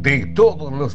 de todos los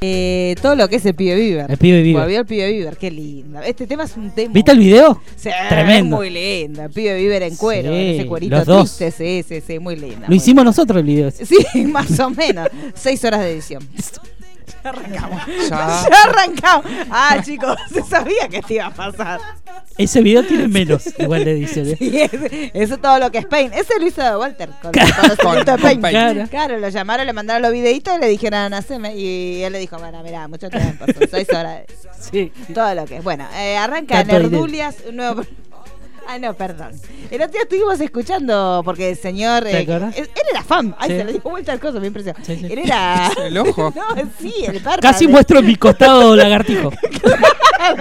Eh, todo lo que es el pibe Bieber. El pibe Bieber. Cuando vio el pibe Bieber, qué lindo. Este tema es un tema. ¿Viste el video? Sí, Tremendo. Muy lindo. El pibe Bieber en cuero, Sí, ese cuerito los dos. triste, sí, sí, sí, muy lindo. Lo muy hicimos nosotros el video. ese. lindo. Sí, más o menos. Seis horas de edición. Ya arrancamos. Ya, arrancamos. Ah, chicos, se sabía que te iba a pasar. Ese video tiene menos, igual de edición. ¿eh? Sí, ese- eso es todo lo que es Pain. Ese lo hizo Walter con, con los Con- productos de con Pain. Pain. Claro. lo llamaron, le mandaron los videitos y le dijeron, haceme. Y él le dijo, bueno, mirá, mucho tiempo, son seis horas. Sí. Todo lo que es. Bueno, eh, arranca Tanto dinero. Nerdulias, un nuevo. pro- Ah, no, perdón. El otro día estuvimos escuchando, porque el señor. ¿Te eh, acordás? él él era fan. Ay, Sí. se le dio vuelta al coso, me impresionó. Sí, sí. Él era. El ojo. no, sí, el perro. Casi muestro mi costado lagartijo. Ah,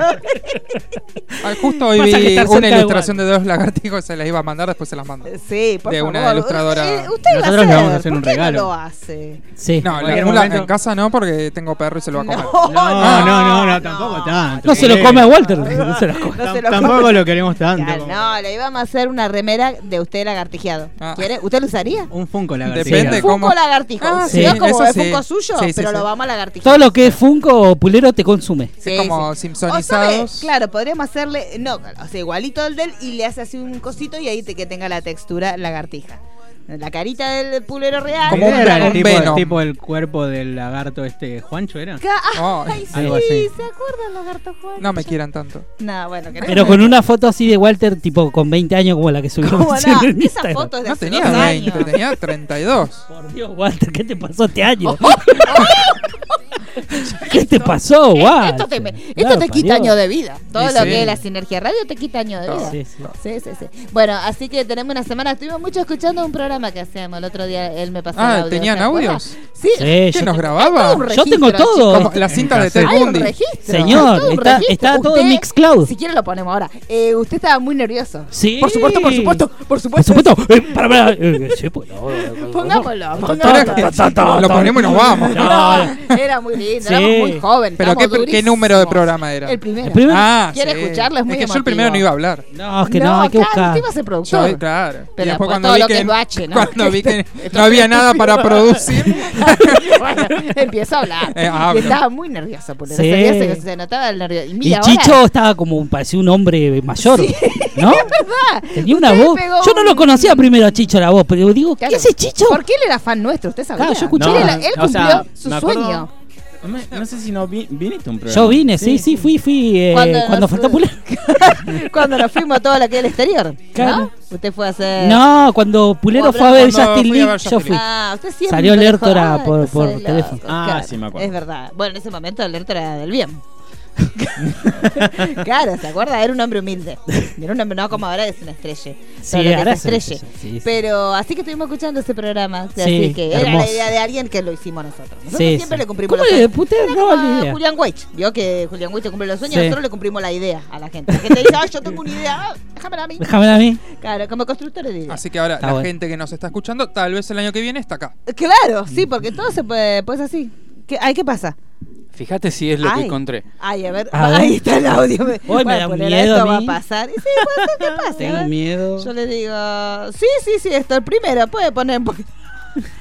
justo hoy Pasa que vi está cerca una de ilustración de dos lagartijos, se las iba a mandar, después se las mandó. Sí, por De favor. una ilustradora. Eh, Usted iba a Nosotros le vamos a hacer, hacer ¿por un qué regalo. No lo hace. Sí. No, la cualquier mula momento- en casa no, porque tengo perro y se lo va a comer. No, No, no, no, no, tampoco tanto. No se lo come a Walter. No se lo come. No Tam- se lo tampoco come. lo queremos tanto. Claro, como- no, le íbamos a hacer una remera de usted lagartijeado. Ah. ¿Quiere? ¿Usted lo usaría? Un Funko lagartija. Depende Funko cómo- lagartijo. Ah, Se ve sí, como eso el sí. Funko suyo, Sí, sí, pero sí. lo vamos a lagartijar. Todo lo que es Funko o Pulero te consume. Sí, como O simpsonizados. sabe, claro, podríamos hacerle, no, o sea, igualito al de él y le hace así un cosito y ahí te, que tenga la textura lagartija. La carita del pulero real. Como un- la era un el tipo, Venom. tipo el cuerpo del lagarto este Juancho, ¿era? ca- ah, Ay, ay, sí, algo así. ¿se acuerda el lagarto Juan? No me quieran tanto. No, bueno, que no. Pero con una foto así de Walter, tipo con 20 años, como la que subimos Como ayer nada, en esa Instagram. foto es de No hace tenía dos 20, años. tenía 32. Por Dios, Walter, ¿qué te pasó este año? Oh, ¿Qué te pasó, Walter? Esto te, esto te quita año de vida. Todo Y lo eh, sí. que es la sinergia radio te quita año de Todo. vida. Sí, sí. Sí, sí, sí. Bueno, así que tenemos una semana. Estuvimos mucho escuchando un programa que hacíamos el otro día. Él me pasó. Ah, el audio, ¿tenían ¿se acuerda? audios? Sí. Sí, ¿Qué yo- nos Hay todo un grababa? Yo tengo registro, todo. Como la cinta de Ted Hay un Bundy. registro. Señor, Hay todo un está- está todo en Usted- Mixcloud. Si quiere lo ponemos ahora. Eh, usted estaba muy nervioso. Sí. Por supuesto, por supuesto, por Por supuesto. supuesto. Eh, para, para, eh, sí, pues, no, Pongámoslo, Pero pongámoslo. es que lo ponemos y nos vamos. No. Era muy lindo, Sí. éramos muy jóvenes. Pero ¿qué, estábamos qué durísimos. número de programa era? El primero. El primero. Ah, ¿Quiere sí. escucharlo? Es muy que yo el emotivo. primero no iba a hablar. No, es que no, hay que claro, buscar. usted iba a ser Yo, eh, productor. claro. Pero y después después cuando todo vi lo que que, es bache, ¿no? cuando vi que no había nada para producir, bueno, empieza a hablar. Eh, y hablo. estaba muy nerviosa por Sí. se, se notaba el nervio. Y mira, y ahora- Chicho estaba como un, parecía un hombre mayor, ¿no? ¿verdad? Tenía una Usted voz. pegó Yo no lo un- conocía primero a Chicho la voz, pero digo, Claro. ¿qué es Chicho? ¿Por qué él era fan nuestro? ¿Usted sabía? Claro, yo escuché. Él, era- él No, o cumplió sea, su me acuerdo- sueño. No, me- no sé si no vi- viniste a un programa. Yo vine, sí, sí, fui, fui eh, Cuando cuando, nos- faltó Pulero. Cuando nos fuimos todo lo que es el exterior. ¿no? Claro. Usted fue a hacer. No, cuando Pulero Cuando fue a ver fui a Justin ver Lee, Justin yo Lee. fui. Ah, usted siempre Salió dijo, Lertora "Ay, por- no soy por loco". teléfono. Ah, sí, me acuerdo. Es verdad. Bueno, en ese momento Lertora era del bien. claro, ¿se acuerda? Era un hombre humilde. Era un hombre, no como ahora es una estrella. Sí, Todo lo que ahora es es una estrella. estrella, sí, sí. Pero así que estuvimos escuchando ese programa. Sí, así que era la hermoso. idea de alguien que lo hicimos nosotros. Nosotros Sí, siempre sí. le cumplimos ¿Cómo los le sueños. puté? Era No, como ni idea. Julián Weich. Vio que Julián Weich te cumple los sueños, Sí. nosotros le cumplimos la idea a la gente. La gente dice, ah, yo tengo una idea, ah, déjamela a mí. Déjame a mí. Claro, como constructores de ideas. así que ahora Está la bueno. gente que nos está escuchando, tal vez el año que viene está acá. Claro, sí, porque todo se puede, pues así. ¿Qué, ay, ¿qué pasa? Fíjate si es Ay. Ay, a ver, A ver. ahí está el audio. Hoy me da un poner miedo esto a va a mí. pasar. Y sí, puede ser que pase, a Tengo ver. miedo. Yo le digo, sí, sí, sí, esto, el primero, puede poner un poquito.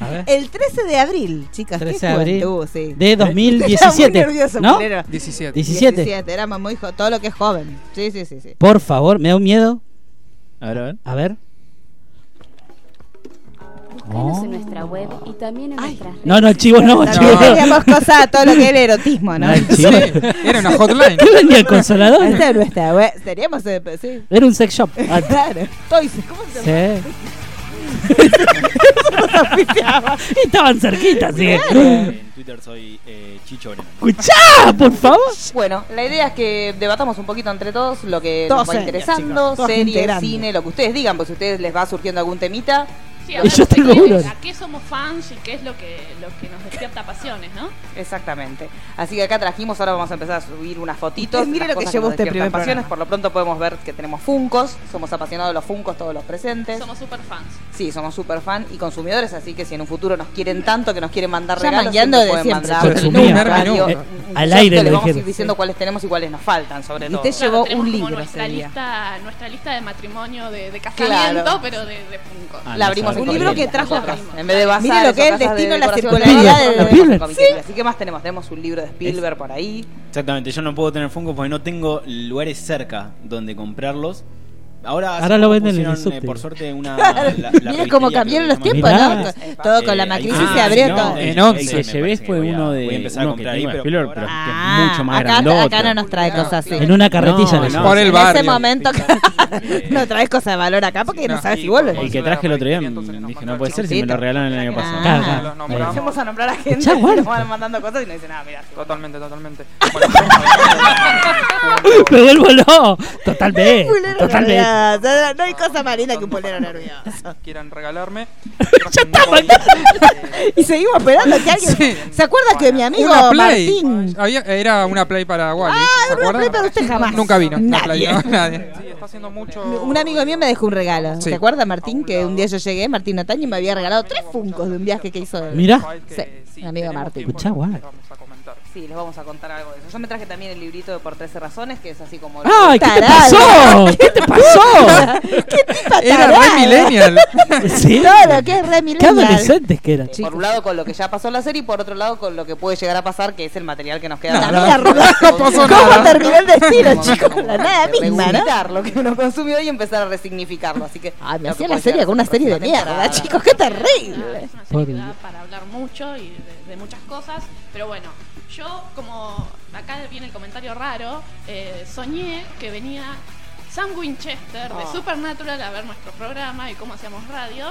A ver. El 13 de abril, chicas, 13 qué de abril juventud, sí. de Estaba muy 2017. nervioso, ¿No? Pulero. 17. 17. 17, éramos muy jo- todo lo que es joven. Sí, sí, sí, sí. Por favor, me da un miedo. A ver, a ver. A ver. Búscanos Oh. en nuestra web y también en Ay. nuestras redes. No, no, chivo, no, chivo. También No. teníamos cosas, todo lo que era erotismo, ¿no? Este No, el Sí, chivo. era una hotline. ¿Qué vendía el consolador? Esta es nuestra, we- Seríamos, eh, sí. Era un sex shop. Ah, Claro, Toys, ¿cómo se llama? sí. Estaban cerquitas, sí. En Twitter soy eh, Chicho Brenan. Escuchá, por favor. Bueno, la idea es que debatamos un poquito entre todos lo que Todos nos va serios, interesando, chicos, toda gente series, grande. cine, lo que ustedes digan, pues si a ustedes les va surgiendo algún temita, Sí, a Y ver, yo tengo ¿qué- uno. ¿A qué somos fans y qué es lo que, lo que nos despierta pasiones, no? Exactamente. Así que acá trajimos, ahora vamos a empezar a subir unas fotitos. Ustedes miren las lo que cosas llevó nos este primer despiertan pasiones. programa. Por lo pronto podemos ver que tenemos funcos, somos apasionados de los funcos, todos los presentes. Somos super fans. Sí, somos super fan y consumidores, así que si en un futuro nos quieren tanto que nos quieren mandar Ya regalos, mangueando siempre de pueden siempre, mandar yo tenía. un radio, Eh, un- al un aire chat, lo les vamos a ir dijeron. diciendo cuáles tenemos y cuáles nos faltan, sobre Y todo. te llevó tenemos un como libro nuestra ese día. lista, nuestra lista de matrimonio, de, de casamiento, Claro. pero de, de Funko. Ah, La abrimos Un en libro Comiquería. que trajo Nosotros acá. mismos. En vez de bazar, Miren lo que esas es el casas de destino, la decoración de circularidad Navidad, de- la de- abrimos en Sí. Comiquería. Así que más tenemos, tenemos un libro de Spielberg por ahí. Exactamente, yo no puedo tener Funko porque no tengo lugares cerca donde comprarlos. Ahora, hace Ahora lo poco venden en el pusieron, eh, subte. Por suerte, una. Mira cómo cambiaron los tiempos, Mirá. ¿no? Todo con la macrisis sí se abrió todo. eh, en once. El que llevé este fue uno de Voy a empezar a uno que tengo comprar ahí, de pero Spielberg, por pero ahora- Ah, que es mucho más acá, grandote. acá no nos trae cosas así. En una carretilla. No, no. le llevo. Por el en barrio. ese momento Eh, no traes cosas de valor acá porque no, no, sabes sí, si vuelves. El que traje el otro día mm, dije, no puede ser si me lo regalaron el año pasado. Ah. Acá, Los acá. nombramos. Empezamos a nombrar a gente, Ya, bueno. nos van mandando cosas y nos dicen, ah, mira, sí, Totalmente, totalmente. Bueno, yo- Me vuelvo loco. Totalmente. Pulero Totalmente. nervioso. No hay cosa más linda que un pulero nervioso. quieran regalarme. Ya está, Y seguimos esperando que alguien. Sí. ¿Se acuerda que mi amigo una play. Martín? Había, era una play para Wally. Ah, ¿se era una acuerdan? play para usted jamás. Nunca vino. una Nadie. play, no, nadie. Sí, está haciendo mucho. Un amigo mío me dejó un regalo. Sí. ¿Se acuerda, Martín? Que un día yo llegué, Martín Otaño, y me había regalado tres funcos de un viaje que hizo. él. Mirá. Sí, mi amigo Martín. Escuchá, guay. Sí, les vamos a contar algo de eso. Yo me traje también el librito de Por 13 Razones, que es así como... ¡Ay, qué te Tarado. pasó! ¿Qué te pasó? ¡Qué tipa Era tarada! re millennial. Sí. Todo lo que es re Qué millennial. adolescentes que eran. por un lado con lo que ya pasó en la serie y por otro lado con lo que puede llegar a pasar, que es el material que nos queda. La vida rural. No pasó ¿Cómo nada. terminó el destino, Como chicos? La nada de misma, ¿no? revisitar lo que uno consumió y empezar a resignificarlo. Así que... Ay, Ah, me lo hacía que la puede serie llegar con una a ser serie de la próxima mierda, temporada. chicos. ¡Qué Nada, terrible! Es una Por serie que da Dios. para hablar mucho y de, de muchas cosas, pero bueno, yo como acá viene el comentario raro, eh, soñé que venía Sam Winchester de Ah. Supernatural a ver nuestro programa y cómo hacíamos radio.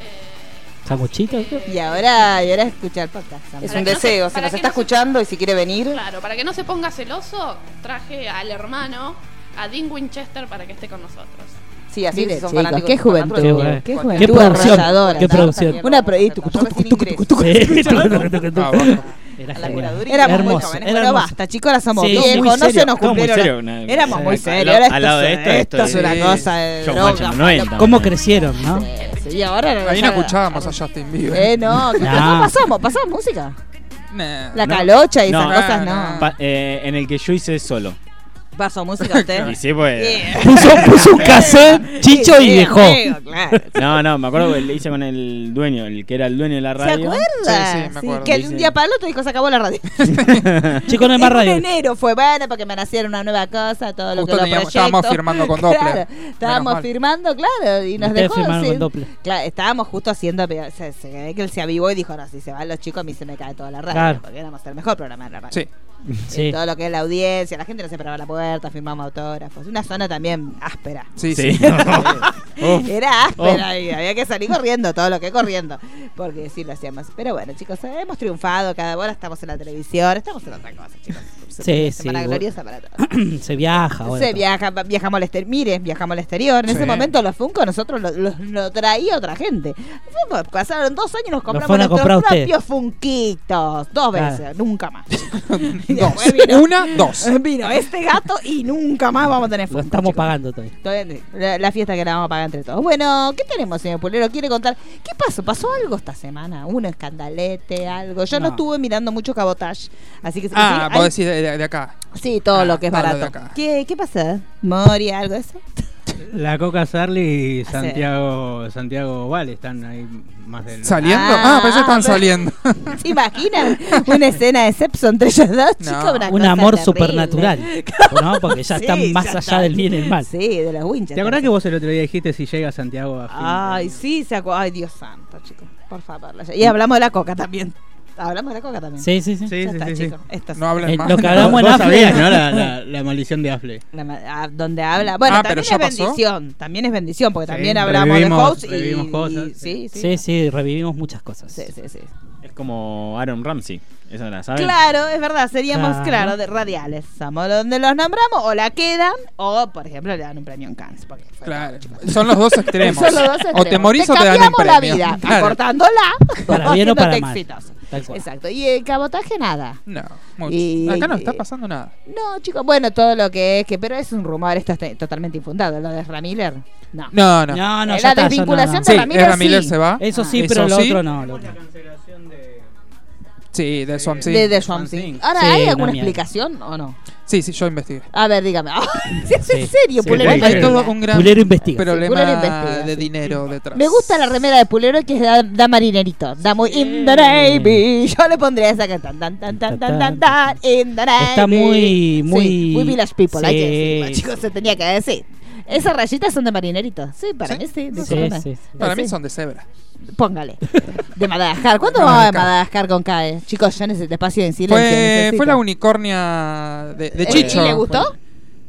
eh, ¿Sanguchito? así que- Y ahora, y ahora escuchar podcast. también. Es Para un que no se- deseo, si para nos que está no se- escuchando y si quiere venir... Claro, para que no se ponga celoso, traje al hermano, a Dean Winchester, para que esté con nosotros. Sí, así Mire, es, son chicos, fanáticos qué de Supernatural, juventud, cualquier- qué cualquier Qué Estuvo producción. arrolladora, Qué ¿no? producción. También Una lo pro... vamos y a tucu, tratar. tucu, tucu, tucu, tucu, tucu. Sí. A la Era genial. curaduría. Éramos muy Hermoso, jóvenes, era pero hermoso. basta, chicos, ahora somos Sí, viejos, muy no serio, se todo nos muy cumplieron. serio, una- Éramos muy al- serios, al ahora esto, lado de es- esto, esto esto es una es- cosa de Yo, droga. Juancho, 90. ¿Cómo crecieron, no? Sí, y ahora nos- Ahí no escuchábamos a Justin Bieber. Eh, no, ¿qué No. pasó? pasamos, pasamos música. Nah. La No. calocha y esas No. cosas Ah, no. Pa- eh, en el que yo hice solo. Pasó música Ah. usted. Y sí, pues. Puso, puso un cassette, chicho y dejó. No, no, me acuerdo que le hice con el dueño, el que era el dueño de la ¿Se radio. acuerda? Sí, sí, me acuerdo. que de Sí, un sí. día para el otro dijo, se acabó la radio. Chicos, no hay más En radio. enero fue bueno porque me nacieron una nueva cosa, todo lo Justo que lo teníamos- proyecto. estábamos firmando con Doppler. Claro, Menos estábamos mal. firmando, claro, y nos Ustedes dejó firmaron sin- con Doppler. Claro, estábamos justo haciendo, pero se, se ve que él se avivó y dijo, no, si se van los chicos a mí se me cae toda la radio, Claro. porque éramos el mejor programa de la radio. Sí. Sí. Todo lo que es la audiencia, la gente no se paraba a la puerta, firmamos autógrafos, una zona también áspera. Sí, sí. Sí. Uf. Era áspera y había que salir corriendo, todo lo que corriendo, porque sí lo hacíamos. Pero bueno, chicos, eh, hemos triunfado, cada hora estamos en la televisión, estamos en otra cosa, chicos. Sí, Ah, sí, Semana vos- gloriosa para todos. Se viaja ahora. Se viaja, va- viajamos al exterior. Mire, viajamos al exterior. En ese Sí. momento los Funko nosotros los, los- lo traía otra gente. Fuimos- Pasaron dos años y nos compramos fueron a nuestros comprar ustedes. propios Funquitos. Dos Claro. veces, nunca más. Y Dos. después vino, Una, dos. vino este gato y nunca más vamos a tener Lo Funko. estamos chicos. pagando todavía. Todavía no- La, la fiesta que la vamos a pagar entre todos. Bueno, ¿qué tenemos, señor Pulero? ¿Quiere contar? ¿Qué pasó? ¿Pasó algo esta semana? ¿Un escandalete? ¿Algo? Yo no, No. estuve mirando mucho cabotage. Así que si Ah, hay- vos decís de, de- de acá. Sí, todo Ah, lo que es todo lo de barato. acá. ¿Qué, ¿Qué pasa? ¿Mori, algo de eso? La Coca Sarli y Hace- Santiago, Santiago Val están ahí más del. ¿Saliendo? Ah, Ah, parece que pero- están saliendo. ¿Se imaginan una escena de sexo entre ellos dos, No. chicos? Una Un cosa amor terrible. supernatural. ¿no? Porque ya Sí, están más ya allá está. del bien y el mal. Sí, de los Winchester. ¿Te acordás que vos el otro día dijiste si llega Santiago a fin de Ay, año? sí, se acu- Ay, Dios santo, chicos. Por favor. la- Y hablamos de la coca también. Hablamos de la coca también. Sí, sí, sí. Sí, Ya sí, está, sí, sí. chicos. Esto es- No hablen Eh, más. lo que No. hagamos en Vos Afle. sabías, ¿no? La, la- la maldición de Afle. la ma- ah, donde habla. Bueno, Ah, pero también es ya pasó. bendición. También es bendición, porque Sí, también hablamos de revivimos- host y. revivimos cosas, y- sí, sí. Sí, sí, revivimos muchas cosas. Sí, sí, sí. Es como Aaron Ramsey. Esa la saben. Claro, es verdad, seríamos, Claro. claro, de radiales. Somos donde los nombramos, o la quedan, o por ejemplo le dan un premio en Cannes. porque fue- Claro. Son los dos extremos. Son los dos extremos. O te morís o te dan un cambiamos la premio. vida, Claro. acortándola, Para bien o para haciéndote mal. exitoso. Tal cual. Exacto. Y el cabotaje, nada. No, mucho. Y- Acá no está pasando nada. No, chicos, bueno, todo lo que es que, pero es un rumor, esto es totalmente infundado. Lo de Ramiller, no. No, No, no, no. Eh, ya la está, ya no, desvinculación no. de Sí, Ramírez Ezra Miller sí. se va. Eso sí, Ah. pero Eso lo sí. otro no. lo otro no. cancelación de. Sí, de Swamp de, Thing. de Swamp Thing. Ahora, Sí, ¿hay una alguna mierda. explicación o no? Sí, sí, yo investigué. A ver, dígame. Si es en Sí, serio, sí, Pulero. hay- investiga. Hay todo un gran Pulero investiga. Pulero problema investiga, de sí. dinero detrás. Me gusta la remera de Pulero que es da, da marinerito. Da muy in the Navy. Yo le pondría esa que tan tan tan tan tan tan tan in the Navy. Está muy- muy- Sí, muy Village People. Hay que Sí. decirlo, chicos, se tenía que decir. Esas rayitas son de marinerito. Sí, para ¿Sí? mí sí. Sí, discúlpame. sí, sí. Para mí Sí. son de cebra. Póngale. De Madagascar. ¿Cuándo Madagascar. vamos a Madagascar con CAE? Chicos, ya necesito espacio en silencio. Fue, necesito. fue la unicornia de, de Eh, Chicho. ¿Y le gustó?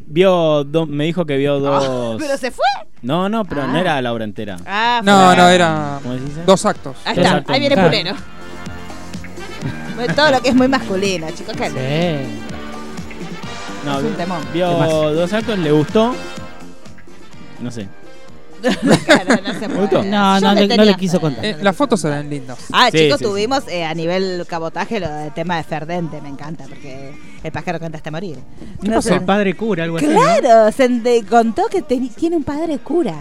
Vio dos- me dijo que vio dos. Ah, Pero se fue. No, no, pero no Ah. era la obra entera. Ah, No, no, era ¿Cómo se dice? dos actos. Ahí Dos está, actos ahí viene Pulero. musicales. Bueno, Todo lo que es muy masculino, chicos. que- Sí. No, Es un vi- temón. vio Temazo. dos actos, le gustó. No sé. Claro, no se Mucho. puede. Yo No, no, no- no tenía le quiso fe. contar. Eh, las fotos se ven lindas. Ah, Sí, chicos, sí, tuvimos eh, a nivel cabotaje lo del tema de Ferdente, me encanta, porque el pájaro canta hasta morir. No sé- El padre cura, algo así. ¿no? Claro, se ente- contó que teni- tiene un padre cura.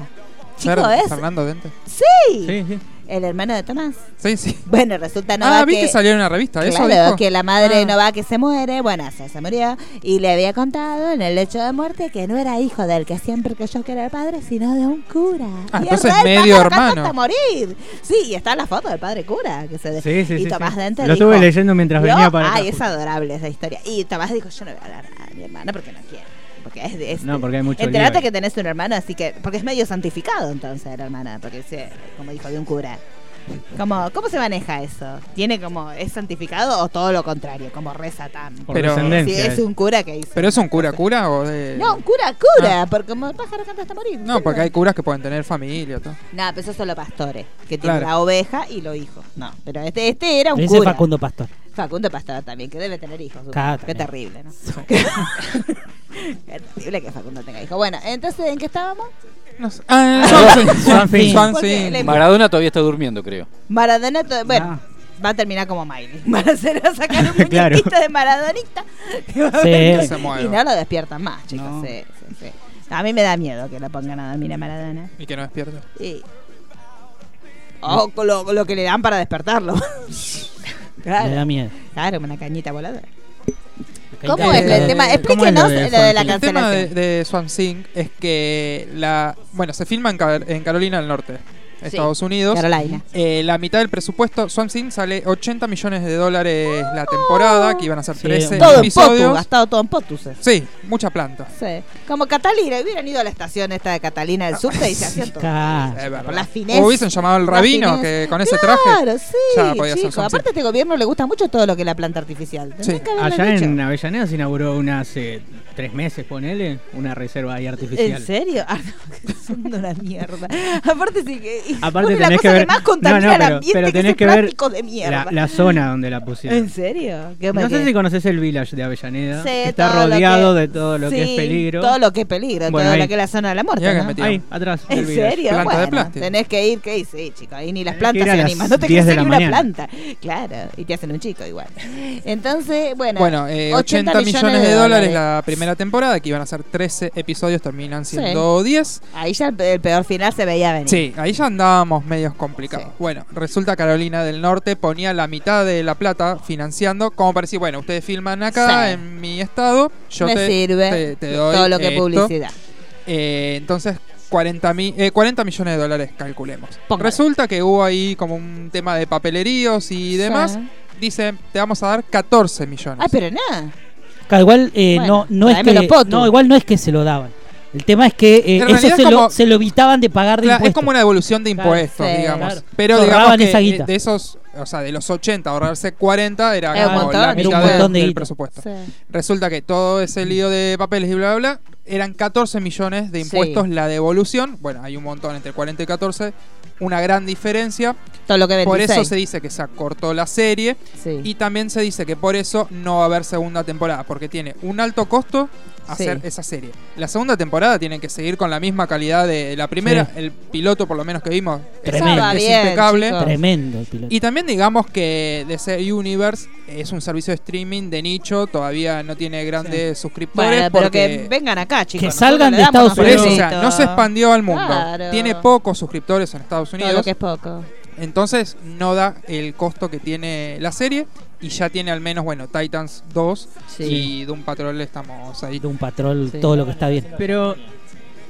Chico, Fer- es. Fernando Dente. Sí, Sí, sí. el hermano de Tomás. Sí, sí. Bueno, resulta no ah, va vi que, salió en una revista. ¿Eso Claro, dijo? que la madre Ah. no va que se muere, bueno, se, se murió, y le había contado en el hecho de muerte que no era hijo del que siempre creyó que era el padre, sino de un cura. Ah, Y entonces el rey medio Papa canta hermano. Hasta morir. Sí, y está la foto del padre cura. Que se Sí, sí, y sí, Tomás sí. Dente Lo dijo, estuve leyendo mientras "Yo- venía para acá Ay, es justo". adorable esa historia. Y Tomás dijo, yo no voy a hablar a mi hermana porque no quiero. Porque es, es- No, porque hay mucho lío Enterate ahí. que tenés un hermano, así que... Porque es medio santificado entonces la hermana, porque es, eh, como hijo de un cura. ¿Cómo, ¿Cómo se maneja eso? ¿Tiene como, es santificado o todo lo contrario? Como re satán. Por Pero- Si descendencia. es un cura que hizo. ¿Pero es un cura cura o de.? No, un cura, Ah. cura, porque como el pájaro canta hasta morir. No, porque hay curas que pueden tener familia. Todo. No, pero esos son los pastores, que tienen Claro. la oveja y los hijos. No, pero este, este era un Ese es cura. Facundo Pastor. Facundo Pastor también, que debe tener hijos. supongo. Claro, Qué también. terrible, ¿no? Qué terrible que Facundo tenga hijos. Bueno, entonces, ¿en qué estábamos? No sé. Ah, Swansea. Swansea. Swansea. Porque le- Maradona todavía está durmiendo, creo. Maradona, to- Ah. bueno, va a terminar como Miley. Van a hacer a sacar un muñequito Claro. de Maradonista. Sí. Se mueve. Y no lo despiertan más, chicos. No. sí, sí, sí. A mí me da miedo que lo pongan a dormir a Maradona. Y que no despierta. Sí. O con lo, con lo que le dan para despertarlo. Me da claro, miedo. claro, una cañita voladora. ¿Cómo Eh, es el tema? ¿cómo es lo Explíquenos de lo de, Swansea? la El El tema de, cancelación. de Swansea es que la bueno se filma en, Car- en Carolina del Norte, Estados Unidos. Carolina. Eh, la mitad del presupuesto, Swansea sale 80 millones de dólares la temporada, que iban a ser Sí, 13 un- Todo en Potu, episodios. gastado todo en Potus. eh. Sí, mucha planta. Sí. Como Catalina, hubieran ido a la estación esta de Catalina del subte y se hacían todo. Claro. Es verdad. Por la fineza. O hubiesen llamado al La rabino, fineza. que con ese traje. Claro, sí. ya podía ser chico. Swansea. Aparte, a este gobierno le gusta mucho todo lo que es la planta artificial. Tendrían Sí. que haberlo Allá dicho. en Avellaneda se inauguró una hace tres meses, ponele, una reserva ahí artificial. ¿En serio? Ah, no, son una mierda. Aparte, sí que. y Aparte es la tenés cosa que ver. más contamina no, no, el pero, ambiente pero que tenés ese que ver plástico de mierda. la, la zona donde la ¿En pusieron. serio? ¿Qué me No sé quedé? si conoces el village de Avellaneda. Sí, que está todo lo rodeado que- de todo lo que sí, es peligro. Todo lo que es peligro, Bueno, todo lo ahí. que es la zona de la muerte. Mirá que ¿no? metí- Ahí, atrás. del ¿En village. serio? Planta de Bueno, plástico. Tenés que ir, ¿qué hice? Sí, chicos, ahí ni las Tenés que ir plantas a se las animan. No te 10 querés de la salir una mañana. planta. Claro, y te hacen un chico igual. Entonces, bueno. Bueno, eh, 80, millones, de dólares, la primera temporada, que iban a ser 13 episodios, terminan Sí. siendo 10. Ahí ya el, el peor final se veía venir. Sí, ahí ya andábamos medios complicados. Sí. Bueno, resulta Carolina del Norte ponía la mitad de la plata financiando, como para decir, bueno, ustedes filman acá Sí. en mi estado, yo me te, sirve te- te doy todo lo que es esto. publicidad. Eh, entonces, 40, mi- eh, 40 millones de dólares, calculemos. Póngale. Resulta que hubo ahí como un tema de papeleríos y demás. Sí. Dicen, te vamos a dar 14 millones. Ay, pero nada. Claro, igual eh, Bueno, no, no es tráemelo, que Potu. no, igual no es que se lo daban. El tema es que eh, En eso realidad se, es como- lo, se lo evitaban de pagar de Cla- impuestos. es como una devolución de Claro, impuestos, sí, digamos. claro. Pero Se digamos ahorraban que esa de- guita. de esos, o sea, de los 80 ahorrarse 40 era Era un como montón, la era un mitad de- montón de del guita. presupuesto. Sí. Resulta que todo ese lío de papeles y bla bla bla eran 14 millones Sí. de impuestos la devolución. Bueno, hay un montón entre 40 y 14, una gran diferencia. Todo lo que 26. Por eso se dice que se acortó la serie Sí. y también se dice que por eso no va a haber segunda temporada, porque tiene un alto costo hacer Sí. esa serie. La segunda temporada tienen que seguir con la misma calidad de la primera, Sí. el piloto por lo menos que vimos es- Tremendo. es, Bien, impecable. chicos. Tremendo el piloto. Y también digamos que DC Universe es un servicio de streaming de nicho, todavía no tiene grandes suscriptores. Bueno, pero que porque vengan acá, chicos. Que nosotros salgan le de damos Estados por nuestro eso, o sea, gusto. no se expandió al mundo. Claro. Tiene pocos suscriptores en Estados Todo lo Unidos. que es poco. Entonces no da el costo que tiene la serie y ya tiene al menos, bueno, Titans 2 Sí. y Doom Patrol estamos ahí. De un patrón, Sí. todo lo que está bien. Pero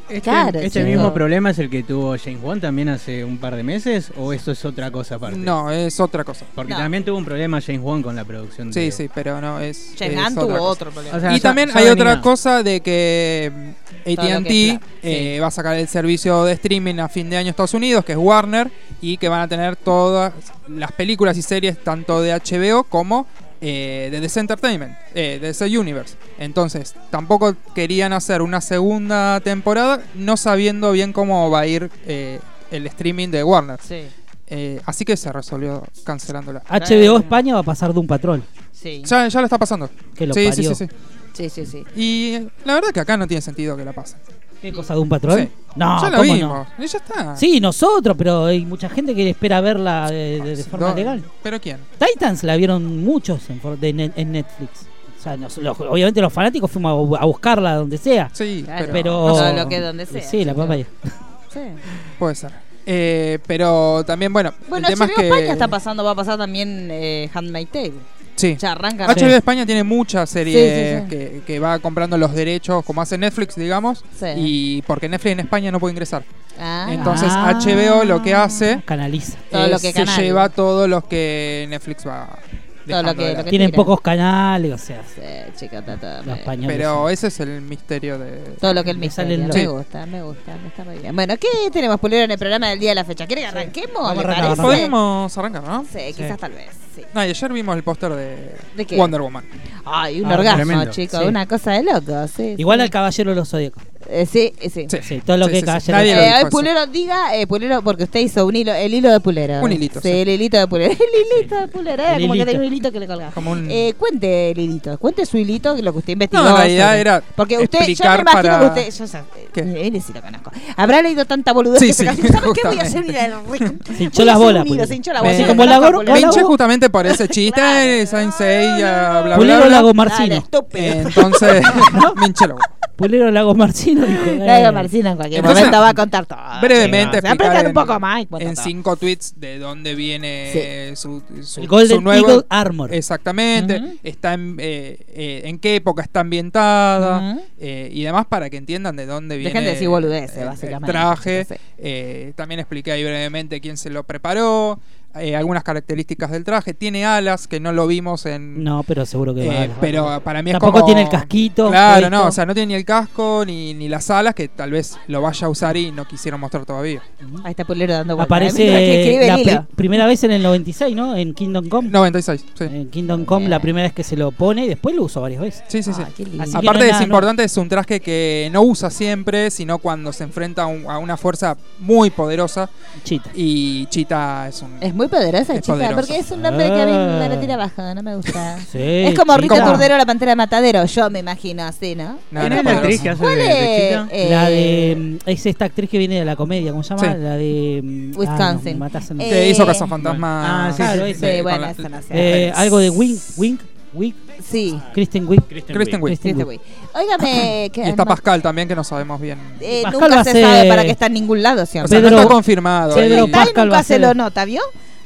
este, Claro, este chico. mismo problema es el que tuvo James Wan también hace un par de meses o esto es otra cosa aparte. Este, No, es otra cosa. Porque No. también tuvo un problema James Wan con la producción. Sí, de... sí, pero no es. Che, es Gunn otra tuvo cosa. otro problema. O sea, y ya- también ya hay venía. otra cosa de que mm, Todo lo ATT que es pla- eh, va a sacar el servicio de streaming a fin de año en Estados Unidos, que es Warner, y que van a tener todas las películas y series tanto de HBO como eh, de DC Entertainment, eh, de DC Universe. Entonces, tampoco querían hacer una segunda temporada no sabiendo bien cómo va a ir eh, el streaming de Warner. Sí, Eh, así que se resolvió cancelándola. HBO España va a pasar de un patrón. sí. Ya, ya lo está pasando. Que lo sí, sí, parió. sí, sí. Sí, sí, sí. Y eh, la verdad que acá no tiene sentido que la pasen. ¿Qué cosa de un patrón? Sí. No, ya la ¿cómo vimos. Y ya está. no? Sí, nosotros, pero hay mucha gente que espera verla de, de- de forma No, legal. ¿Pero quién? Titans la vieron muchos en, for- de ne- en Netflix. O sea, nos- los- obviamente los fanáticos fuimos a bu- a, buscarla donde sea. Sí, Claro. Pero. No, lo que donde sea, Sí, la chico. papaya. sí. pero puede ser. Eh, pero también, bueno, Bueno, el tema HBO es que. España está pasando, va a pasar también eh, Handmaid Tale. Sí. Ya arranca. HBO España tiene muchas series Sí, sí, sí. Que, que va comprando los derechos, como hace Netflix, digamos. Sí. Y porque Netflix en España no puede ingresar. Ah. Entonces, HBO lo que hace Canaliza. Todo es lo que Eh, se canal. lleva todos los que Netflix va. dejando lo que- de lo lado. que- Tienen Mentira. pocos canales, o sea, Sí, chica, está todo los bien. españoles. Pero ese es el misterio de. Todo lo que él me sale sale. el Me loco. gusta, me gusta, me está muy bien. Bueno, ¿qué tenemos, Pulero, en el programa del día de la fecha? ¿Quieren que arranquemos? Vamos ¿Le a arrancar, parece? Podemos Ah, arrancar, ¿no? Sí, quizás tal vez. Sí. No, y ayer vimos el póster de, ¿De qué? Wonder Woman. Ay, un Ah, orgasmo, tremendo. chicos. Sí. Una cosa de loco, sí. Igual sí. al caballero los zodíacos. Eh, sí, eh, sí. Sí, todo lo que caballero- Nadie Eh, lo a dijo ver, eso. Pulero, diga, eh, Pulero, porque usted hizo un hilo, el hilo de Pulero. Un hilito, Sí, sí. el hilito de Pulero. El hilito de Pulero, era El como que hilito. tenía un hilito que le colgaba. Como un- Eh, cuente el hilito, cuente su hilito, lo que usted investigó. No, en realidad sobre- era Porque usted, yo me explicar imagino para- que usted, yo ya, eh, ¿Qué? mire si lo conozco. Habrá leído tanta boludez Sí, que se sí, cayó. ¿Sabe qué voy a justamente. hacer? Mira, Se hinchó las bolas, Pulero. Pulero. Se hinchó las bolas. Así yo como lo la conozco, gor- Pulero. la Pinche Claro. justamente por ese chiste, Claro. Saint Seiya, bla, bla, Pulero bla. Lago Dale, Marcino. estúpido. Entonces, pinche lobo. Pulero Lago Marcino. dijo, La eh, digo Marcina en cualquier Entonces, momento va a contar todo. brevemente Ah, Se apretan explicar un poco en- más. y cuenta En todo. cinco tweets de dónde viene su, su, El Golden su nuevo... Eagle Armor. Exactamente, Ujú. está en, eh, eh, en qué época está ambientada Ujú. eh, y demás para que entiendan de dónde viene Dejen de decir boludeces, el- el básicamente. traje. Sí. Eh, también expliqué ahí brevemente quién se lo preparó, eh, algunas características del traje. Tiene alas que no lo vimos en, No, pero seguro que Eh, va. a- pero para mí es Tampoco como- tiene el casquito. Claro, puesto. no, o sea, no tiene ni el casco ni, ni las alas que tal vez lo vaya a usar y no quisieron mostrar todavía. Ahí está Pulero dando vueltas. Mira que Aparece escribe la el hilo. pri- primera vez en el 96, ¿no? En Kingdom Come. 96, sí. En Kingdom Come Eh. la primera vez que se lo pone y después lo uso varias veces. Sí, sí, sí. Ah, qué lindo. Así que Aparte no es es nada importante, es un traje que no usa siempre, sino cuando se enfrenta a, un- a una fuerza muy poderosa Chita. y Chita es un... Es muy poderosa, Es chica, poderosa. porque es un nombre que a mí me la Ah. tira abajo, no me gusta. Sí, Eh, es como Rita Chita. Turdero, la pantera de matadero, yo me imagino así, ¿no? No, no ¿Quién es es la actriz poderosa. que hace ¿Cuál de, de es? chica? Eh, La de. Es esta actriz que viene de la comedia, ¿cómo se llama? Sí. La de. mm, ah, no, me Wisconsin. matás en- Eh, que hizo Cazafantasma. Ah, sí, claro, sí, ese. sí, Sí, con bueno, la- esa no sé. Eh, algo de Wink, Wink, Wink, Sí, Kristen Wink. Kristen Wiig. Kristen Wiig. Óigame, que Y está no- Pascal también, que no sabemos bien. eh, Pascal nunca va se a ser- sabe para qué está en ningún lado, O siempre. sea, no Pedro- está confirmado. eh, Pedro ahí. Pedro Pascal Pascal va nunca a se ser- lo nota, ¿vio?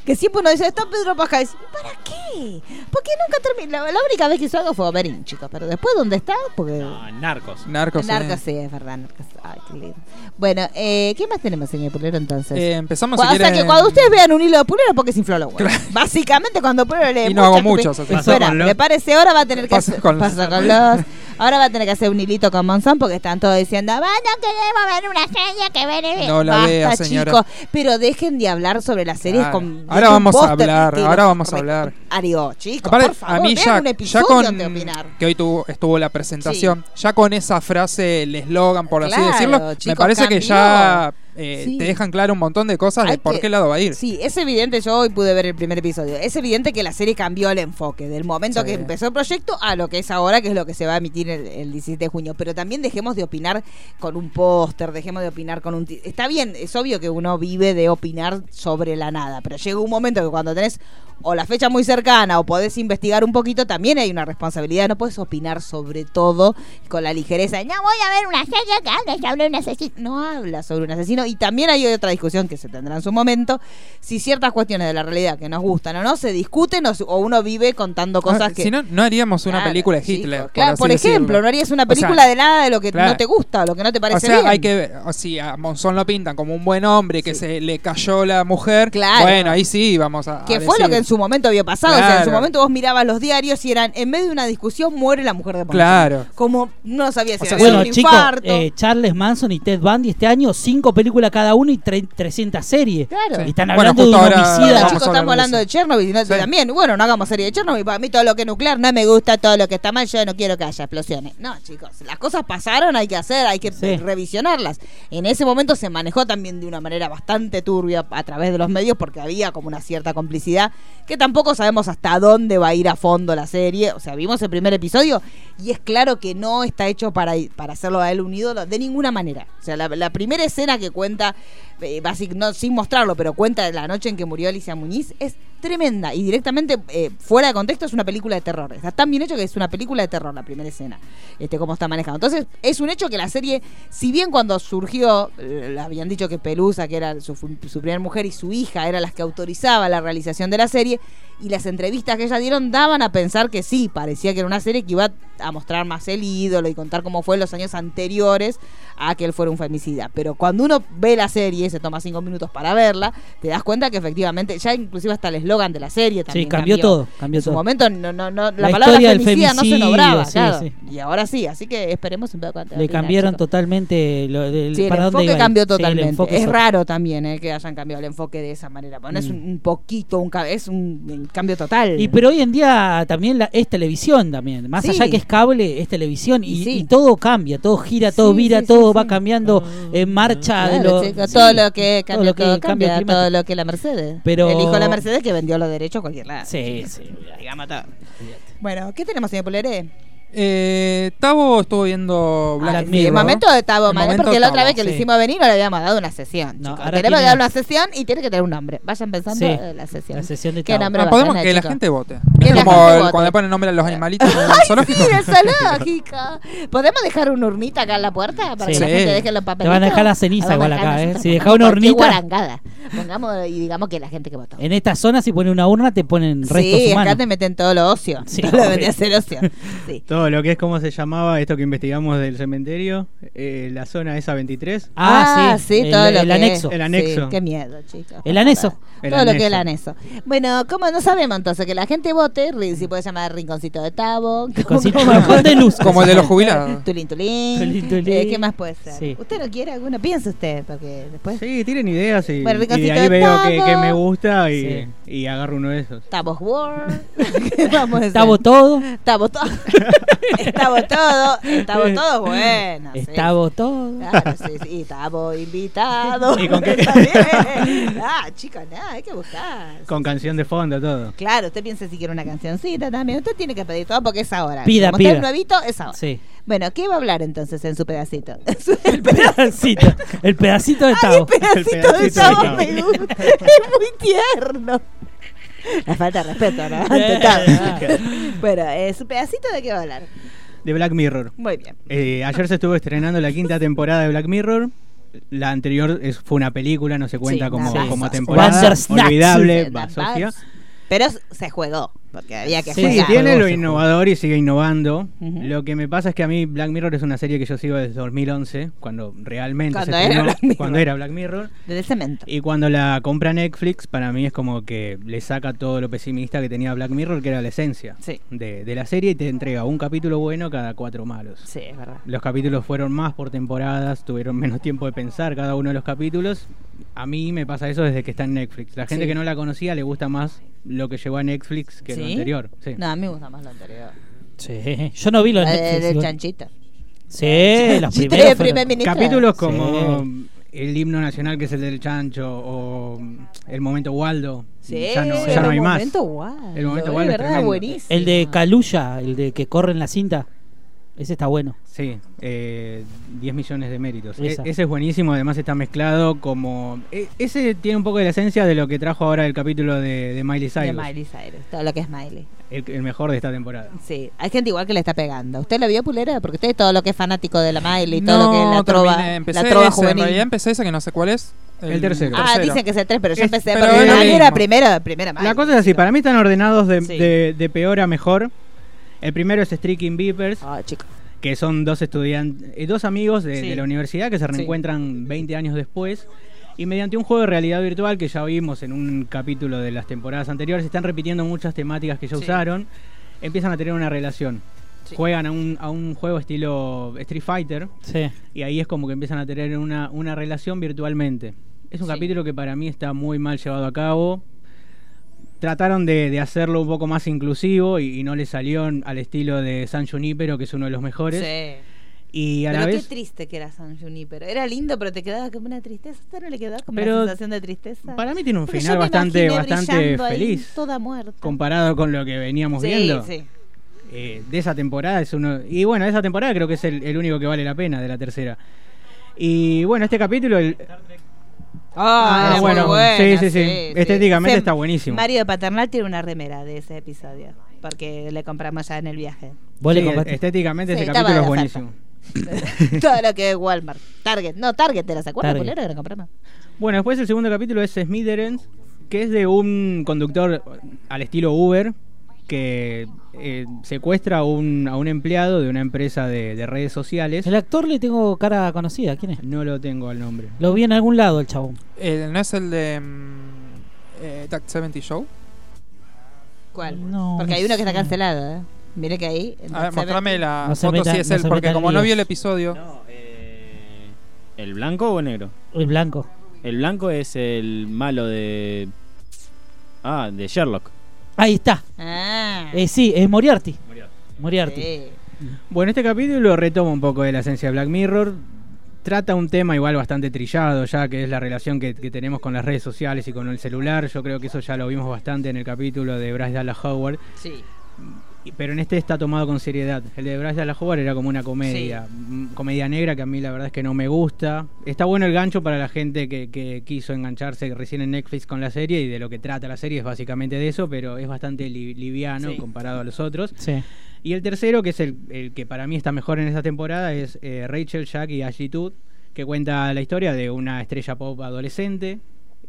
Que siempre uno dice, está Pedro Pascal. Y dice, ¿Para qué? ¿Por qué nunca termina? La, la única vez que hizo algo fue Oberyn, chicos. Pero después, ¿dónde está? Porque... No, narcos. Narcos. eh. Narcos, sí, es verdad, Narcos. Ay, qué lindo. Bueno, eh, ¿qué más tenemos, señor Pulero, entonces? Eh, empezamos Cu- si o sea, quieren- que cuando ustedes vean un hilo de Pulero, porque se infló los huevos. Básicamente, cuando Pulero le Y no hago muchas muchos, estupi- así que- Espera, Pasa con los- me parece ahora va a tener que Pasa hacer- con los- pasa con los. Ahora va a tener que hacer un hilito con Monzón porque están todos diciendo, "Ah, no queremos ver una serie que ver. No la Eh, Basta, vea, señora. chicos. Pero dejen de hablar sobre las series Claro. con. Ahora dejen vamos a póster hablar, que los ahora vamos a re- hablar. Arigo, chicos, Aparte, por favor, a mí vean ya, un ya episodio con de opinar. que hoy tuvo, estuvo la presentación, ya con esa frase, el eslogan, por así Claro, decirlo, me chicos, parece que cambió. ya eh, Sí. te dejan claro un montón de cosas Hay de por que- qué lado va a ir. Sí, es evidente, yo hoy pude ver el primer episodio. Es evidente que la serie cambió el enfoque del momento que empezó el proyecto a lo que es ahora, que es lo que se va a emitir el, el 17 de junio. Pero también dejemos de opinar con un póster, dejemos de opinar con un... ti- Está bien, es obvio que uno vive de opinar sobre la nada, pero llega un momento que cuando tenés o la fecha muy cercana o podés investigar un poquito, también hay una responsabilidad. No puedes opinar sobre todo con la ligereza de, no, voy a ver una serie que habla sobre un asesino. No habla sobre un asesino. Y también hay otra discusión que se tendrá en su momento, si ciertas cuestiones de la realidad que nos gustan o no se discuten o, su- o uno vive contando cosas Ah, que... Si no, no haríamos una Claro, película de chicos, Hitler. por claro, así por ejemplo, decirlo. no harías O una sea, película de nada de lo que claro. no te gusta o lo que no te parece o sea, bien. hay que ver, o si a Monzón lo pintan como un buen hombre que se le cayó la mujer, Claro. bueno, ahí sí vamos a. Que a fue lo decir. que en su momento había pasado. O sea, en su Claro. momento vos mirabas los diarios y eran, en medio de una discusión, muere la mujer de Ponce. Claro. Como no sabía si era bueno, un chicos, infarto. eh, Charles Manson y Ted Bundy este año, cinco películas cada uno y tre- 300 series. Claro. Y están Bueno, hablando justo de un ahora homicida. vamos a Chicos, hablar estamos de hablando eso. de Chernobyl y no- también. Bueno, no hagamos serie de Chernobyl. Para mí todo lo que es nuclear no me gusta, todo lo que está mal, yo no quiero que haya explosiones. No, chicos, las cosas pasaron, hay que hacer, hay que Sí. revisionarlas. En ese momento se manejó también de una manera bastante turbia a través de los medios porque había como una cierta complicidad que tampoco sabemos hasta dónde va a ir a fondo la serie. O sea, vimos el primer episodio y es claro que no está hecho para, para hacerlo a él un ídolo de ninguna manera. O sea, la, la primera escena que cuenta, eh, basic- no, sin mostrarlo, pero cuenta de la noche en que murió Alicia Muñiz es tremenda y directamente eh, fuera de contexto es una película de terror. Está tan bien hecho que es una película de terror la primera escena, este, cómo está manejado. Entonces, es un hecho que la serie, si bien cuando surgió, eh, habían dicho que Pelusa, que era su, su primera mujer y su hija, eran las que autorizaba la realización de la serie, y las entrevistas que ellas dieron daban a pensar que sí, parecía que era una serie que iba a mostrar más el ídolo y contar cómo fue en los años anteriores a que él fuera un femicida. Pero cuando uno ve la serie, se toma cinco minutos para verla, te das cuenta que efectivamente, ya inclusive hasta el eslogan de la serie también. Sí, cambió todo, cambió En su todo. momento no, no, no, la, La palabra historia del femicida no se femicidio, nombraba, sí, claro. sí. Y ahora sí, así que esperemos un poco antes de Le opinar, cambiaron chicos. totalmente. Lo, del- Sí, el para dónde enfoque iba a ir. cambió Sí, el totalmente. enfoque es otro. raro también eh, que hayan cambiado el enfoque de esa manera. Bueno, es un, un poquito, un, ca- es un, un cambio total. Y pero hoy en día también la- es televisión también. Más Sí. allá que es cable, es televisión. Y, Y sí. y todo cambia, todo gira, todo Sí, vira, sí, todo sí, va sí. cambiando en marcha. de Claro, lo- chicos, sí, todo Ah, lo que todo cambia, lo que todo cambia cambia, climático. todo lo que la Mercedes. Pero- El hijo de la Mercedes que vendió los derechos a cualquier lado. Sí, sí. Bueno, ¿qué tenemos, señor Poleré? Eh, Tavo estuvo viendo Black Ah, Mirror. sí, El momento de Tabo El Mané, momento porque la otra Tabo, vez que lo sí. hicimos venir no le habíamos dado una sesión. No, chicos. ahora Tenemos que tiene- dar una sesión y tiene que tener un nombre. Vayan pensando Sí. eh, la sesión. La sesión de ¿Qué Tabo. nombre Ah, podemos bacana, que la chicos? gente vote. Que Es la como gente el- vote. cuando le ponen nombre a los animalitos en el zoológico. Mira, zoológico. Podemos dejar una urnita acá en la puerta para Sí. que la gente deje los papelitos. Te van a dejar la ceniza Vamos a igual dejar acá, ¿eh? nosotros, Si pongamos dejás una cualquier urnita- guarangada. Pongamos y digamos que la gente que votó. En esta zona, si ponen una urna, te ponen restos Sí, humanos. acá te meten todo lo ocio. Sí, todo lo obvio. vendés el ocio. Sí. Todo lo que es como se llamaba esto que investigamos del cementerio, eh, la zona esa 23. Ah, sí. todo el, lo el que- anexo. El anexo. Sí, qué miedo, chicos. El anexo. El todo lo que es el anexo. anexo. Bueno, como no sabemos entonces que la gente vote, ri- si puede llamar Rinconcito de Tabo. Cosito, como- bueno, Juan de luz. Como el de los jubilados. Tulín, tulín. Tulín, tulín. Eh, ¿Qué más puede ser? Sí. ¿Usted no quiere alguno? Piense usted, porque después. Sí, tienen ideas y, pues. Bueno, y de Ricocito de ahí veo que, Tavo. que me gusta y, Sí. y agarro uno de esos. Tabos World. ¿Qué vamos a hacer? Estamos todo. Estamos todos. Estamos todos. Estamos todos buenos. sí. Estamos todo. Claro, sí, sí, estamos invitados. ¿Y con qué? Está bien. Ah, chicos, nada, hay que buscar. Con canción de fondo, todo. Claro, usted piensa si quiere una cancioncita también. Usted tiene que pedir todo porque es ahora. Pida, Como usted pida. es nuevito, es ahora. Sí. Bueno, ¿qué va a hablar entonces en su pedacito? En su- el pedacito, Pedacito, el pedacito Ay, de el Tavo. pedacito de pedacito Tavo de Tavo. me gusta. Es muy tierno. La falta de respeto, ¿no? Ante Tavo. bueno, eh, ¿su pedacito de qué va a hablar? De Black Mirror. Muy bien. Eh, ayer se estuvo estrenando la quinta temporada de Black Mirror. La anterior es- fue una película, no se cuenta Sí, como, nada, como sí. temporada. Bandersnatch. Olvidable, Sí, va, Dan Sofía. Barnes. Pero se juegó. porque había que Sí, jugar. tiene lo innovador y sigue innovando. Lo que me pasa es que a mí Black Mirror es una serie que yo sigo desde 2011, cuando realmente Cuando se era estrenó, Black Mirror. cuando era Black Mirror. Desde el cemento. Y cuando la compra Netflix, para mí es como que le saca todo lo pesimista que tenía Black Mirror, que era la esencia de, de la serie, y te entrega un capítulo bueno cada cuatro malos. Sí, es verdad. Los capítulos fueron más por temporadas, tuvieron menos tiempo de pensar cada uno de los capítulos. A mí me pasa eso desde que está en Netflix. La gente Sí. que no la conocía le gusta más lo que llegó a Netflix que lo ¿Sí? anterior. Sí. No, a mí me gusta más lo anterior. Sí, yo no vi los La Eh, de- Netflix, del igual. chanchito. Sí, los Sí, tres primeros fueron- primer ministro. Capítulos como el himno nacional que es el del chancho o el momento Waldo. Sí, ya no, ya no el hay más. momento Waldo, El momento es Waldo es verdad, tremendo. buenísimo. El de Caluya, el de que corre en la cinta. Ese está bueno. Sí, eh, 10 millones de méritos. E- Esa. ese es buenísimo, además está mezclado como... e- ese tiene un poco de la esencia de lo que trajo ahora el capítulo de, de De Miley Cyrus. Miley Cyrus, todo lo que es Miley. El, el mejor de esta temporada. Sí, hay gente igual que le está pegando. ¿Usted lo vio, Pulera? Porque usted todo lo que es fanático de la Miley, todo lo que es la trova, terminé, empecé la trova ese, En realidad juvenil. empecé ese que no sé cuál es. El tercero. Ah, dicen que es el 3, pero yo Es- empecé pero porque es lo la mía era mismo. primero, primera Miley. La cosa es así, para mí están ordenados de, Sí. de- de peor a mejor. El primero es Streaking Beepers, Ah, chico. que son dos estudiantes, eh, dos amigos de, Sí. de la universidad que se reencuentran 20 años después. Y mediante un juego de realidad virtual que ya vimos en un capítulo de las temporadas anteriores, están repitiendo muchas temáticas que ya Sí. usaron, empiezan a tener una relación. Juegan a un, a un juego estilo Street Fighter Sí. y ahí es como que empiezan a tener una, una relación virtualmente. Es un capítulo que para mí está muy mal llevado a cabo. Trataron de, de hacerlo un poco más inclusivo y, y no le salió al estilo de San Junipero, que es uno de los mejores. Sí. Y a Pero la qué vez, triste que era San Junipero. Era lindo, pero te quedaba como una tristeza. ¿Usted no le quedaba como Pero una sensación de tristeza? para mí tiene un Porque yo final me bastante, imaginé bastante brillando ahí, feliz toda muerta. comparado con lo que veníamos sí, viendo. sí. Eh, de esa temporada es uno. Y bueno, de esa temporada creo que es el, el único que vale la pena de la tercera. Y bueno, este capítulo, el, Ah, Ah, era muy bueno, buena, sí, sí, sí. Estéticamente Ese está buenísimo. Mario de Paternal tiene una remera de ese episodio. Porque le compramos ya en el viaje. ¿Vos le Sí, este compraste? estéticamente Sí, ese estaba capítulo es de buenísimo. Todo lo que es Walmart. Target. No, Target, ¿te la sacó la Target. culera que la compramos? Bueno, después el segundo capítulo es Smithereens, que es de un conductor al estilo Uber que eh, secuestra a un, a un empleado de una empresa de, de redes sociales. El actor le tengo cara conocida. ¿Quién es? No lo tengo al nombre. Lo vi en algún lado, el chabón. Eh, ¿No es el de mm, eh, That 70 Show? ¿Cuál? No, porque no hay uno que sé. está cancelado. ¿eh? Mire que ahí. en A ver, WhatsApp- mostrame la No se foto meta- si es no él, se porque metan como no vi líos. el episodio. No, eh, ¿El blanco o el negro? El blanco. El blanco es el malo de. Ah, de Sherlock. Ahí está. Ah. Eh, sí, es Moriarty. Moriarty. sí. Bueno, este capítulo retoma un poco de la esencia de Black Mirror. Trata un tema igual bastante trillado ya, que es la relación que, que tenemos con las redes sociales y con el celular. Yo creo que eso ya lo vimos bastante en el capítulo de Bryce Dallas Howard. Sí. Y- Pero en este está tomado con seriedad. El de Bryce Dallas Howard era como una comedia, mm, comedia negra que a mí la verdad es que no me gusta. Está bueno el gancho para la gente que, que quiso engancharse recién en Netflix con la serie y de lo que trata la serie es básicamente de eso, pero es bastante li- liviano Sí. comparado a los otros. Sí. Y el tercero, que es el, el que para mí está mejor en esta temporada, es eh, Rachel, Jack y Ashley Tudd, que cuenta la historia de una estrella pop adolescente,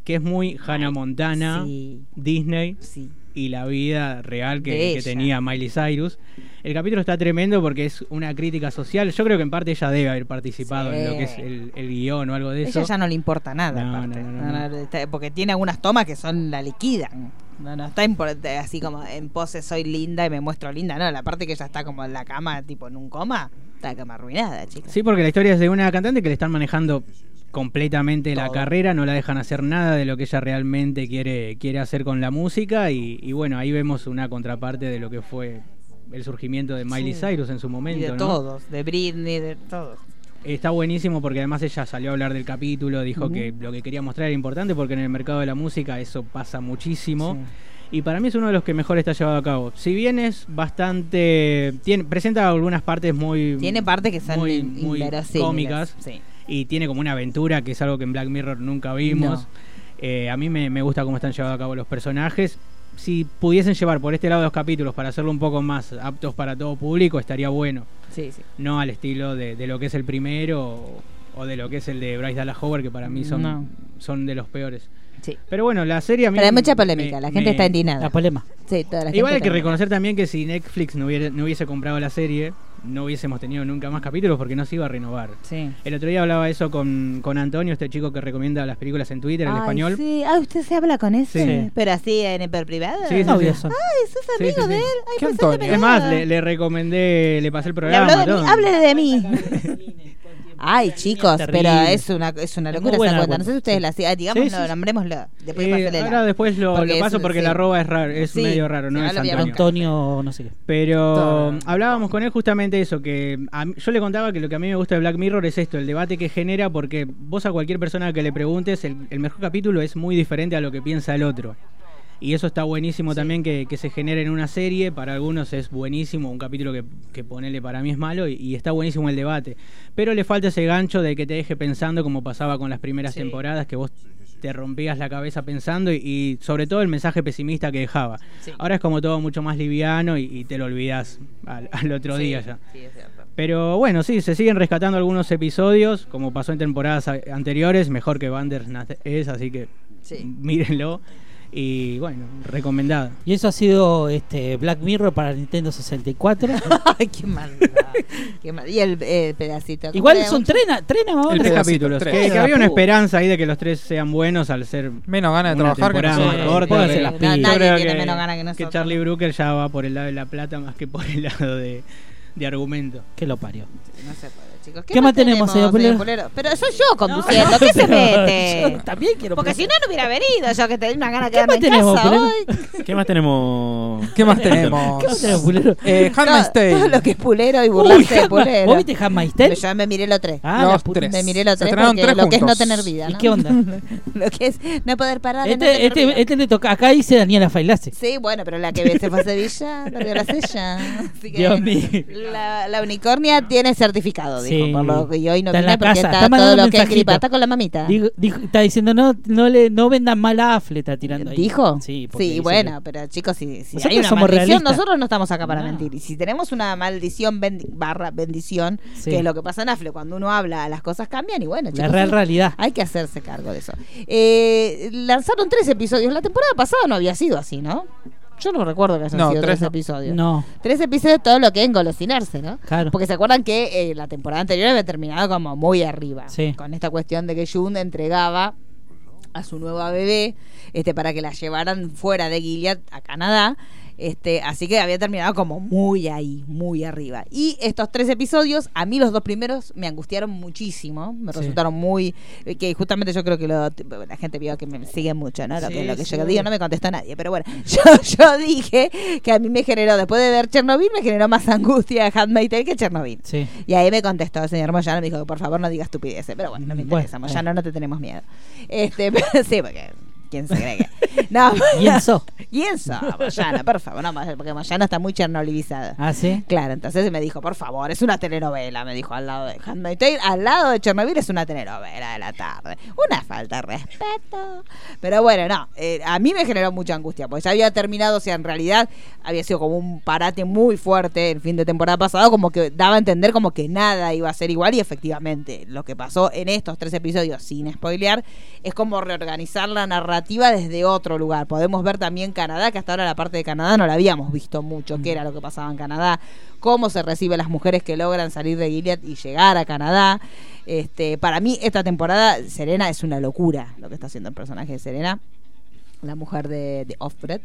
que es muy Hannah Montana, Sí. Disney Sí. y la vida real De que, que ella. tenía Miley Cyrus. El capítulo está tremendo porque es una crítica social. Yo creo que en parte ella debe haber participado Sí. en lo que es el, el guión o algo de eso. Ella ya no le importa nada, No, aparte. no, no, no, No, no, está- Porque tiene algunas tomas que son la liquidan. No, no está impor- así como en pose soy linda y me muestro linda. No, la parte que ella está como en la cama, tipo en un coma, está cama arruinada, chicos. Sí, porque la historia es de una cantante que le están manejando completamente la Todo. carrera, no la dejan hacer nada de lo que ella realmente quiere, quiere hacer con la música y, y bueno, ahí vemos una contraparte de lo que fue el surgimiento de Miley Sí. Cyrus en su momento. y de ¿no? todos, de Britney, de todos. Está buenísimo porque además ella salió a hablar del capítulo, dijo que lo que quería mostrar era importante porque en el mercado de la música eso pasa muchísimo. Y para mí es uno de los que mejor está llevado a cabo. Si bien es bastante... Tiene, presenta algunas partes muy... Tiene partes que son muy, in- muy inverosímiles. cómicas Sí. y tiene como una aventura que es algo que en Black Mirror nunca vimos. No. Eh, a mí me, me gusta cómo están llevados a cabo los personajes. Si pudiesen llevar por este lado los capítulos para hacerlo un poco más aptos para todo público, estaría bueno. sí, sí. No al estilo de, de lo que es el primero o, o de lo que es el de Bryce Dallas Howard, que para mí son, No. son de los peores. Pero bueno, la serie a mí Pero hay me- mucha polémica, me- la gente me- está indignada. La polema. Sí, toda la Igual hay gente que está- reconocer también que si Netflix no, hubiera, no hubiese comprado la serie, no hubiésemos tenido nunca más capítulos porque no se iba a renovar. Sí. El otro día hablaba eso con, con Antonio, este chico que recomienda las películas en Twitter, en Ay, español. Sí. Ah, usted se habla con ese. Sí. Pero así en el privado. Sí, sí, sí. Obvio son. Ay, sos Sí, amigo sí, sí. de él. Ay, ¿Qué pensé que Antonio? me Es más, daba. le, le recomendé, le pasé el Le programa. habló de mí. todo. Háblele de mí. Ay, chicos, pero es una, es una Es locura muy buena esa la cuenta. No sé si cuenta, ustedes sí. la sigan. Ah, Digámoslo, Sí, sí, sí. nombrémoslo. Después Eh, pasélela. ahora después lo, Porque lo es- paso porque sí. la roba es, raro, es Sí. medio raro, no Sí, es ahora lo voy a Antonio. buscar. Antonio, no sé qué. Pero Tarán. hablábamos con él justamente eso, que a mí- yo le contaba que lo que a mí me gusta de Black Mirror es esto, el debate que genera, porque vos a cualquier persona que le preguntes, el, el mejor capítulo es muy diferente a lo que piensa el otro. Y eso está buenísimo también que, que se genere en una serie, para algunos es buenísimo, un capítulo que, que ponele para mí es malo y, y está buenísimo el debate. Pero le falta ese gancho de que te deje pensando como pasaba con las primeras Sí. temporadas, que vos te rompías la cabeza pensando y, y sobre todo el mensaje pesimista que dejaba. Sí. Ahora es como todo mucho más liviano y, y te lo olvidás al, al otro Sí, día ya. sí, es cierto. Pero bueno, sí, se siguen rescatando algunos episodios, como pasó en temporadas a- anteriores, mejor que Bandersnatch es, así que Sí. Mm. mírenlo. Y bueno, recomendada. Y eso ha sido este Black Mirror para Nintendo 64. Ay, qué maldad. qué mal. Y el eh, pedacito. Igual Compré son un- tres, na- tres nada más. El Tres pedacito, capítulos. tres. Que, que había una Puh. esperanza ahí de que los tres sean buenos al ser Menos ganas de Una trabajar que temporada nosotros. más corta. Pónganse Sí. las Na- pilas. Yo nadie creo tiene menos ganas que nosotros. Charlie Brooker ya va por el lado de la plata más que por el lado de, de argumento. Que lo parió. No se puede, chicos. ¿Qué más tenemos, señor señor Pulero? Pero soy yo conduciendo. ¿Qué se Pero mete? yo también quiero Porque si no, no hubiera venido yo que tenía una gana de ¿Qué quedarme más en tenemos, casa Pulero? hoy. ¿Qué más tenemos? ¿Qué más ¿Qué más tenemos? tenemos, Pulero? eh, Handmaid's Todo- Todo Tale. lo que es pulero y Uy, burlarse de Handma- pulero. ¿Vos viste Handmaid's Tale? Pero ya me miré lo tres. Ah, la Los puta. tres. Me miré lo Se tres estrenaron porque tres lo que es no juntos. tener vida, ¿Y ¿no? qué onda? lo que es no poder parar de no Este, tener vida. este, este le toca. Acá dice Daniela Failase. Sí, bueno, pero la que se fue a Sevilla perdió la sella. Así que Dios mío. La, la unicornia tiene certificado, dijo. Sí. Por lo que- y hoy no Está en vine la porque casa, está, está todo mandando lo que es mensajito. gripa. Está con la mamita. Digo- dijo- está diciendo no no le no vendan mala afle está tirando ahí. ¿Dijo? sí, porque Sí, dice bueno, pero chicos, si, si Nosotros hay una somos maldición, realistas. nosotros no estamos acá para No. mentir. Y si tenemos una maldición bendi- barra bendición, Sí. que es lo que pasa en AFLE, cuando uno habla, las cosas cambian y bueno, que chicos. la real realidad Hay que hacerse cargo de eso. Eh, lanzaron tres episodios. La temporada pasada no había sido así, ¿no? Yo no recuerdo que hayan No, sido tres tres, no. episodios. no Tres episodios, todo lo que es engolosinarse, ¿no? Claro. Porque se acuerdan que eh, la temporada anterior había terminado como muy arriba. Sí. Con esta cuestión de que Jun entregaba a su nueva bebé este, para que la llevaran fuera de Gilead a Canadá. Este, así que había terminado como muy ahí, muy arriba. Y estos tres episodios, a mí los dos primeros me angustiaron muchísimo, me Sí. resultaron muy... eh, que justamente yo creo que lo- la gente vio que me sigue mucho, ¿no? Lo Sí, que, lo que sí, yo obvio. digo, no me contestó nadie, pero bueno, yo, yo dije que a mí me generó, después de ver Chernobyl, me generó más angustia Handmaid's Tale que Chernobyl. sí Y ahí me contestó el señor Moyano, me dijo que por favor no digas estupideces. Pero bueno, no me Bueno, interesa, bueno. Moyano, no te tenemos miedo. Este, pero sí, porque quién se cree que. No, y eso y eso, Moyano, por favor, no, Moyano, porque Moyano está muy chernolivizada. ah sí Claro, entonces me dijo, por favor, es una telenovela, me dijo al lado de Handmaid's Tale, al lado de Chernobyl es una telenovela de la tarde. Una falta de respeto. Pero bueno, no, eh, a mí me generó mucha angustia, porque ya había terminado, o sea, en realidad había sido como un parate muy fuerte el fin de temporada pasado, como que daba a entender como que nada iba a ser igual y efectivamente lo que pasó en estos tres episodios, sin spoilear, es como reorganizar la narrativa desde otro lugar. Podemos ver también Canadá, que hasta ahora la parte de Canadá no la habíamos visto mucho, qué era lo que pasaba en Canadá, cómo se recibe a las mujeres que logran salir de Gilead y llegar a Canadá. Este, para mí esta temporada Serena es una locura lo que está haciendo el personaje de Serena, la mujer de, de Offred,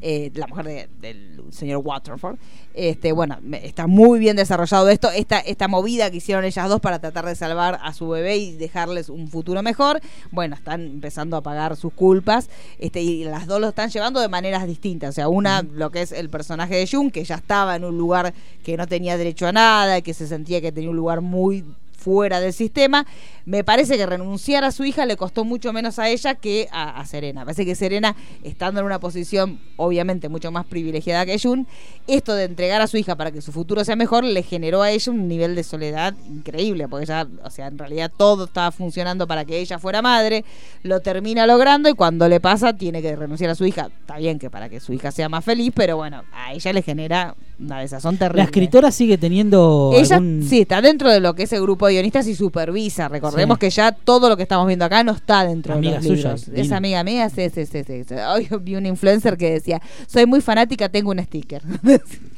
eh, la mujer de- del señor Waterford. Este, bueno, me- está muy bien desarrollado esto, esta, esta movida que hicieron ellas dos para tratar de salvar a su bebé y dejarles un futuro mejor. Bueno, están empezando a pagar sus culpas este, y las dos lo están llevando de maneras distintas. O sea, una, lo que es el personaje de Jung, que ya estaba en un lugar que no tenía derecho a nada, que se sentía que tenía un lugar muy fuera del sistema. Me parece que renunciar a su hija le costó mucho menos a ella que a, a Serena. Parece que Serena, estando en una posición obviamente mucho más privilegiada que Jun, esto de entregar a su hija para que su futuro sea mejor le generó a ella un nivel de soledad increíble, porque ya, o sea, en realidad todo estaba funcionando para que ella fuera madre, lo termina logrando y cuando le pasa tiene que renunciar a su hija. Está bien que para que su hija sea más feliz, pero bueno, a ella le genera una de esas, son La terribles. escritora sigue teniendo. Ella algún- sí está dentro de lo que es el grupo de guionistas y supervisa. Recordemos Sí. que ya todo lo que estamos viendo acá no está dentro Amiga de los suya, libros. Lina. Es amiga mía, sí, sí, sí, sí. sí. Hoy vi un influencer que decía, soy muy fanática, tengo un sticker.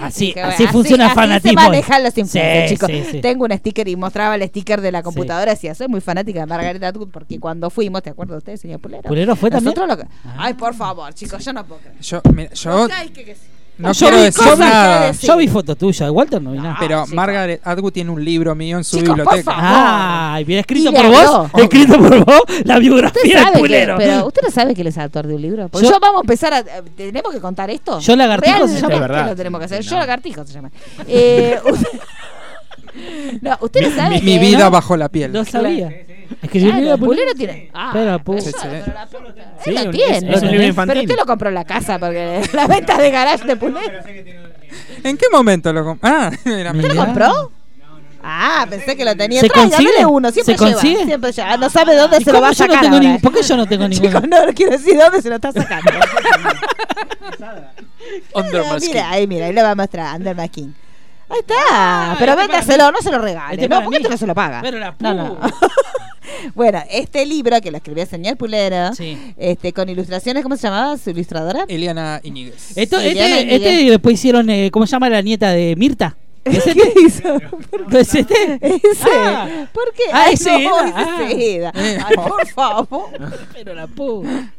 Así, Dije, así bueno, ah, funciona el así fanatismo. se manejan los influencers, Sí, chicos. sí, sí. Tengo un sticker y mostraba el sticker de la computadora. Decía, soy muy fanática de Margarita Atwood porque cuando fuimos, ¿te acuerdas de usted, señor Pulero? ¿Pulero fue también? Ah. Nosotros lo que- Ay, por favor, chicos, yo no puedo creer. Yo, mira, yo Nunca hay que- que- no yo quiero vi decir cosas- nada, decir. Ah, Yo vi foto tuya, de Walter no vi nada. pero Ah, chicos. Margaret Atwood tiene un libro mío en su Chicos, por biblioteca. favor. Ah, bien escrito Y por le vos, habló. escrito por vos, la Usted biografía del sabe que, pulero. pero usted no sabe que él es autor de un libro. Porque Yo- yo, vamos a empezar a. eh, ¿Tenemos que contar esto? Yo lagartijo Real, se yo llama, creo es que verdad. lo tenemos que hacer. Sí, Yo no. lagartijo se llama. Eh, usted- no, usted no sabe Mi, que mi vida ¿no? bajo la piel. No sabía. Es que yo Claro, leía el pulero. pulero tiene. Ah, Pero, pu- eso, Sí, sí. pero la puta. Sí, Él lo un- tiene. es- es un libro infantil. Pero usted lo compró en la casa porque la venta de garage de pulero. ¿En qué momento lo com- Ah, Mira. mira, ¿Usted lo compró? Ah, pensé que lo tenía. ¿Se Traiga, consigue? dale uno, siempre ¿Se lleva, consigue? siempre lleva. No sabe dónde ¿Y se lo cómo va a yo no sacar. tengo ahora, ni- eh? ¿Por qué yo no tengo ninguno? Chicos, no, no quiero decir dónde se lo está sacando. Under Ah, my skin. mira, ahí, mira, ahí lo va a mostrar, Under my skin. Ahí está, pero este véndaselo, no se lo regale. Este no, para porque mí. esto no se lo paga. Pero la No, no. bueno, este libro que lo escribió el señor Pulero, Sí. Eh, este, con ilustraciones, ¿cómo se llamaba su ilustradora? Eliana Iñiguez. Esto, Sí, Diana y este, este Miguel. después hicieron, eh, ¿cómo se llama la nieta de Mirta? ¿Es este? ¿Qué hizo? ¿No es este? Ese. Ah. ¿Por qué? Ah, ese era, ah. ese era. Eh. Ay, por favor. Pero la puta.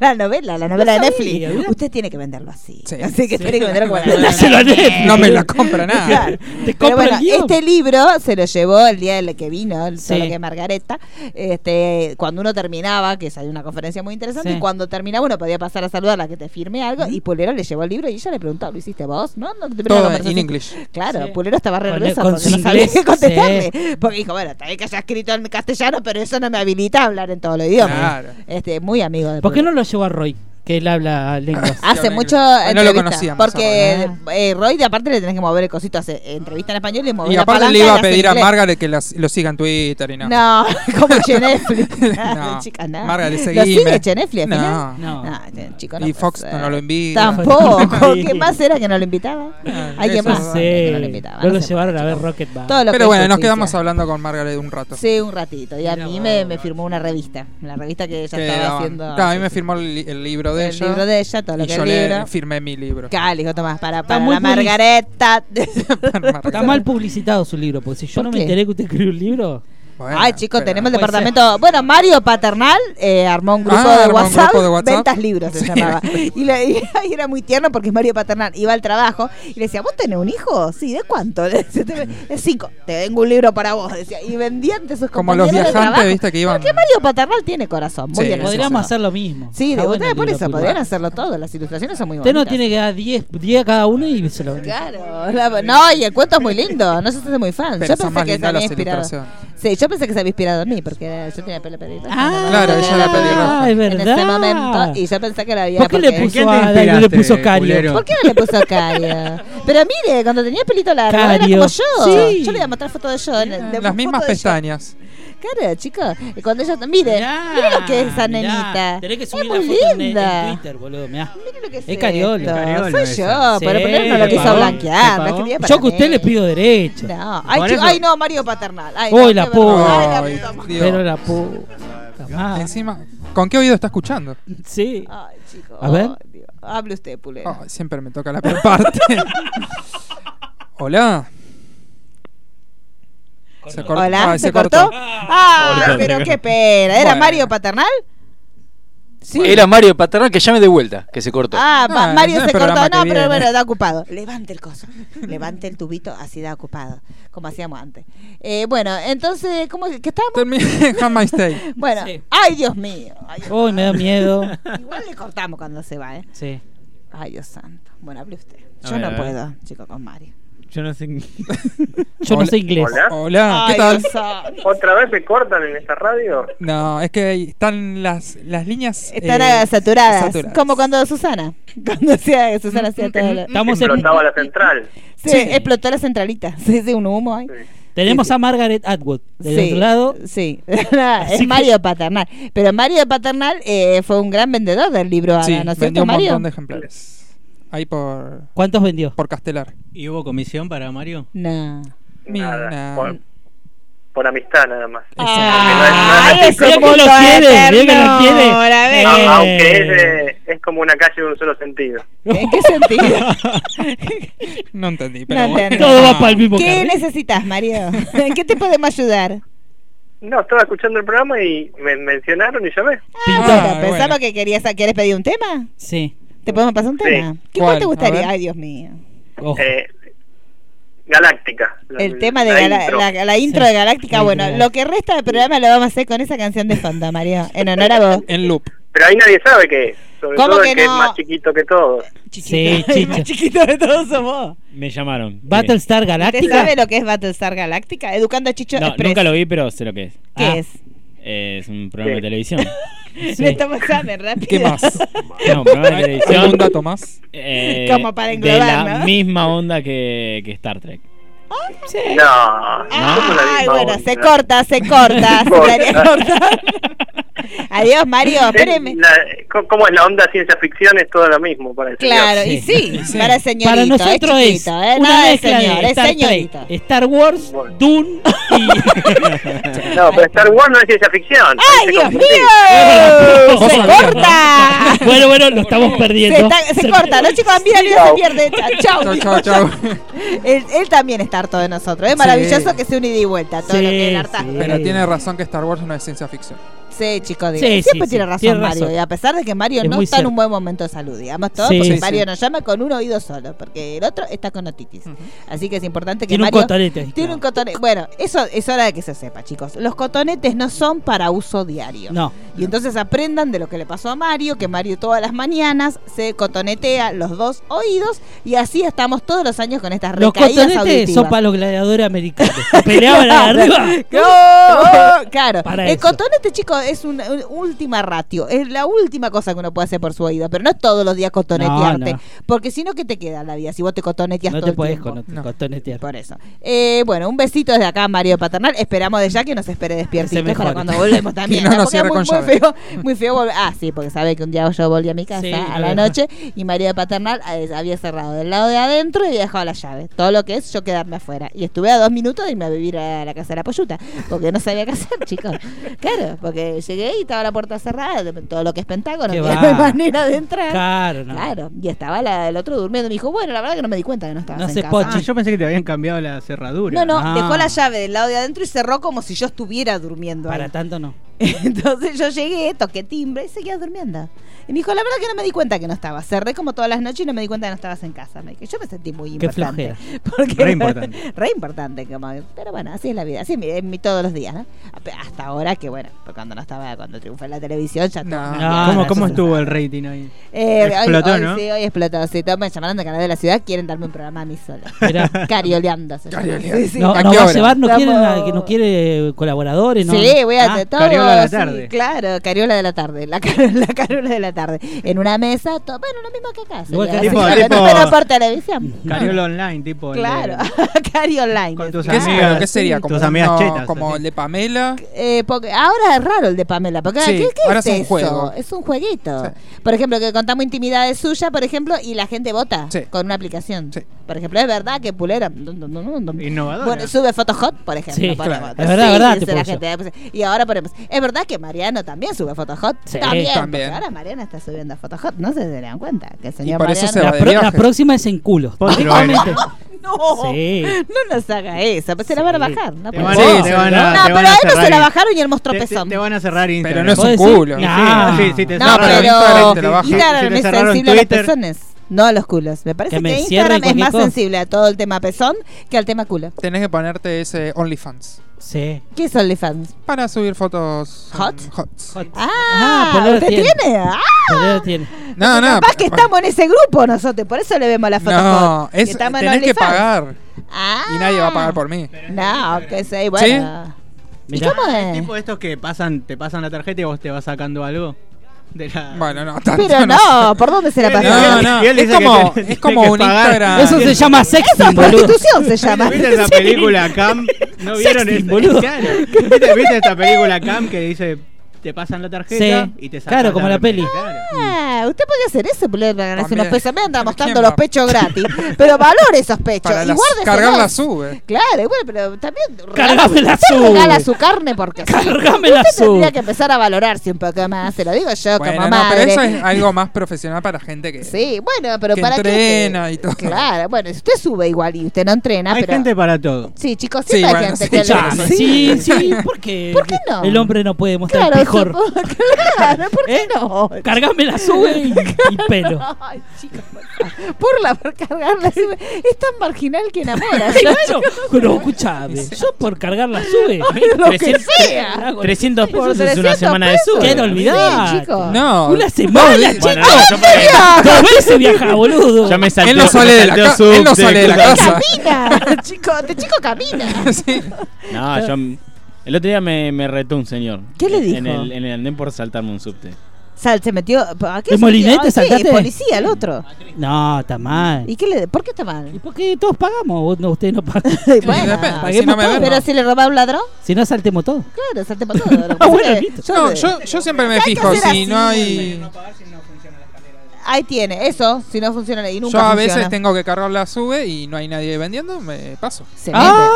La novela, la novela de sabía, Netflix. ¿verdad? Usted tiene que venderlo así. Sí. Así que tiene que venderlo como la No, no, novela. no. Dáselo a Netflix. No me la compra nada. Claro. Te Pero compro bueno, el guión. este libro se lo llevó el día del que vino, el Sí. solo que Margareta, este, cuando uno terminaba, que salió una conferencia muy interesante, Sí. y cuando terminaba uno podía pasar a saludarla, que te firme algo, y Pulero le llevó el libro y ella le preguntó, ¿lo hiciste vos? No, no, te Todo en inglés. Claro, Sí. Pulero estaba re Con- nervioso con porque su no sabía inglés, qué contestarle. Porque dijo, bueno, tal vez que haya escrito en castellano, pero eso no me habilita a hablar en todos los idiomas. Claro. Este, muy amigo de ¿Por qué Pulero. no lo llevó a Roy? Que él habla lenguas. Hace Claro, mucho. no lo entrevista, conocíamos, Porque eh, Roy, de aparte, le tenés que mover el cosito. Hace entrevista en español y mover Y la aparte palanca le iba a hace pedir a inglés. Margaret que las- lo siga en Twitter y no. No, como Chenefli. no, No. chica, no. Margaret, ¿Lo seguime. sigue Chenefli al No. final? No. No, no, chico, no Y puede Fox ser. no lo invita. Tampoco. ¿Qué más era que no lo invitaba? Alguien eso más. no que sé. no lo invitaba. No no lo sé. llevaron a ver Rocket Band. Todo lo que Pero es bueno, nos justicia. quedamos hablando con Margaret un rato. Sí, un ratito. Y a Mira mí vos. me, me firmó una revista. La revista que ella Que estaba daban. haciendo. Claro, a mí me sí, firmó el, li- el libro de el ella. libro de ella, todo lo y que yo el le libro. firmé mi libro. Cálico, Tomás, para, para muy la Margareta. Margaret. Está mal publicitado su libro, porque si yo ¿Por no me qué? enteré que usted escribió un libro. Bueno, Ay, chicos, pero- tenemos el puede departamento. Bueno, Mario Paternal eh, armó un grupo, Ah, de, armó un WhatsApp, grupo de WhatsApp. Ventas Libros se Sí. llamaba. Y, le- y era muy tierno porque Mario Paternal iba al trabajo y le decía, ¿vos tenés un hijo? Sí, ¿de cuánto? Le decía, "Te- de cinco. Te tengo un libro para vos. Decía. Y vendían de sus Como los compañeros de viajantes, trabajo. viste, que iban- Porque Mario Paternal tiene corazón. Muy Sí, Ah, bien. Podríamos hacer. hacer lo mismo. Sí, Está de bueno el por libro eso, pulpo. podrían hacerlo todo. Las ilustraciones son muy Usted bonitas. no tiene que dar 10 10 cada uno y se lo vende. Claro, la- no, y el cuento es muy lindo, no se hace muy fan. Pero yo son pensé más que se lindas había las inspirado. ilustraciones. Sí, yo pensé que se había inspirado en mí, porque era- yo tenía pelo pelirroja. claro, ella era pelirroja. Ah, es En verdad. ese momento, y yo pensé que la había. ¿Por qué le porque- quién puso, te a, le inspiraste, puso Cario? culero? ¿Por qué no le puso Cario? Pero mire, cuando tenía el pelito largo, era Cario. como yo. Sí. Yo le voy a mostrar fotos de yo. le- le- Las mismas foto de yo. pestañas. Claro, chicos. Y cuando ella. Mire, Mirá, mire lo que es esa mirá. nenita. Tenés que Es subir muy la foto en, linda. en Twitter, boludo. Mirá. Mire lo que es. Es cariola. esto. Es cariola Soy esa. yo, pero Sí, primero no lo se quiso pagó, blanquear. se la pagó. escribía para Yo que usted mí. le pido derecho. No, ay, Por chi- eso- ay, no, Mario Paternal. Ay, Uy, no, la qué vergüenza. puta. Ay, la Ay, puta madre. Dios. Pero la puta Ah. madre. Encima, ¿con qué oído está escuchando? Sí. Ay, chico. A ver. ay, Dios. Hable usted, Pulero. Ay, Oh, siempre me toca la peor parte. Hola. Se cortó. Hola, Ay, ¿se, cortó? Ah, pero qué pena. ¿Era Bueno. Mario Paternal? Sí. Era Mario Paternal que llame de vuelta, que se cortó. Ah, No, ma- no Mario es se el cortó. programa que No, pero viene. bueno, da ocupado. Levante el coso. Levante el tubito, así da ocupado. Como hacíamos antes. Eh, bueno, entonces, ¿cómo es que estábamos? Terminé Hand My Stay. Bueno, Sí. ay, Dios mío. Ay, Dios Uy, me da miedo. mío. Igual le cortamos cuando se va, ¿eh? Sí. Ay, Dios santo. Bueno, hable usted. A Yo ver, a no ver. puedo, chico, con Mario. Yo no sé. Yo no Hola. sé inglés. Hola, ¿qué Ay, tal? Dios santo. ¿Otra vez me cortan en esta radio? No, es que ahí están las, las líneas. Están eh, eh, saturadas, Como cuando Susana. Cuando hacía Susana hacía todo lo- Estamos en- Explotaba la central. Sí, explotó la centralita. Sí, sí, un humo ahí. Tenemos Sí, sí. a Margaret Atwood del sí, otro lado. Sí, es Mario Paternal. Pero Mario Paternal eh, fue un gran vendedor del libro. Ana, Sí, ¿no es cierto, vendió un Mario? montón de ejemplares. Ahí por. ¿Cuántos vendió? Por Castelar. ¿Y hubo comisión para Mario? No. Nada. Por, por amistad nada más. ese Porque no es nada mundo más de económico. ternura, ¿ves? No, aunque Eh, es, de- es como una calle de un solo sentido. ¿En qué sentido? No entendí, No pero. bueno. Ah, entiendo. ¿Qué necesitas, Mario? ¿En qué te podemos ayudar? No, estaba escuchando el programa y me mencionaron y llamé. Ah, pensaba que querías, ¿quieres pedir un tema? Sí. ¿Te podemos pasar un Sí. tema? ¿Qué ¿Cuál? cuál te A ver. gustaría? Ay, Dios mío. Eh, Galáctica. La- El tema de Gala- la intro. la intro, de Galáctica, Sí, bueno, claro. lo que resta del programa lo vamos a hacer con esa canción de fondo, Mario, en honor a vos. En loop. Pero ahí nadie sabe qué es. Sobre ¿Cómo todo el que que es no? más chiquito que todos. Sí, chicho. chiquito de todos somos. Me llamaron. Battlestar ¿Usted Galactica. sabe lo que es Battlestar Galáctica? Educando a Chicho No, Express. nunca lo vi, pero sé lo que es. ¿Qué Ah, es? Eh, Es un programa de televisión. Le estamos examen rápido. ¿Qué más? No, un programa de televisión. ¿Algún dato más? eh, Como para englobar, De la ¿no? misma onda que, que Star Trek. No. somos la Ah, Ay, misma bueno, onda. se corta, se corta. se Corta. daría cortar. Adiós, Mario, Es espéreme. la- co- ¿Cómo es la onda ciencia ficción? Es todo lo mismo para el Claro, señor. y sí, para el señorito. Para nosotros es, es, chiquito, eh, una nada de mezcla señor, de es Star señorito. Trek, Star Wars, Dune No, pero Star Wars no es ciencia ficción. ¡Ay, Se Dios confundí. mío! Vos ¡Se sabías, ¿no? corta! Bueno, bueno, lo estamos Se, perdiendo. está- se corta, los chicos mira, mira, se Chau. pierde. Chao, Chau, chau, chau. Él, él también está harto de nosotros. Es maravilloso que sea un ida y vuelta todo lo que es el hartazgo. Pero tiene razón que Star Wars no es ciencia ficción. Sí, chicos, digo, Sí, sí, siempre sí, tiene razón tiene Mario. razón. Y a pesar de que Mario Es no muy está en un cierto. buen momento de salud, digamos todo, Sí, porque sí. Mario nos llama con un oído solo, porque el otro está con otitis. Así que es importante que Tiene un Mario. cotonete ahí, Tiene un cotonete. Bueno, eso es hora de que se sepa, chicos. Los cotonetes no son para uso diario. No. Y entonces aprendan de lo que le pasó a Mario, que Mario todas las mañanas se cotonetea los dos oídos y así estamos todos los años con estas Los recaídas cotonetes auditivas. son para los gladiadores americanos. que Peleaban ahí arriba. No, claro. Para el eso. cotonete, chico, es una, una última ratio. Es la última cosa que uno puede hacer por su oído. Pero no todos los días cotonetearte. No, no. Porque si no, ¿qué te queda en la vida? Si vos te cotoneteas No todo te el podés tiempo. cono- cotonetear. Por eso. Eh, bueno, un besito desde acá, Mario Paternal. Esperamos de ya que nos espere despiertito Que se para mejore. cuando volvemos también. Que no ¿no? nos Porque es cierre muy, con muy llave. feo, muy feo volver- Ah, sí, porque sabe que un día yo volví a mi casa Sí, a la la verdad. noche y María Paternal eh, había cerrado del lado de adentro y había dejado la llave. Todo lo que es yo quedarme afuera. Y estuve a dos minutos de irme a vivir a la casa de la polluta, porque no sabía qué hacer, chicos. Claro, porque llegué y estaba la puerta cerrada, todo lo que es pentágono, Qué no va. había manera de entrar. Claro, no. Claro, y estaba la- el otro durmiendo. Me dijo, bueno, la verdad que no me di cuenta que no estaba en casa. Ah, yo pensé que te habían cambiado la cerradura. Ah. No, no, dejó la llave del lado de adentro y cerró como si yo estuviera durmiendo. Para ahí. tanto no. Entonces yo llegué, toqué timbre y seguía durmiendo. Y me dijo, la verdad que no me di cuenta que no estaba. Cerré como todas las noches y no me di cuenta que no estabas en casa. Me dije, yo me sentí muy Qué importante. flojera. Porque- re importante, como- pero bueno, así es la vida, así es mi, es mi todos los días, ¿no? Ap- Hasta ahora que bueno, porque cuando no estaba, cuando triunfé en la televisión, ya todo cambiado, Ah, ¿Cómo, entonces- cómo estuvo el rating ahí? Eh, hoy- Explotó, hoy, ¿no? Sí, hoy explotó. Sí, todos me llamaron de Canal de la Ciudad, quieren darme un programa a mí sola. Carioleando. se llama. Sí, sí. No, nos va a llevar, no quiere, na- que no quiere colaboradores, ¿no? Sí, voy a Ah, hacer todo. sí, claro, cariola de la tarde. La, car- la cariola de la tarde. En una mesa, to- bueno, lo mismo que acá. Igual sería, así, que- tipo- pero- tipo- pero por televisión. Cariola online, tipo. el de- Claro, Cario Online. Con tus ¿Qué, amigas, pero ¿qué sería? tus Como, amigas uno- chetas, como el de Pamela. Eh, porque ahora es raro el de Pamela, porque Sí, ¿qué, qué ahora es, es un eso? juego. Es un jueguito. Por ejemplo, que contamos intimidades suyas, por ejemplo, y la gente vota con una aplicación. Por ejemplo, es verdad que Pulera Innovadora. Bueno, sube fotos hot, por ejemplo. Sí, ponemos. claro. Es verdad, Sí, es verdad, dice te la puso. gente. pues, Y ahora ponemos, es verdad que Mariano también sube fotos hot. Sí, también. también. porque ahora Mariano está subiendo fotos hot, no se dan cuenta que el Y señor por eso Mariano- se va la, pro- la próxima es en culo. directamente. no, Sí. no nos haga eso, pues se la van a bajar. No, Te puede van- ser. sí, te van a- no te van pero a a él no cerrar se la y- bajaron y él mostró te- te- pezón. te van a cerrar Instagram. no es ¿Vos un decís? culo. Y Ah. Sí, sí, sí, te No, cerraron pero Instagram, te lo bajan. Si Instagram te es cerraron sensible a los Twitter. pezones, no a los culos. Me parece que, Que me cierre Instagram es cualquier más cosa. sensible a todo el tema pezón que al tema culo. Tenés que ponerte ese OnlyFans. Sí. ¿Qué es OnlyFans? Para subir fotos. um, ¿Hot? Hot. Ah, pues Ah, Pololo ¿usted tiene? tiene. Ah, Pero tiene- No, no. capaz que estamos en ese grupo nosotros, por eso le vemos la foto. No, hot, es, estamos en tenés que OnlyFans. pagar. Ah. Y nadie va a pagar por mí. No, que sé, bueno. ¿Y Mirá. cómo es? Tipo estos que pasan, te pasan la tarjeta y vos te vas sacando algo. De la... Bueno, no, Pero no, ¿por dónde se la pasaron? no, es como, es como un Ah, Instagram. Eso se llama sexting, Eso es boludo. prostitución se llama. ¿Viste esa Sí. película Cam? ¿No vieron Sexting, esta- boludo. Claro. ¿Viste, viste esta película Cam que dice te pasan la tarjeta Sí. y te sacan Claro, como la peli. Claro. Ah, Pará, usted podría hacer eso, ponerle para ganarse También. unos pesos. Me anda mostrando Ah, ¿Quién los va? pechos gratis. pero valore esos pechos. Para y las- guárdeselos. cargar la sube. Claro, y bueno, pero también. Cargame la usted sub. regala su carne porque sí. Cargame la Usted tendría sub. que empezar a valorarse un poco más. Se lo digo yo Bueno, como no, pero madre. eso es algo más profesional para gente que, Sí, bueno, pero que para qué que- entrena y todo. Claro, bueno, si usted sube igual y usted no entrena, Hay Ah, pero. gente para todo. Sí, chicos, Sí, siempre hay bueno, gente sí, que le- ya, Sí, sí, ¿por qué? ¿Por qué no? El hombre no puede mostrar Claro, supongo- pijor. claro, ¿por ¿Eh? qué no? Cargame la sube y, y pelo. Ay, chicos, por la por cargarla sube. Es tan marginal que enamora. ¿no? Claro, pero escuchame, yo por cargar la sube. lo que sea. 300 Por pesos es una 300 semana de pesos. sub. Quiero olvidar. Sí, chicos. No. Una semana, No, chico. Bueno, no, yo por ahí- Dos veces viajaba, boludo. Ya me salteo- Él no sale me de la salteo ca- sub, él no de sale de la cosas. casa. Camina, chico, este chico camina. No, yo. El otro día me, me retó un señor. ¿Qué le dijo? En el, en el andén por saltarme un subte. Sal, se metió. ¿A qué ¿De se molinete metió? Ay, sí, saltaste? policía, el otro. No, está mal. ¿Y qué le, ¿Por qué está mal? ¿Y por qué todos pagamos? Vos no, ustedes no pagan. Bueno, depende, si no me ven, pero no. si le robaba un ladrón, Si no, saltemos todos. claro, saltemos todo. Lo que pasa bueno, que yo No, sé. yo, yo siempre me Hay que fijo, hacer si así. no hay... Ahí tiene, eso, si no funciona y nunca Yo a funciona. veces tengo que cargar la sube y no hay nadie vendiendo, me paso. Se mete. Ah,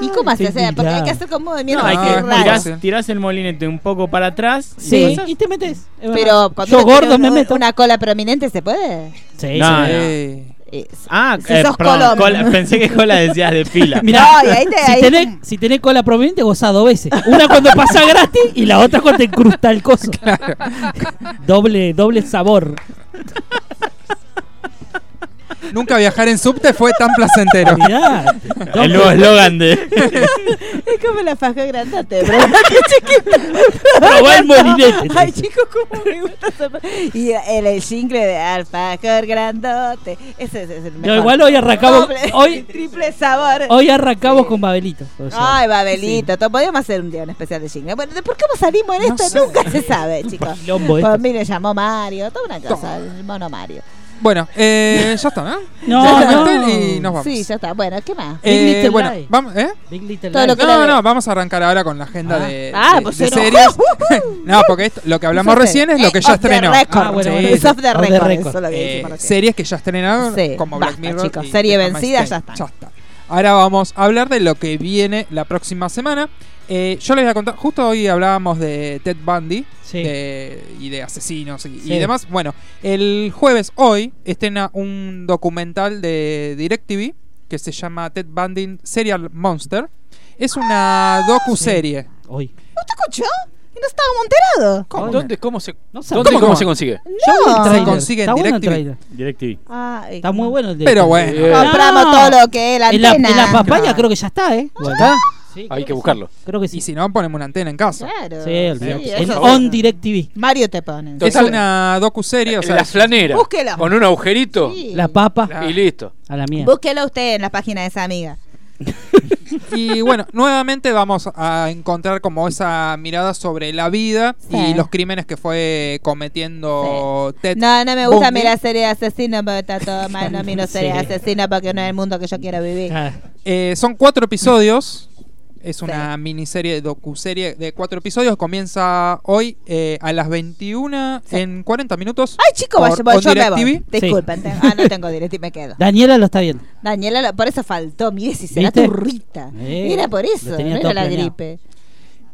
¿Y cómo hace? te O sea, porque hay que tirás. hacer como No, movimientos hay que. es muy raros. Tirás, fácil. tirás el molinete un poco para atrás. Sí, ¿Pasás? y te metes. es verdad. Pero cuando yo uno tiene gordo me un- meto. Ah, una cola prominente, ¿se puede? No, Sí, sí. no. Eh, Eh, Ah, Si eh, sos perdón, Colón. cola- pensé que cola decías de fila. Mirá, No, y ahí te- si, ahí- tenés, si tenés cola prominente, gozás dos veces. Una cuando pasa gratis y la otra cuando te incrusta el coso. Doble, doble sabor. Nunca viajar en subte fue tan placentero. Mirá. El nuevo eslogan de. Es como la faja grandote, pero la Probá el molinete. Ay, chicos, cómo me gusta esa pa- Y el, el jingle de alfajor grandote. Ese, ese es el mejor. igual hoy arrancamos- Doble- hoy- triple sabor. Hoy arrancamos con Babelito. o sea, Ay, Babelito, todo- podríamos hacer un día un especial de jingle. Bueno, ¿de por qué no salimos en esto? Nunca se sabe, chicos. quilombo esto. Pues mire, llamó Mario, toda una cosa, el mono Mario. Bueno, eh, ya está, ¿no? No, Ya no. está, Y nos vamos. Sí, ya está. Bueno, ¿qué más? Eh, Big Little bueno, Lies. vamos, ¿eh? Big Little Todo lo Lies. que- No, no, vamos a arrancar ahora con la agenda Ah. de, Ah, de- pues de se enojó. series. no, porque esto- lo que hablamos Eso es- recién es lo que eh, ya off the estrenó. record. Ah, bueno, Sí, bueno. Es off the Off the record, record. eso lo que Eh, dijimos recién. series que ya estrenaron Sí, como basta, Black Mirror. chicos, y serie The Handmaid's vencida, Tale. ya está. Ahora vamos a hablar de lo que viene la próxima semana. Eh, yo les voy a contar, justo hoy hablábamos de Ted Bundy Sí. de- y de asesinos y, y Sí. demás. Bueno, el jueves hoy estrena un documental de DirecTV que se llama Ted Bundy Serial Monster. Es una docu-serie. Hoy. ¿Usted escuchó? Y no estábamos enterados. ¿Dónde, cómo se, No sabía. ¿dónde y ¿Cómo? cómo se consigue? No. Se consigue en Está bueno el DirecTV. trailer. DirecTV. Ay, Está muy bueno el Pero DirecTV. bueno. Bien. Compramos No. todo lo que es la En la, en antena. la papaya creo que ya está, ¿eh? ¿Ya está? Sí, creo Hay que buscarlo. Creo que sí. Y Sí, si no, ponemos una antena en casa. Claro. olvidate. Sí, En eso On sí. DirecTV. Mario te ponen. Es Total. una docu-serie, o sea, la flanera. Búsquela. Con un agujerito Sí. La papa y listo. a la mía. Búsquelo usted en la página de esa amiga. Y bueno, nuevamente vamos a encontrar como esa mirada sobre la vida Sí. y los crímenes que fue cometiendo Ted. No, no me gusta Bundy. mirar serie de asesinos porque está todo mal. No miro serie de Sí. asesinos porque no es el mundo que yo quiero vivir. Ah, Eh, son cuatro episodios. Es una miniserie, docuserie de cuatro episodios. Comienza hoy eh, a las 21 en 40 minutos. Ay, chico, por vaya, bueno, On yo me voy. DirecTV. Disculpen. tengo- Ah, no tengo directo y me quedo. Daniela lo está viendo. Daniela, lo- por eso faltó. Mire si será ¿Viste? turrita. Eh, era por eso, lo no tenía era todo la planeado. gripe.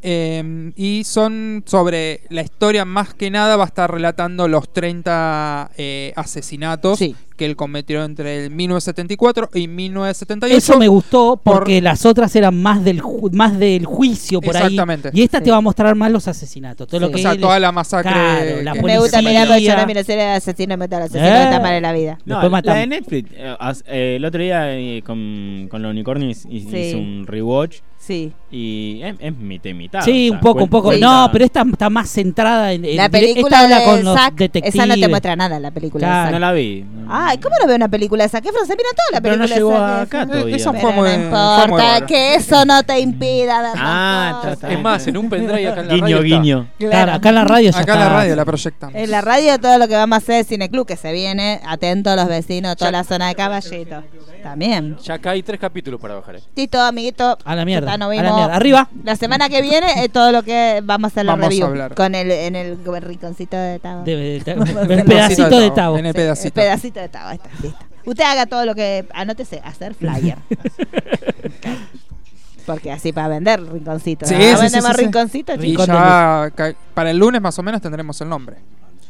Eh, y son sobre la historia, más que nada va a estar relatando los 30 eh, asesinatos Sí. que él cometió entre el 1974 y 1978. Eso me gustó porque por- las otras eran más del ju- más del juicio por Exactamente. ahí. Y esta Sí. te va a mostrar más los asesinatos. Todo lo Sí. que O sea, él- toda la masacre Claro, la que- Me gusta Policía. mirar porque yo no miro serie de asesinos me gusta los asesinos Eh. está mal en la vida. No, Después la matamos. de Netflix. eh, as- eh, el otro día eh, con, con los unicornios hice Sí. hice un rewatch Sí. y es, es mitad y mitad. Sí, o sea, un poco, un cuen- poco. cuenta- No, pero esta está más centrada en... en- La dire- película esta habla de con los Zack, esa no te detectives. muestra nada la película Claro. de No Zack. la vi. Ay, ¿cómo no veo una película esa? ¿Qué francés? Mira toda la Pero no película llegó esa. acá todavía. Pero no importa, que eso no te impida ver Ah, las Es más, en un pendrive acá en la Guiño, radio está. guiño. Claro. Claro, acá en la radio ya Acá en está. la radio la proyectamos. En la radio todo lo que vamos a hacer es cineclub que se viene, atento a los vecinos, toda la zona de caballito. También. Ya acá hay tres capítulos para bajar. eh. Tito, amiguito. A la mierda, ya nos a la vimos. mierda. Arriba. La semana que viene eh, todo lo que vamos a hacer la Vamos a review. hablar. Con el, en el rinconcito de Tavo. De- de- de- Vamos a el hacer la pedacito review. de Tavo. En el Sí, pedacito. pedacito de Tavo, ahí está, listo. Usted haga todo lo que. Anótese, hacer flyer. Porque así para vender rinconcito. Sí, ¿no? sí, Vendemos sí, sí, sí. rinconcito, Y chicos. ya ca- para el lunes más o menos tendremos el nombre.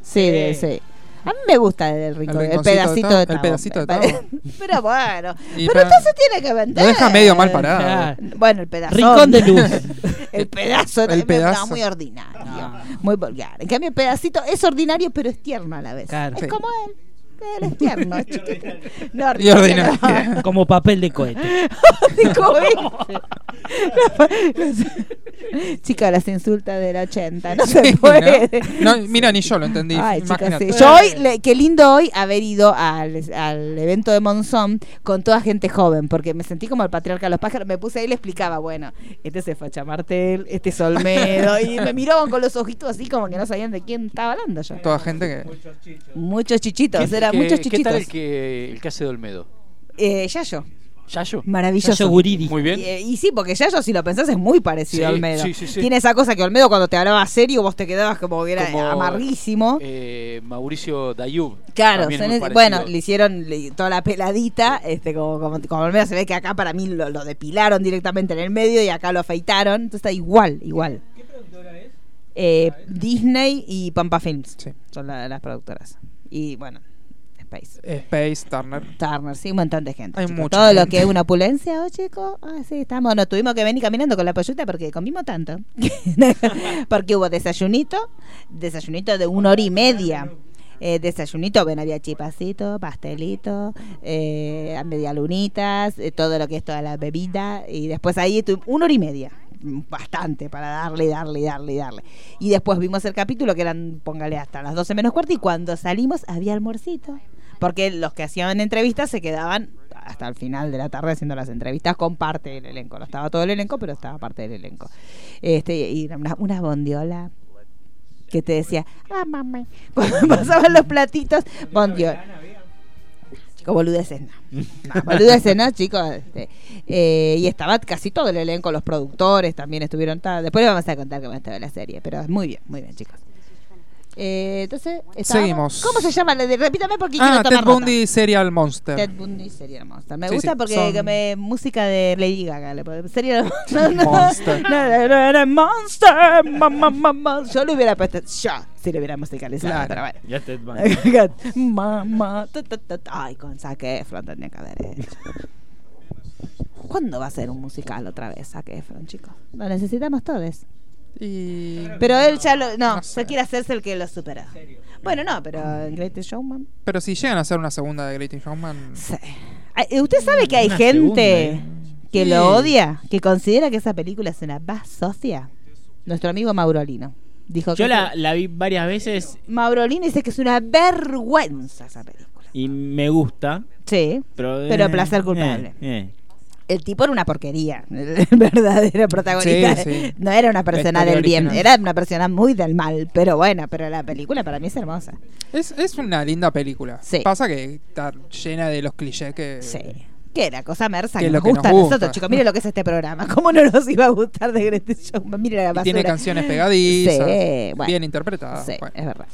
Sí, de- sí. A mí me gusta el rincón, el, rinconcito de pedacito Tavo, de el Tavo. pedacito me de Tavo. parece. Pero bueno, Y pero, pero- entonces tiene que vender. Lo deja medio mal parado. Claro. Bueno, el pedazo. Rincón de luz. el pedazo El también me pedazo. estaba muy ordinario, muy vulgar. En cambio, el pedacito es ordinario, pero es tierno a la vez. Claro. es Sí. como él. Él es tierno, es chiquito. No, Y ordinario. no. Como papel de cohete. De cohete. pues, Chica, las insultas del 80, no se Sí, puede. ¿no? No, mira, ni yo lo entendí. Ay, chicas, imagínate. sí. Yo hoy, le- qué lindo hoy haber ido al, al evento de Monzón con toda gente joven, porque me sentí como el patriarca de los pájaros. Me puse ahí y le explicaba, bueno, este es Facha Martel, este es Olmedo, y me miraban con los ojitos así como que no sabían de quién estaba hablando yo. Toda gente que. Muchos chichitos, ¿Qué- eran qué- muchos ¿Qué tal chichitos. el que, el que hace de Olmedo? Eh, Yayo. ¿Yayo? Maravilloso. Muy bien. Y, eh, y sí, porque Yayo, si lo pensás, es muy parecido Sí, a Olmedo. sí, sí, sí. Tiene esa cosa que Olmedo, cuando te hablaba serio, vos te quedabas como que era Como, amarguísimo. eh, Mauricio Dayub. Claro, También es son muy es- parecido. bueno, le hicieron le- toda la peladita, este, como, como, como Olmedo se ve que acá para mí lo, lo depilaron directamente en el medio y acá lo afeitaron, entonces está igual, igual. ¿Qué productora es? Disney y Pampa Films son la- las productoras. Y bueno, Space. Space, Turner. Turner, sí, un montón de gente. Hay chicos. mucha Todo lo gente. que es una opulencia, oh, chicos. Ah, sí, estamos, nos tuvimos que venir caminando con la pollita porque comimos tanto. porque hubo desayunito, desayunito de una hora y media. Eh, desayunito, bueno, había chipacito, pastelito, eh, medialunitas, eh, todo lo que es toda la bebida. Y después ahí estuve una hora y media. Bastante para darle, darle, darle, darle. Y después vimos el capítulo que eran, póngale, hasta las 12 menos cuarto. Y cuando salimos había almuercito. Porque los que hacían entrevistas se quedaban hasta el final de la tarde haciendo las entrevistas con parte del elenco. No estaba todo el elenco, pero estaba parte del elenco. Este, y era una, una bondiola que te decía, ah, mami. Cuando pasaban los platitos, bondiola. Chicos, boludeces no. No, boludeces no, chicos. Este, eh, y estaba casi todo el elenco, los productores también estuvieron. ta- Después les vamos a contar cómo estaba la serie, pero muy bien, muy bien, chicos. Eh, entonces, estábamos- Seguimos. ¿Cómo se llama? Le- Repítame porque Ah, quiero Ted tomar nota. Bundy Serial Monster. Ted Bundy Serial Monster. Me Sí, gusta sí, porque son- que me- música de Lady Gaga. le pone- Serial no, no, Monster. no, no, no, no, Monster. ma, ma, ma, ma. Yo lo hubiera puesto. Yo, si lo hubiera musicalizado. Claro. Pero bueno. Ya Ted Bundy. Mamá. ta, ta, ta, ta. Ay, con Zac Efron tenía que haber hecho. ¿Cuándo va a ser un musical otra vez, Zac Efron, chicos? Lo necesitamos todos. Pero él ya lo. No, ya quiere hacerse el que lo supera. Bueno, no, pero en Great Showman. Pero si llegan a hacer una segunda de Great Showman. Ay, eh, ¿Usted sabe que hay Una gente ¿eh? que Sí. lo odia? Que considera que esa película es una basofia. Nuestro amigo Maurolino. Dijo Yo que la, la vi varias veces Maurolino dice que es una vergüenza esa película. y me gusta. Sí, Pero, pero eh, placer culpable. eh, eh. El tipo era una porquería, el verdadero protagonista. Sí, sí. No era una La persona historia del bien, original. era una persona muy del mal. Pero bueno, pero la película para mí es hermosa. Es, es una linda película. Sí. Pasa que está llena de los clichés que. Sí. Eh, Que era cosa mersa Que que, es nos lo que nos gusta, a gusta. nosotros, chicos. Mire lo que es este programa. ¿Cómo no nos iba a gustar de Gretel Showman? Mire la basura. tiene canciones pegadizas, Sí, bueno. bien Ah, interpretadas. Sí, es verdad.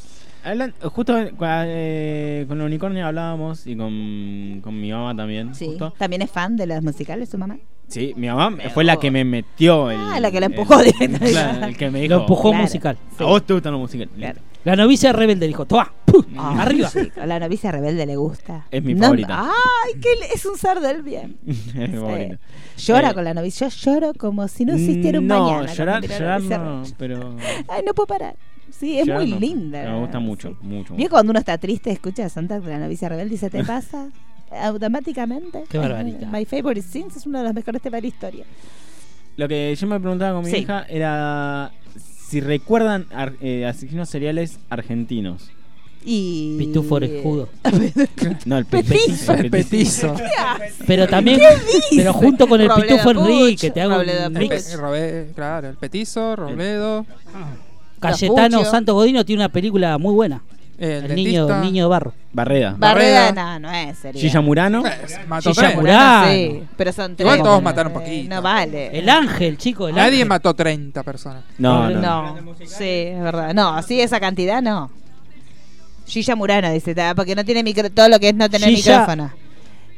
Hablan- justo cua- eh, con el unicornio hablábamos y con, con mi mamá también. Sí. justo. ¿También es fan de las musicales su mamá? Sí, mi mamá fue la que me metió. El, Ah, la que la empujó el- directamente. Claro, el que me dijo. Lo empujó "Claro, musical. A vos te gustan los musicales. La novicia rebelde dijo, ¡Toma! ¡puf! Ay, Arriba. Ah. sí, a la novicia rebelde le gusta. Es mi No- favorita. Ay, que le- es un ser del bien. Es mi favorita. Llora Eh, con la novicia. Yo lloro como si no existiera un no, mañana. llorar, cuando miro a la llorar novicia no, pero. rebelde. Ay, no puedo parar. Sí, es llorar muy no, linda. Me gusta mucho, mucho. ¿Vio cuando uno está triste, escucha a Santa de la novicia rebelde y se te pasa? automáticamente. Eh, Qué barbaridad. My Favorite Sins es uno de los mejores temas de la historia. Lo que yo me preguntaba con mi Sí. hija era si recuerdan ar- eh, asesinos seriales argentinos. Y... Pitufo orejudo. No, el petizo. El petizo. ¿Qué hace? Pero también, ¿Qué dice? pero junto con el Robledo pitufo Puch, Enrique, te hago Robledo un Puch. mix. Robe- claro, el petizo, Robledo. Cayetano Pucho. Santos Godino tiene una película muy buena. El, El niño, dentista. niño de barro. Barreda. Barreda, no, no es serio. Gilla Murano. Eh, mató Gilla tres. Murano. Sí, pero son tres. Igual todos Eh, mataron poquito. No vale. El ángel, chico. El Nadie ángel. mató 30 personas. No, no. No, sí, es verdad. No, así esa cantidad no. Gilla Murano dice, ta, porque no tiene micro, todo lo que es no tener Gilla- micrófono.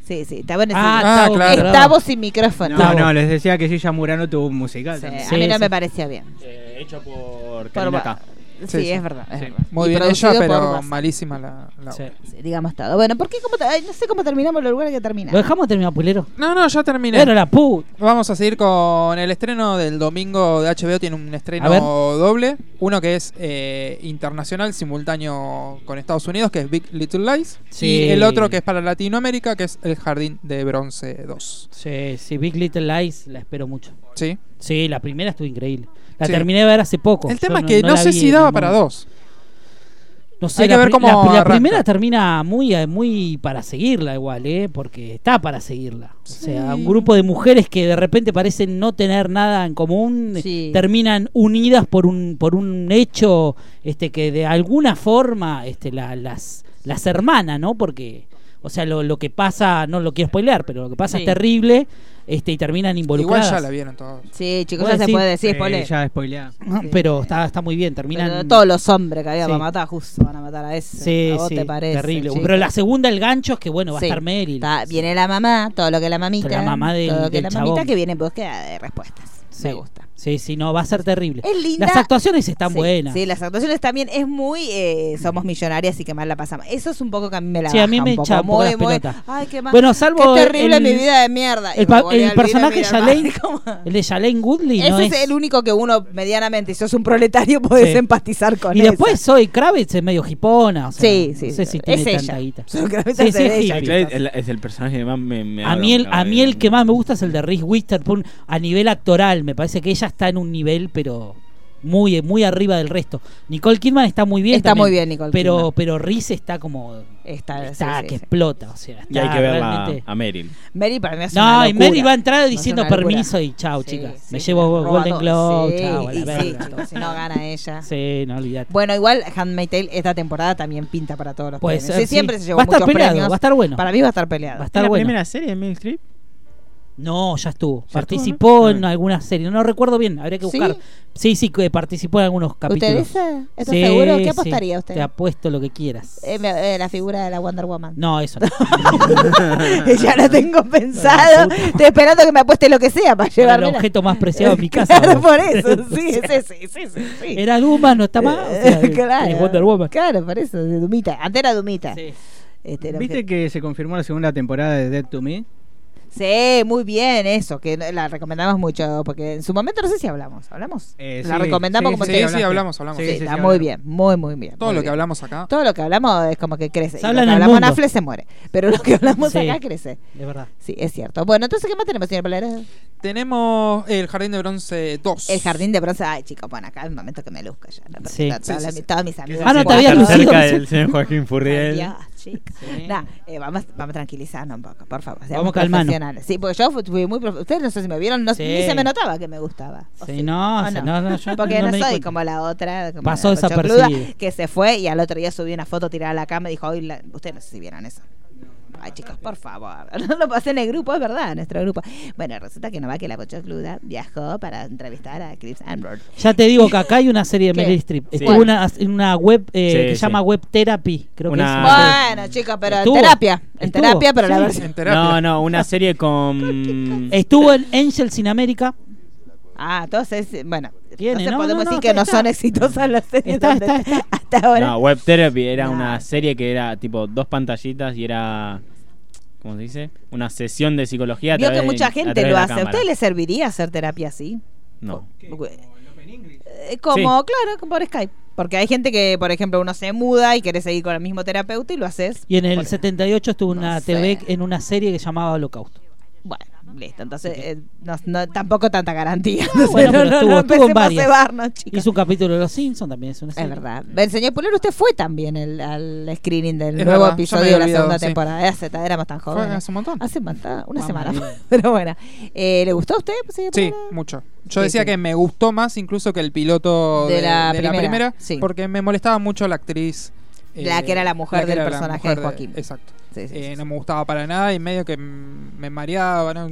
Sí, sí, está bueno. Ah, sí. Ah, Tavo, claro. Estavo sin micrófono. No, no, les decía que Gilla Murano tuvo un musical. Sí, también. a mí no me parecía bien. Eh, hecho por Karina K. Sí, es verdad. es verdad. Muy Y bien producido ella, por pero Bassi. malísima la, la Sí. obra. Sí, digamos todo. Bueno, ¿por qué? ¿Cómo te- ay, no sé cómo terminamos los lugares que terminamos. ¿Lo dejamos terminar, Pulero? No, no, ya terminé. Era la pu. Vamos a seguir con el estreno del domingo de HBO. Tiene un A ver. estreno doble. Uno que es eh, internacional, simultáneo con Estados Unidos, que es Big Little Lies. Sí. Y el otro que es para Latinoamérica, que es El Jardín de Bronce 2. Sí, sí, Big Little Lies la espero mucho. ¿Sí? Sí, la primera estuvo increíble. La Sí. terminé de ver hace poco. El Yo tema es que no, la sé vi si en daba el para momento. dos. No sé, Hay que la, ver pri- la- cómo la arranca. primera termina muy, eh, muy para seguirla igual, ¿eh? porque está para seguirla. O sea, un grupo de mujeres que de repente parecen no tener nada en común, eh, Sí. terminan unidas por un, por un hecho este, que de alguna forma este, la- las, las hermana, ¿no? Porque, o sea, lo, lo que pasa, no lo quiero spoilear, pero lo que pasa Sí. es terrible este, y terminan Igual involucradas. ya la vieron todos. Sí, chicos, Voy ya a se decir- puede decir, Eh, spoiler. ya spoileada. Sí. Pero está, está muy bien, terminan... Pero todos los hombres que había Sí. para matar, justo van a matar a ese. Sí, ¿A vos sí, te parece? terrible. chico? Pero la segunda, el gancho, es que bueno, va Sí. a estar Meryl. Está- viene la mamá, todo lo que la mamita. La mamá del- todo lo que del la chabón. mamita que viene en búsqueda de respuestas. Sí. Me gusta. Sí, sí, no, va a ser terrible. Es linda. Las actuaciones están Sí, buenas. Sí, las actuaciones también es muy. eh, somos millonarias y que mal la pasamos. Eso es un poco que a mí me la Sí, a mí baja me un poco. hincha un poco Muy, las muy- pelotas. Ay, qué mal. Bueno, salvo Qué terrible el- mi vida de mierda. Y me el pa- volví el al personaje vino, mira, Yalén- madre, cómo- El de Jalen Goodley Ese no es, es... el único que uno medianamente, si sos un proletario, podés Sí. empatizar con Y esa. después soy Kravitz, es medio hipona. O sea, Sí, sí, No sé si es tiene ella. tanta guita. Soy Kravitz Sí, es sí, de es ella. Clay hippie. es, es el personaje que más me, me da A mí, el, bronca, a mí eh. el que más me gusta es el de Reese Witherspoon a nivel actoral. Me parece que ella está en un nivel, pero muy, muy arriba del resto. Nicole Kidman está muy bien. Está también, muy bien, Nicole pero, Kidman. Pero Reese está como. Está, Está sí, que sí, sí. explota. O sea, Y hay está que verla Ah, realmente- a Meryl. Mary para mí es No, una y locura. Mary va a entrar No es diciendo una locura. permiso y chao, Sí, chicas. sí, me sí, llevo roba Golden todo. Globe, Sí, chao, a la y sí, verga. chicos, si no gana ella. Sí, no olvidate. Bueno, igual Handmaid Tale esta temporada también pinta para todos los Puede premios. ser, Sí, sí. siempre se llevó Va a estar muchos peleado, premios. va a estar bueno. Para mí va a estar peleado. Va a ¿Es estar la bueno. primera serie de Meryl Streep? No, ya estuvo. estuvo, participó no? en alguna serie. No recuerdo bien, habría que ¿Sí? buscar. Sí, sí, que participó en algunos capítulos. ¿Ustedes eh, está Sí, seguro? sí. ¿Qué apostaría usted? Te apuesto lo que quieras. Eh, me- eh, la figura de la Wonder Woman. No, eso no. ya la tengo pensado. Estoy esperando que me apueste lo que sea para Era el llevarme. objeto más preciado de mi casa. vos. por eso. Sí, es ese, es ese, sí. Era Duma, no está más. O sea, Eh, claro. es Wonder Woman. Claro, por eso, de Dumita. Antes era Dumita. Sí. Este, era ¿Viste que se confirmó la segunda temporada de Dead to Me? Sí, muy bien eso, que la recomendamos mucho, porque en su momento no sé si hablamos, ¿hablamos? Eh, la sí, recomendamos sí, como sí, te- sí, hablaste. hablamos, hablamos. Sí, sí, está muy bien, muy, muy bien. Todo muy lo que bien. hablamos acá. Todo lo que hablamos es como que crece. Se y habla lo que en el hablamos en mundo. Afle se muere, pero lo que hablamos Sí. acá crece. Es verdad. Sí, es cierto. Bueno, entonces, ¿qué más tenemos, señor Palera? Tenemos El Jardín de Bronce 2. El jardín de bronce. Ay, chicos, bueno, acá es el momento que me luzca ya. la Sí. verdad, Sí, todas sí, las- sí. Todos mis amigos. Ah, no, se te había portan- lucido. cerca del señor Joaquín Ay, Furriel. Dios, chicos. Nah, eh, vamos, vamos a tranquilizarnos un poco, por favor. Seamos Vamos calmando. profesionales. Sí, porque yo fu- fui muy profe- Ustedes no sé si me vieron, no, Sí. ni se me notaba que me gustaba. ¿o Sí, no, ¿O o sea, no, no, yo Porque no no, me di soy cuenta. como la otra. como la Pasó pochocluda, desapercibido. Que se fue y al otro día subí una foto tirada a la cama y dijo, hoy la- ustedes no sé si vieron eso. Ay, chicos, por favor. No lo pasé en el grupo, es verdad, en nuestro grupo. Bueno, resulta que no va que la pochocluda viajó para entrevistar a Cliff Amber. Ya te digo que acá hay una serie de ¿Qué? Meryl Streep. Sí. Estuvo una, en una web eh, Sí, que se sí. llama Web Therapy, creo Una- que es. Ah, Bueno, chicos, pero Estuvo. en terapia. En Estuvo. terapia, pero la Sí. versión. En terapia. No, no, una serie con. Estuvo en Angels in America. Ah, entonces, bueno, Tiene, entonces no, podemos no, no, decir que está, no está. son exitosas las series Está, donde- está, está. hasta ahora. No, Web Therapy era una No. serie que era tipo dos pantallitas y era. ¿Cómo se dice? Una sesión de psicología. a Vio que través de- mucha a gente través de lo la hace. ¿A cámara. usted le serviría hacer terapia así? No. Eh, Como, claro, como por Skype. Porque hay gente que, por ejemplo, uno se muda y quiere seguir con el mismo terapeuta y lo haces. Y en el por- 78 estuvo No una sé. TV en una serie que se llamaba Holocausto. Bueno, Listo, entonces eh, no- no- tampoco tanta garantía. Entonces, Bueno, pero estuvo- estuvo en empecemos a varias. cebarnos, chicos. Hizo un capítulo de Los Simpsons también, es una Es serie. verdad. El señor Pulero, usted fue también el- al screening del Es nuevo verdad, yo me episodio había de la olvidado, segunda sí. temporada. Hace, éramos tan Fue jóvenes. hace un montón. Hace un montón, una Mamma semana. mia. Pero bueno, Eh, ¿le gustó a usted? Sí, Sí, mucho. Yo Sí, decía sí. que me gustó más incluso que el piloto de, de la, primera, sí. porque me molestaba mucho la actriz. La que era la mujer que del era la personaje de Joaquín. exacto. Sí, sí, Eh, no me gustaba para nada y medio que mm, me mareaba. ¿no?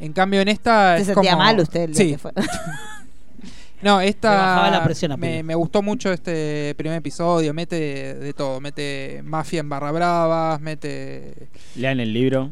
En cambio, en esta. ¿Se es sentía como- mal usted el día Sí. que fue? No, esta. Le bajaba la presión a me, Pili. me gustó mucho este primer episodio. Mete de, todo. Mete mafia en barra bravas, mete. Lean el libro.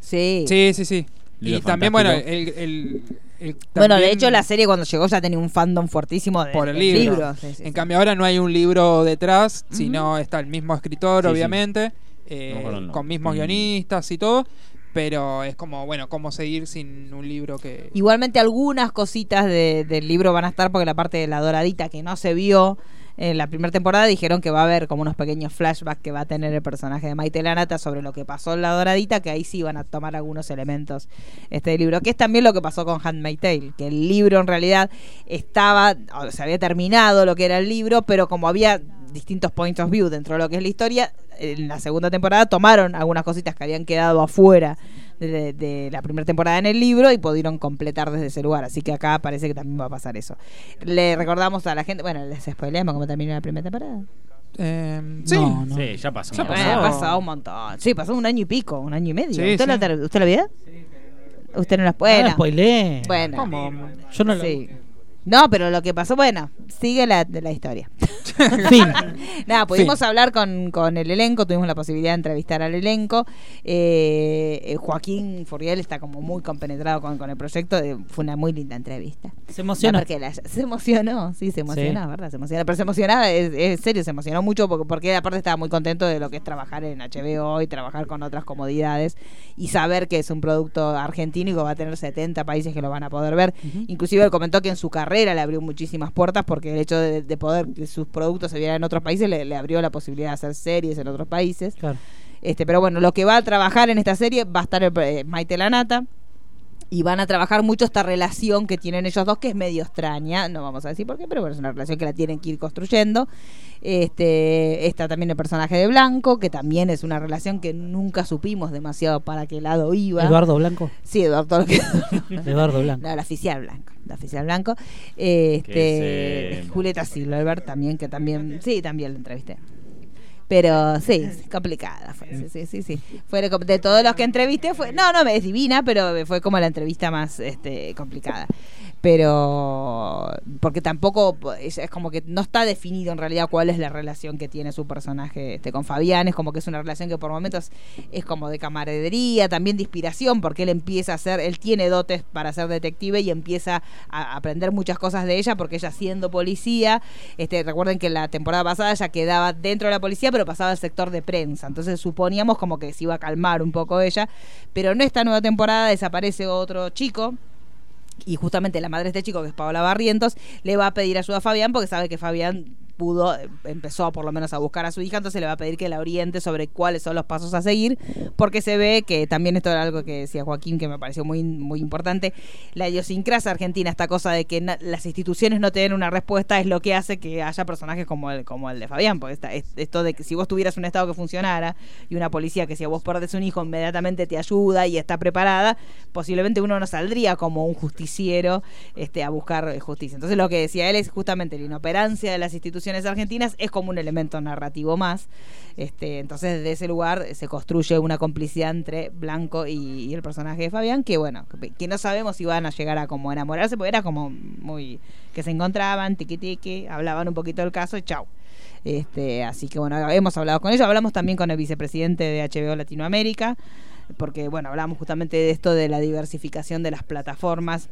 Sí. Sí, sí, sí. Libro y también, bueno, el. fantástico. el- el- Bueno, de también- hecho, la serie cuando llegó ya tenía un fandom fuertísimo de- por el del libro. Sí, sí, en sí. cambio, ahora no hay un libro detrás, sino está el mismo escritor, Sí, sí. obviamente, eh, No me acuerdo el nombre. con mismos Mm. guionistas y todo. Pero es como, bueno, cómo seguir sin un libro que. Igualmente algunas cositas de- del libro van a estar porque la parte de la doradita que no se vio en la primera temporada dijeron que va a haber como unos pequeños flashbacks que va a tener el personaje de Maite Lanata sobre lo que pasó en la doradita, que ahí sí van a tomar algunos elementos este del libro, que es también lo que pasó con Handmaid's Tale, que el libro en realidad estaba, o se había terminado lo que era el libro, pero como había distintos points of view dentro de lo que es la historia, en la segunda temporada tomaron algunas cositas que habían quedado afuera de, de la primera temporada en el libro y pudieron completar desde ese lugar. Así que acá parece que también va a pasar eso. Le recordamos a la gente, bueno, les spoileamos cómo terminó la primera temporada. Eh, sí. No, no. Sí, ya pasó. Ya un pasó. montón. Ha pasado un montón. Sí, pasó un año y pico, un año y medio. Sí, ¿Usted, sí. La, ter- ¿Usted la vio? Usted no la No spoilea. la spoileé. Bueno. ¿Cómo? Yo no la- Sí. No, pero lo que pasó, bueno, sigue la, la historia. Fin. Nada, pudimos Fin. hablar con, con el elenco, tuvimos la posibilidad de entrevistar al elenco. Eh, eh, Joaquín Furriel está como muy compenetrado con, con el proyecto, eh, fue una muy linda entrevista. Se emocionó. Ah, porque la- se emocionó, sí, se emocionó, Sí. ¿verdad? Se emocionó, pero se emocionaba, es, es serio, se emocionó mucho porque, porque aparte estaba muy contento de lo que es trabajar en HBO y trabajar con otras comodidades y saber que es un producto argentino y que va a tener 70 países que lo van a poder ver. Inclusive él comentó que en su carrera le abrió muchísimas puertas porque el hecho de, de poder que sus productos se vieran en otros países le, le abrió la posibilidad de hacer series en otros países. Claro. Este, pero bueno, lo que va a trabajar en esta serie va a estar eh, Maite Lanata. Y van a trabajar mucho esta relación que tienen ellos dos, que es medio extraña, no vamos a decir por qué, pero bueno, es una relación que la tienen que ir construyendo. Este, está también el personaje de Blanco, que también es una relación que nunca supimos demasiado para qué lado iba. Eduardo Blanco. Sí, Eduardo lo que- Eduardo Blanco. No, el oficial Blanco. El oficial Blanco. Eh, Este, Que es, eh, Julieta Silverberg también, que también. Sí, también la entrevisté. Pero sí, es complicada fue. Sí, sí, sí. sí. Fue de, de todos los que entrevisté, fue. No, no, es divina, pero fue como la entrevista más este, complicada. Pero. Porque tampoco. Es, es como que no está definido en realidad cuál es la relación que tiene su personaje este, con Fabián. Es como que es una relación que por momentos es como de camaradería, también de inspiración, porque él empieza a ser, él tiene dotes para ser detective y empieza a aprender muchas cosas de ella, porque ella siendo policía, este, recuerden que la temporada pasada ella quedaba dentro de la policía, pero pasaba al sector de prensa, entonces suponíamos como que se iba a calmar un poco ella, pero en esta nueva temporada desaparece otro chico, y justamente la madre de este chico, que es Paola Barrientos, le va a pedir ayuda a Fabián porque sabe que Fabián pudo, empezó por lo menos a buscar a su hija, entonces le va a pedir que la oriente sobre cuáles son los pasos a seguir, porque se ve que también esto era algo que decía Joaquín, que me pareció muy, muy importante, la idiosincrasia argentina, esta cosa de que na- las instituciones no te den una respuesta, es lo que hace que haya personajes como el, como el de Fabián, porque esta- es- esto de que si vos tuvieras un Estado que funcionara y una policía que si a vos perdés un hijo inmediatamente te ayuda y está preparada, posiblemente uno no saldría como un justiciero este, a buscar eh, justicia. Entonces lo que decía él es justamente la inoperancia de las instituciones argentinas es como un elemento narrativo más. Este, entonces desde ese lugar eh, se construye una complicidad entre Blanco y, y el personaje de Fabián, que bueno, que, que no sabemos si van a llegar a como enamorarse, porque era como muy que se encontraban, tiqui tiqui, hablaban un poquito del caso y chau. Este, así que bueno, hemos hablado con ellos, hablamos también con el vicepresidente de HBO Latinoamérica, porque bueno, hablamos justamente de esto de la diversificación de las plataformas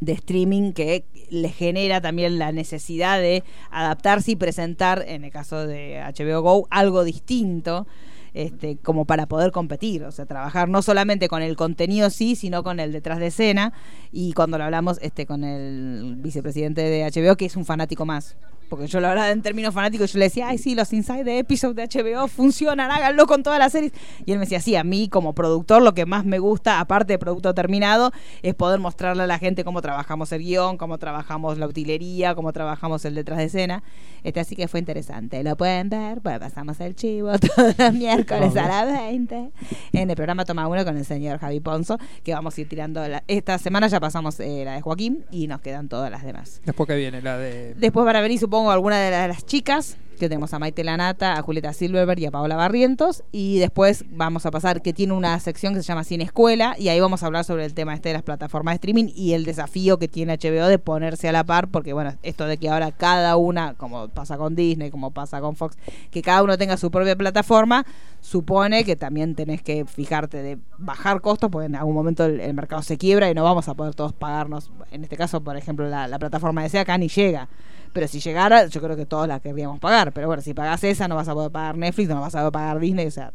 de streaming que le genera también la necesidad de adaptarse y presentar, en el caso de HBO Go, algo distinto. Este, como para poder competir, o sea, trabajar no solamente con el contenido sí, sino con el detrás de escena y cuando lo hablamos este con el vicepresidente de HBO que es un fanático más porque yo lo hablaba en términos fanáticos, yo le decía, ay, sí, los Inside Episodes de HBO funcionan, háganlo con todas las series. Y él me decía, sí, a mí como productor lo que más me gusta, aparte de producto terminado, es poder mostrarle a la gente cómo trabajamos el guión, cómo trabajamos la utilería, cómo trabajamos el detrás de escena. Este, así que fue interesante. Lo pueden ver, pues pasamos el chivo todos los miércoles a las 20 en el programa Toma Uno con el señor Javi Ponzo, que vamos a ir tirando. la- esta semana ya pasamos eh, la de Joaquín y nos quedan todas las demás. Después que viene la de. Después van a venir, supongo, alguna de la- de las chicas, que tenemos a Maite Lanata, a Julieta Silverberg y a Paola Barrientos. Y después vamos a pasar, que tiene una sección que se llama Cine Escuela, y ahí vamos a hablar sobre el tema este de las plataformas de streaming y el desafío que tiene HBO de ponerse a la par, porque bueno, esto de que ahora cada una, como pasa con Disney, como pasa con Fox, que cada uno tenga su propia plataforma, supone que también tenés que fijarte de bajar costos, porque en algún momento el, el mercado se quiebra y no vamos a poder todos pagarnos. En este caso, por ejemplo, la, la plataforma de SEA acá ni llega. Pero si llegara, yo creo que todos la querríamos pagar. Pero bueno, si pagás esa, no vas a poder pagar Netflix, no vas a poder pagar Disney. O sea,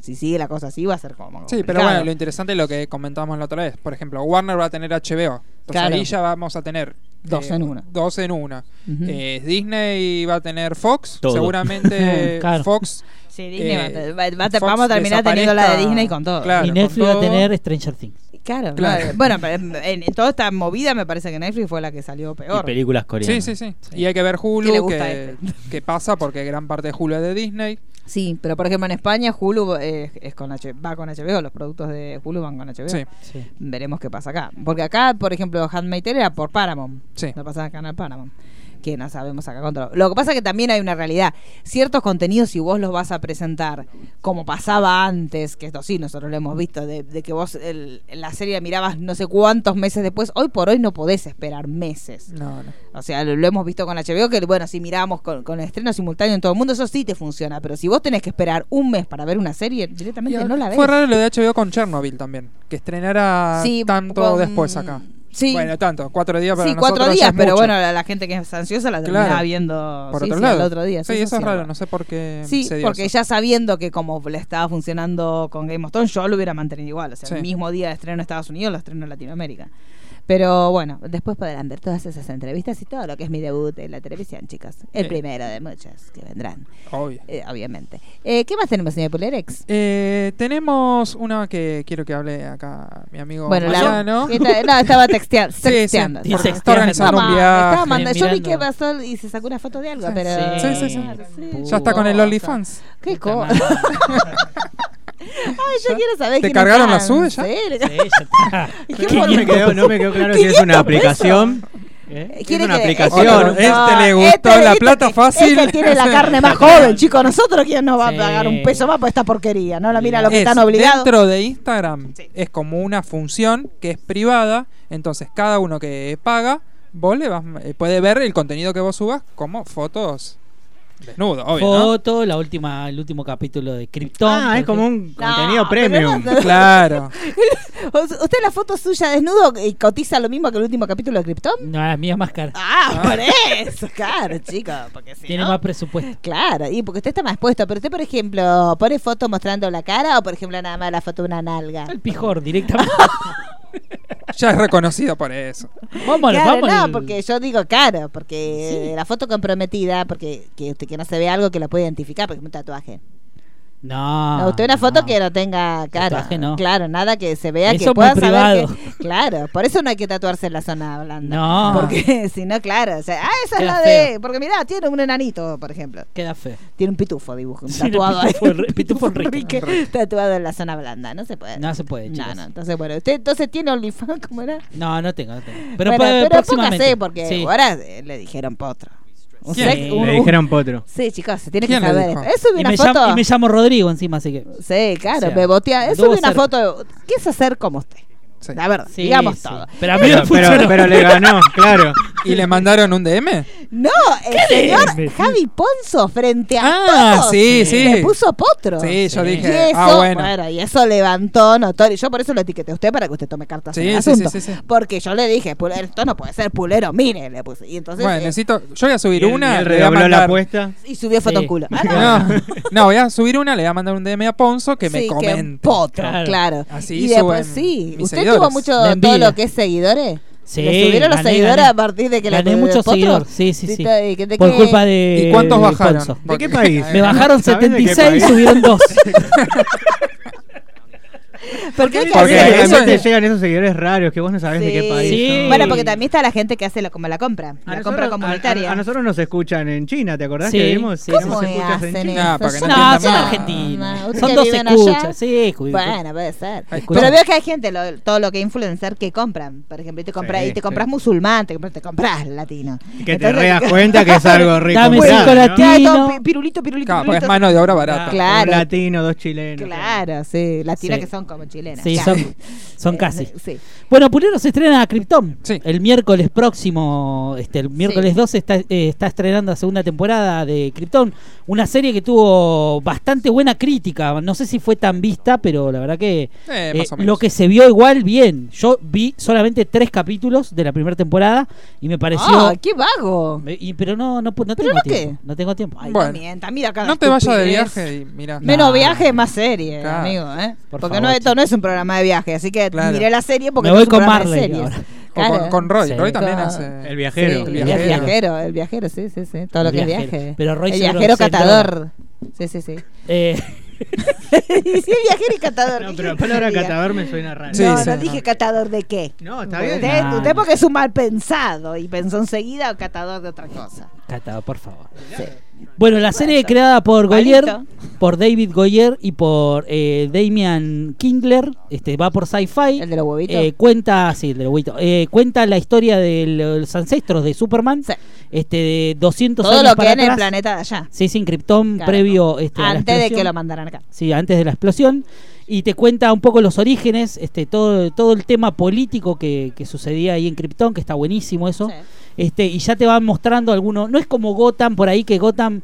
si sigue la cosa así, va a ser como. Sí, pero complicado. bueno, lo interesante es lo que comentábamos la otra vez. Por ejemplo, Warner va a tener HBO. Entonces Claro. ahí ya vamos a tener. eh, Dos en una. Dos en una. Ujú. Eh, Disney va a tener Fox. Todo. Seguramente Claro. Fox. Sí, Disney va a te- va- va a te- Fox vamos a terminar teniendo la de desaparezca. Disney con todo. Claro, y con Netflix va a todo. tener Stranger Things. Claro, Claro. no, Bueno, pero en, en toda esta movida, me parece que Netflix fue la que salió peor. Y películas coreanas. Sí, sí, sí, Y hay que ver Hulu, ¿Qué le que, gusta este. que pasa porque gran parte de Hulu es de Disney. Sí, pero por ejemplo en España Hulu eh, es con H- va con HBO, los productos de Hulu van con HBO. Sí. Sí. Veremos qué pasa acá. Porque acá, por ejemplo, Handmaid era por Paramount. Sí. Lo pasan acá en el Paramount. Que no sabemos acá contra. Lo que pasa es que también hay una realidad. Ciertos contenidos, si vos los vas a presentar como pasaba antes, que esto sí, nosotros lo hemos visto, de, de que vos el- la serie la mirabas no sé cuántos meses después, hoy por hoy no podés esperar meses. No, no. O sea, lo, lo hemos visto con HBO, que bueno, si miramos con, con el estreno simultáneo en todo el mundo, eso sí te funciona. Pero si vos tenés que esperar un mes para ver una serie, Y directamente ahora- no la ves. Fue raro lo de HBO con Chernobyl también, que estrenara Sí, tanto con- después acá. Sí. Bueno, tanto, cuatro días para sí, cuatro nosotros ya días, es pero mucho. bueno, la, la gente que es ansiosa la terminaba Claro. viendo Por sí, otro sí, lado. al otro día. Sí, eso es cierto. raro, no sé por qué Sí, se dio porque eso. ya sabiendo que como le estaba funcionando con Game of Thrones, yo lo hubiera mantenido igual. O sea, el Sí. mismo día de estreno en Estados Unidos, lo estreno en Latinoamérica. Pero bueno, después podrán ver todas esas entrevistas y todo lo que es mi debut en la televisión, chicos. El Eh. primero de muchas que vendrán, Obvio. eh, obviamente. Eh, ¿Qué más tenemos, señor Pulerex? Eh, tenemos una que quiero que hable acá mi amigo Bueno, la, Mariano. esta- no, estaba texteando. Sí, sí, texteando. porque Sí, está organizando Estaba- un estaba viaje. mandando- yo vi que mirando. pasó y se sacó una foto de algo, pero. Sí, sí, sí. Ya está con el OnlyFans. Qué cosa. Ay, yo quiero saber ¿Te quiénes cargaron la están. sube ya? Sí, Sí, ya está. ¿Y qué No me, forma- quedó, no me quedó claro si es una 500 aplicación. ¿Eh? ¿Quiere Es una que- aplicación. Otro, Este le gustó este- la este plata que- fácil. Este tiene la carne más joven, chicos. Nosotros, ¿quién nos va Sí. a pagar un peso más por esta porquería? No, la mira lo que Es están obligados. Dentro de Instagram es como una función que es privada, entonces cada uno que paga, vos le vas, eh, puede ver el contenido que vos subas como fotos desnudo, obvio, ¿no? Foto, la última, el último capítulo de Krypton. Ah, es por como ejemplo. un contenido No, premium. pero no- Claro. ¿Usted la foto suya desnudo eh, cotiza lo mismo que el último capítulo de Krypton? No, la mía es más cara. Ah, por eso, claro, chicos. Porque si Tiene no- más presupuesto. Claro, y porque usted está más expuesto. Pero usted, por ejemplo, pone foto mostrando la cara o, por ejemplo, nada más la foto de una nalga. El pijor directamente. Ya es reconocido por eso. vamos, al- Claro, vamos. no, al- porque yo digo caro, porque la foto comprometida, porque que usted que no se ve algo que lo puede identificar, porque es un tatuaje. No. no, usted una foto no. que no tenga cara. Ah, Tatuaje no. Claro, nada que se vea Eso que es pueda muy saber privado. que- claro, por eso no hay que tatuarse en la zona blanda. No. Porque si no, claro, o sea, ah, esa es Queda la de, feo. porque mirá, tiene un enanito, por ejemplo. Queda feo. Tiene un pitufo dibujo, un Sí, el tatuado ahí. pitufo Enri- pitufo Enrique. Enrique tatuado en la zona blanda, no se puede. No se puede, No, chicos. no, No, entonces bueno, usted entonces tiene OnlyFans, ¿cómo era? no, tengo, no tengo. Pero, Pero, pa- pero, próximamente. póngase, porque Sí. ahora eh, le dijeron potro. Un ¿Quién? sex- un- Le un- dijeron potro. Sí, chicos, se tiene que ¿Quién le saber. dijo? esto. Él subió Y una me, foto. llamo, y me llamo Rodrigo encima, así que. Sí, claro, O sea, me botea. Él anduvo subió una cerca. foto. Quiso ser como usted. Sí. La verdad, Sí, digamos sí. todo. Pero a mí Pero, me pero- funcionó. pero le ganó, claro. ¿Y le mandaron un DM? No, el señor le- Javi Ponzo frente a Ah, todos sí, le sí. puso potro. Sí, yo Sí. Y dije, eso, ah, bueno. bueno. y eso levantó notorio. Yo por eso lo etiqueté a usted para que usted tome cartas en Sí, el sí, sí, asunto. sí, sí. Porque yo le dije, "Pul- esto no puede ser pulero, mire, le puse. Y entonces Bueno, eh, necesito, yo voy a subir Y él- y una, él le voy a redobló la mandar- apuesta. y subió foto Sí. en culo. Ah, no. No, no, voy a subir una, le voy a mandar un DM a Ponzo que me Sí, comente. potro, claro. Claro. Así y suben después sí, mis usted seguidores. tuvo mucho La todo envidia. lo que es seguidores. Sí, Le subieron los gané, seguidores gané. a partir de que la Gané de muchos Potro. seguidores, sí, sí, sí. ¿De- de- de Por qué? culpa de. ¿Y cuántos de bajaron? Ponzo. ¿De qué país? Me bajaron ¿Sabés de qué 76 país? y subieron 2. ¿Por qué hay que Porque hacer realmente eso? te llegan esos seguidores raros que vos no sabés de qué Sí. país. son. Bueno, porque también está la gente que hace la, como la compra, A la nosotros- compra a- comunitaria. A, a nosotros nos escuchan en China, ¿te acordás Sí, que vimos? sí, Tenemos ¿Cómo escuchas en hacen China. eso? Ah, para que no Son- entiendan son nada. argentinos. Ah, Ustedes son que dos viven escuchas, allá. sí, cu- Bueno, puede ser. escucha. Pero veo que hay gente, lo- todo lo que influencer que compran. Por ejemplo, y te compras, y Sí, te sí. compras musulmán, te compras, te compras latino. Y que te reas cuenta que es algo rico. Dame Bueno, cinco ¿no? latinos. Claro, todo pi- pirulito, pirulito, Claro, porque es pirulito. mano de obra barata. Un Claro, latino, dos chilenos. claro, sí. Latinas Sí. que son como chilenas. Sí, claro. son, son casi. Sí. Bueno, Pulero se estrena a Krypton. El miércoles próximo, este, el miércoles Sí. 12, está, eh, está estrenando la segunda temporada de Krypton. Una serie que tuvo bastante buena crítica. No sé si fue tan vista, pero la verdad que Eh, más o menos. lo que se vio igual bien. Yo vi solamente tres capítulos de la primera temporada y me pareció... Ah, qué vago. Me- y- pero no, no, pu- no ¿Pero tengo no qué? tiempo. No tengo tiempo. Ay, Bueno. no mienta, mira cada No te vayas de estupidez. viaje y mirá. Menos Nah. viaje, más serie, Claro. amigo, ¿eh? Por porque no, favor, esto no es un programa de viaje, así que Claro. miré la serie porque Me no voy es un con programa de Marley series. ahora. O Claro. con, con Roy. Sí. Roy también Con- hace. El viajero. Sí, El el viajero. viajero. el viajero, sí, sí, sí, todo lo El que es viajero. viaje. Pero Roy el seguro viajero se droga. catador. Sí, sí, sí. Eh, y sí, el viajero y catador. No, ¿qué querés pero la que palabra diga? catador me suena raro. no, no dije catador de qué. No, está bien. Usted, No, usted no. porque es un mal pensado y pensó enseguida catador de otra cosa. Catado, por favor. Bueno, la serie creada por Palito. Goyer, por David Goyer y por eh, Damian Kindler, este, va por Sci-Fi. El de los huevitos. Eh, cuenta, sí, el del huevito. Eh, cuenta la historia de los ancestros de Superman, este, de 200 todo años lo que para hay en el atrás. planeta de allá. Sí, sin Krypton Claro. previo este, a la Antes de que explosión. lo mandaran acá. Sí, antes de la explosión. Y te cuenta un poco los orígenes, este, todo, todo el tema político que, que sucedía ahí en Krypton, que está buenísimo eso. Este, y ya te van mostrando algunos. No es como Gotham por ahí que Gotham.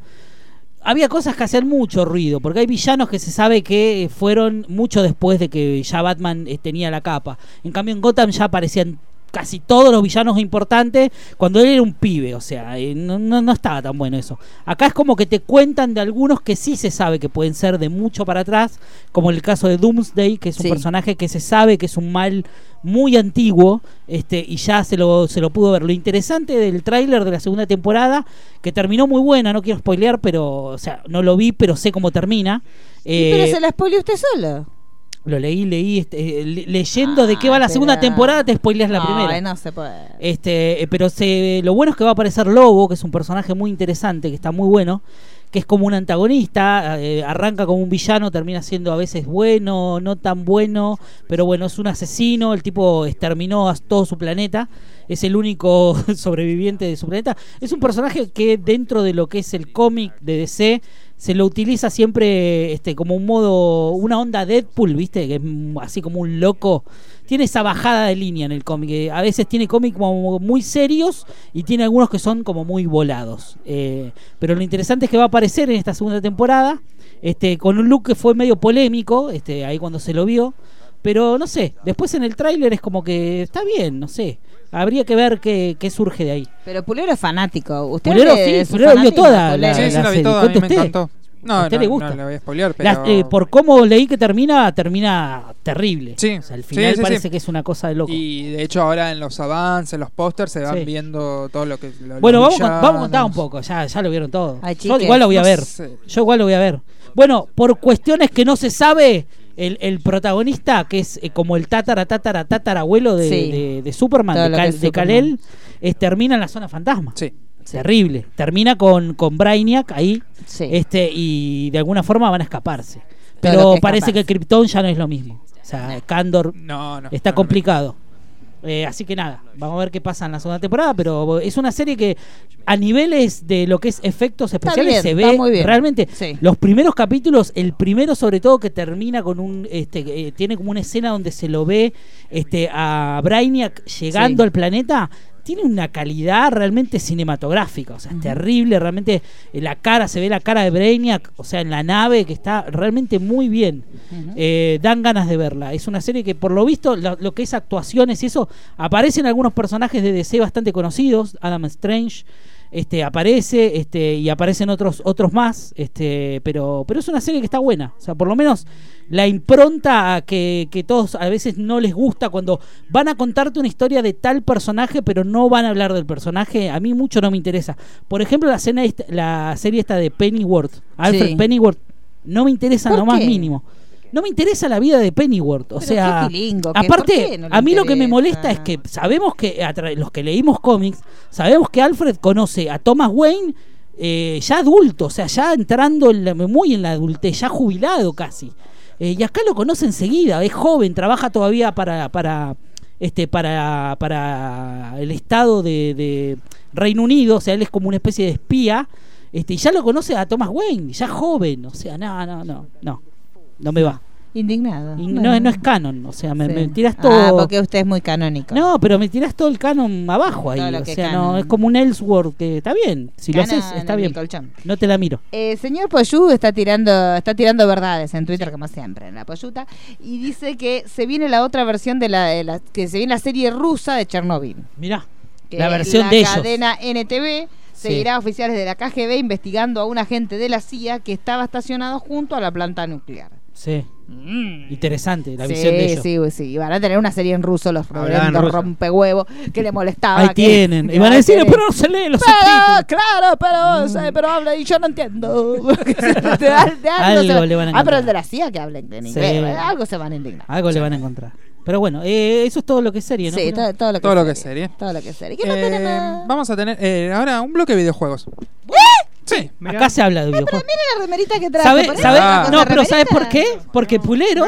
Había cosas que hacían mucho ruido, porque hay villanos que se sabe que eh, fueron mucho después de que ya Batman eh, tenía la capa. En cambio, en Gotham ya aparecían casi todos los villanos importantes cuando él era un pibe, o sea, eh, no, no, no estaba tan bueno eso. Acá es como que te cuentan de algunos que sí se sabe que pueden ser de mucho para atrás, como el caso de Doomsday, que es un Sí. personaje que se sabe que es un mal muy antiguo, este, y ya se lo, se lo pudo ver. Lo interesante del tráiler de la segunda temporada, que terminó muy buena, no quiero spoilear, pero, o sea, no lo vi, pero sé cómo termina. Y Eh, pero se la spoileó usted solo. Lo leí, leí, este, eh, le- leyendo de qué va la pero- segunda temporada, te spoileas la Ay, primera. Ah, no se puede. Este, eh, pero se, lo bueno es que va a aparecer Lobo, que es un personaje muy interesante, que está muy bueno, que es como un antagonista, eh, arranca como un villano, termina siendo a veces bueno, no tan bueno, pero bueno, es un asesino, el tipo exterminó a todo su planeta, es el único sobreviviente de su planeta. Es un personaje que dentro de lo que es el cómic de DC se lo utiliza siempre este como un modo una onda Deadpool, ¿viste? Que es mm, así como un loco tiene esa bajada de línea en el cómic. eh, A veces tiene cómics como muy serios y tiene algunos que son como muy volados. Eh, pero lo interesante es que va a aparecer en esta segunda temporada este, con un look que fue medio polémico, este, ahí cuando se lo vio. Pero no sé, después en el tráiler es como que está bien, no sé. Habría que ver qué, qué surge de ahí. Pero Pulero es fanático. Usted Pulero es de sí, su Pulero vio fanatismo, toda la, Pulero. Sí, sí, la la vi serie. toda, a mí ¿Cuenta me usted? encantó. No, ¿A usted no, le gusta? no la voy a spoilear, Las- pero- eh, por cómo leí que termina, termina terrible. Sí. O sea, al Sí, final sí, sí. parece que es una cosa de loco. Y de hecho ahora en los avances, en los pósters se van Sí. viendo todo lo que... lo- Bueno, vamos, los con- vamos a contar un villanos. poco, ya, ya lo vieron todo. Ay, Yo chiques, igual lo voy a no ver. sé. Yo igual lo voy a ver. Bueno, por cuestiones que no se sabe, el, el protagonista, que es eh, como el tatara, tatara, tatara abuelo de, Sí. de- de Superman, Todo de, lo que Kal- es de Superman. Kal-El, eh, termina en la zona fantasma. Sí. Terrible. Termina con, con Brainiac ahí. Sí. Este, y de alguna forma van a escaparse. Todo lo Pero que es parece que capaz. Krypton ya no es lo mismo. O sea, Kandor No, no. Está no, no. complicado. Eh, así que nada, vamos a ver qué pasa en la segunda temporada, pero es una serie que a niveles de lo que es efectos bien, especiales se está muy ve bien. realmente Sí. los primeros capítulos, el primero sobre todo que termina con un este eh, tiene como una escena donde se lo ve este a Brainiac llegando Sí. al planeta tiene una calidad realmente cinematográfica, o sea, es terrible, realmente eh, la cara, se ve la cara de Brainiac, o sea, en la nave, que está realmente muy bien. Eh, dan ganas de verla. Es una serie que, por lo visto, lo, lo que es actuaciones y eso, aparecen algunos personajes de DC bastante conocidos, Adam Strange, este aparece este y aparecen otros otros más este pero pero es una serie que está buena o sea por lo menos la impronta que, que todos a veces no les gusta cuando van a contarte una historia de tal personaje pero no van a hablar del personaje a mí mucho no me interesa por ejemplo la escena est- la serie esta de Pennyworth Alfred Sí. Pennyworth no me interesa en ¿Por lo más qué? mínimo no me interesa la vida de Pennyworth, o Pero sea, qué tilingo, ¿qué? ¿Por aparte, qué no le a mí lo que me interesa? molesta es que sabemos que a tra- los que leímos cómics, sabemos que Alfred conoce a Thomas Wayne eh, ya adulto, o sea, ya entrando en la- muy en la adultez, ya jubilado casi. Eh, y acá lo conoce enseguida, es joven, trabaja todavía para, para, este, para, para el Estado de, de Reino Unido, o sea, él es como una especie de espía, este, y ya lo conoce a Thomas Wayne, ya joven, o sea, no, no, no, no, no me va. Indignado. Y Bueno. no, no es canon, o sea, me, Sí. me tiras Ah, todo. porque usted es muy canónico. No, pero me tirás todo el canon abajo ahí. Todo lo O que sea, canon. no, es como un Ellsworth que está bien. Si lo Canon haces, está en el bien. colchón. No te la miro. Eh, señor Poyú está tirando, está tirando verdades en Twitter, como siempre, en la Poyuta, y dice que se viene la otra versión de la, de la- que se viene la serie rusa de Chernobyl. Mirá. que la versión de ellos. cadena NTV seguirá a oficiales de la KGB investigando a un agente de la CIA que estaba estacionado junto a la planta nuclear. Sí. Mm. Interesante la sí, visión de ellos. sí, pues sí, y van a tener una serie en ruso los Hablaban rompe ruso. rompehuevos que le molestaba. Ahí Ah, que- tienen. que Y van a decir, tener- pero no se lee los Mm. pero, claro, pero, se- pero habla y yo no entiendo. Te da- te da- Algo se va- le van a Ah, pero encontrar. el de la CIA que habla en inglés. Sí. Algo se van a indignar. Algo le van a encontrar. Pero bueno, eh, eso es todo lo que es serie, ¿no? Sí, Pero- todo, todo lo que Todo lo serie. que es serie. Todo lo que es serie. ¿Qué Eh, más tenemos? vamos a tener eh, ahora un bloque de videojuegos. Sí. Acá se habla de videojuegos. Mira la remerita que trae. ¿Sabe- sabe- No, pero ¿sabes por qué? Porque Pulero.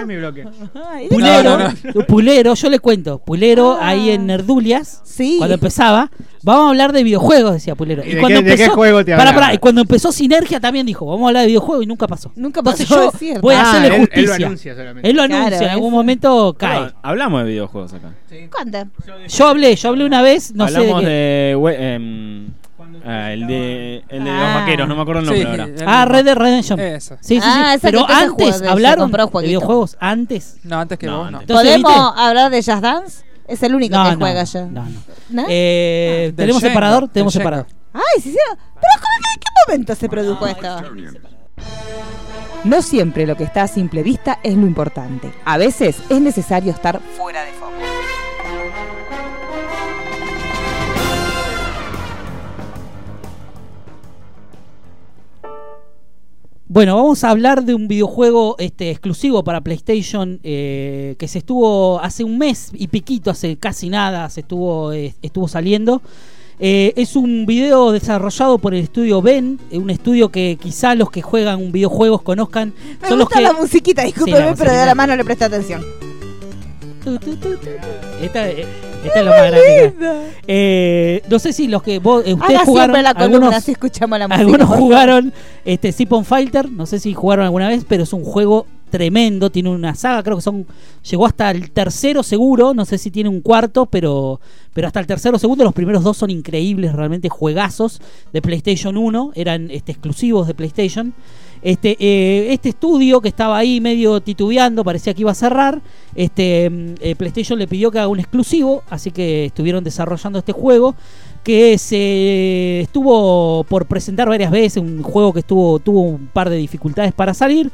Pulero, Pulero, yo le cuento. Pulero Ah. ahí en Nerdulias, cuando empezaba, vamos a hablar de videojuegos, decía Pulero. ¿Y de qué- de qué juego te Pará, hablaba? pará, y cuando empezó Sinergia también dijo, vamos a hablar de videojuegos y nunca pasó. Nunca Entonces pasó, yo es cierto. voy a Ah, hacerle él- él justicia. lo anuncia solamente. Él lo anuncia, Claro, en algún eso. momento cae. Pero hablamos de videojuegos acá. ¿Cuándo? Yo hablé, yo hablé una vez, no hablamos sé de qué. de. we- em, ah, el de, el de Ah. los vaqueros, no me acuerdo el nombre Sí, ahora. el- Ah, Red Dead Redemption. Eso. Sí, sí, sí. Ah, esa Pero que empieza a antes jugar, se hablaron compró de jueguito. videojuegos, antes. No, antes que vos, no. Entonces, ¿viste? ¿Podemos hablar de Jazz Dance? Es el único No, que no, juega no, yo. no, no. ¿No? Eh, Ah. Del ¿Tenemos Shenga, separador? del Tenemos Shenga. separador. Ay, sí, sí. Pero ¿cómo- ¿en qué momento se produjo esto? No siempre lo que está a simple vista es lo importante. A veces es necesario estar fuera de foco. Bueno, vamos a hablar de un videojuego este, exclusivo para PlayStation eh, que se estuvo hace un mes y piquito, hace casi nada, se estuvo, eh, estuvo saliendo. Eh, es un video desarrollado por el estudio Ben, eh, un estudio que quizá los que juegan videojuegos conozcan. Me son los gusta que... la musiquita, discúlpeme, Sí, la pero de musiquita. la mano le presté atención. Tu, tu, tu, tu, tu. Esta, eh, esta es lo más grande. que hay. Eh, no sé si los que vos, eh, ustedes Haga jugaron siempre la columna, algunos- así escuchamos la música. Algunos por favor. jugaron este Sipon Fighter, no sé si jugaron alguna vez, pero es un juego tremendo, tiene una saga, creo que son llegó hasta el tercero seguro, no sé si tiene un cuarto, pero pero hasta el tercero segundo los primeros dos son increíbles, realmente juegazos de PlayStation 1, eran este, exclusivos de PlayStation. Este, eh, este estudio que estaba ahí medio titubeando, parecía que iba a cerrar, este, mm, eh, PlayStation le pidió que haga un exclusivo, así que estuvieron desarrollando este juego que se estuvo por presentar varias veces, un juego que estuvo, tuvo un par de dificultades para salir,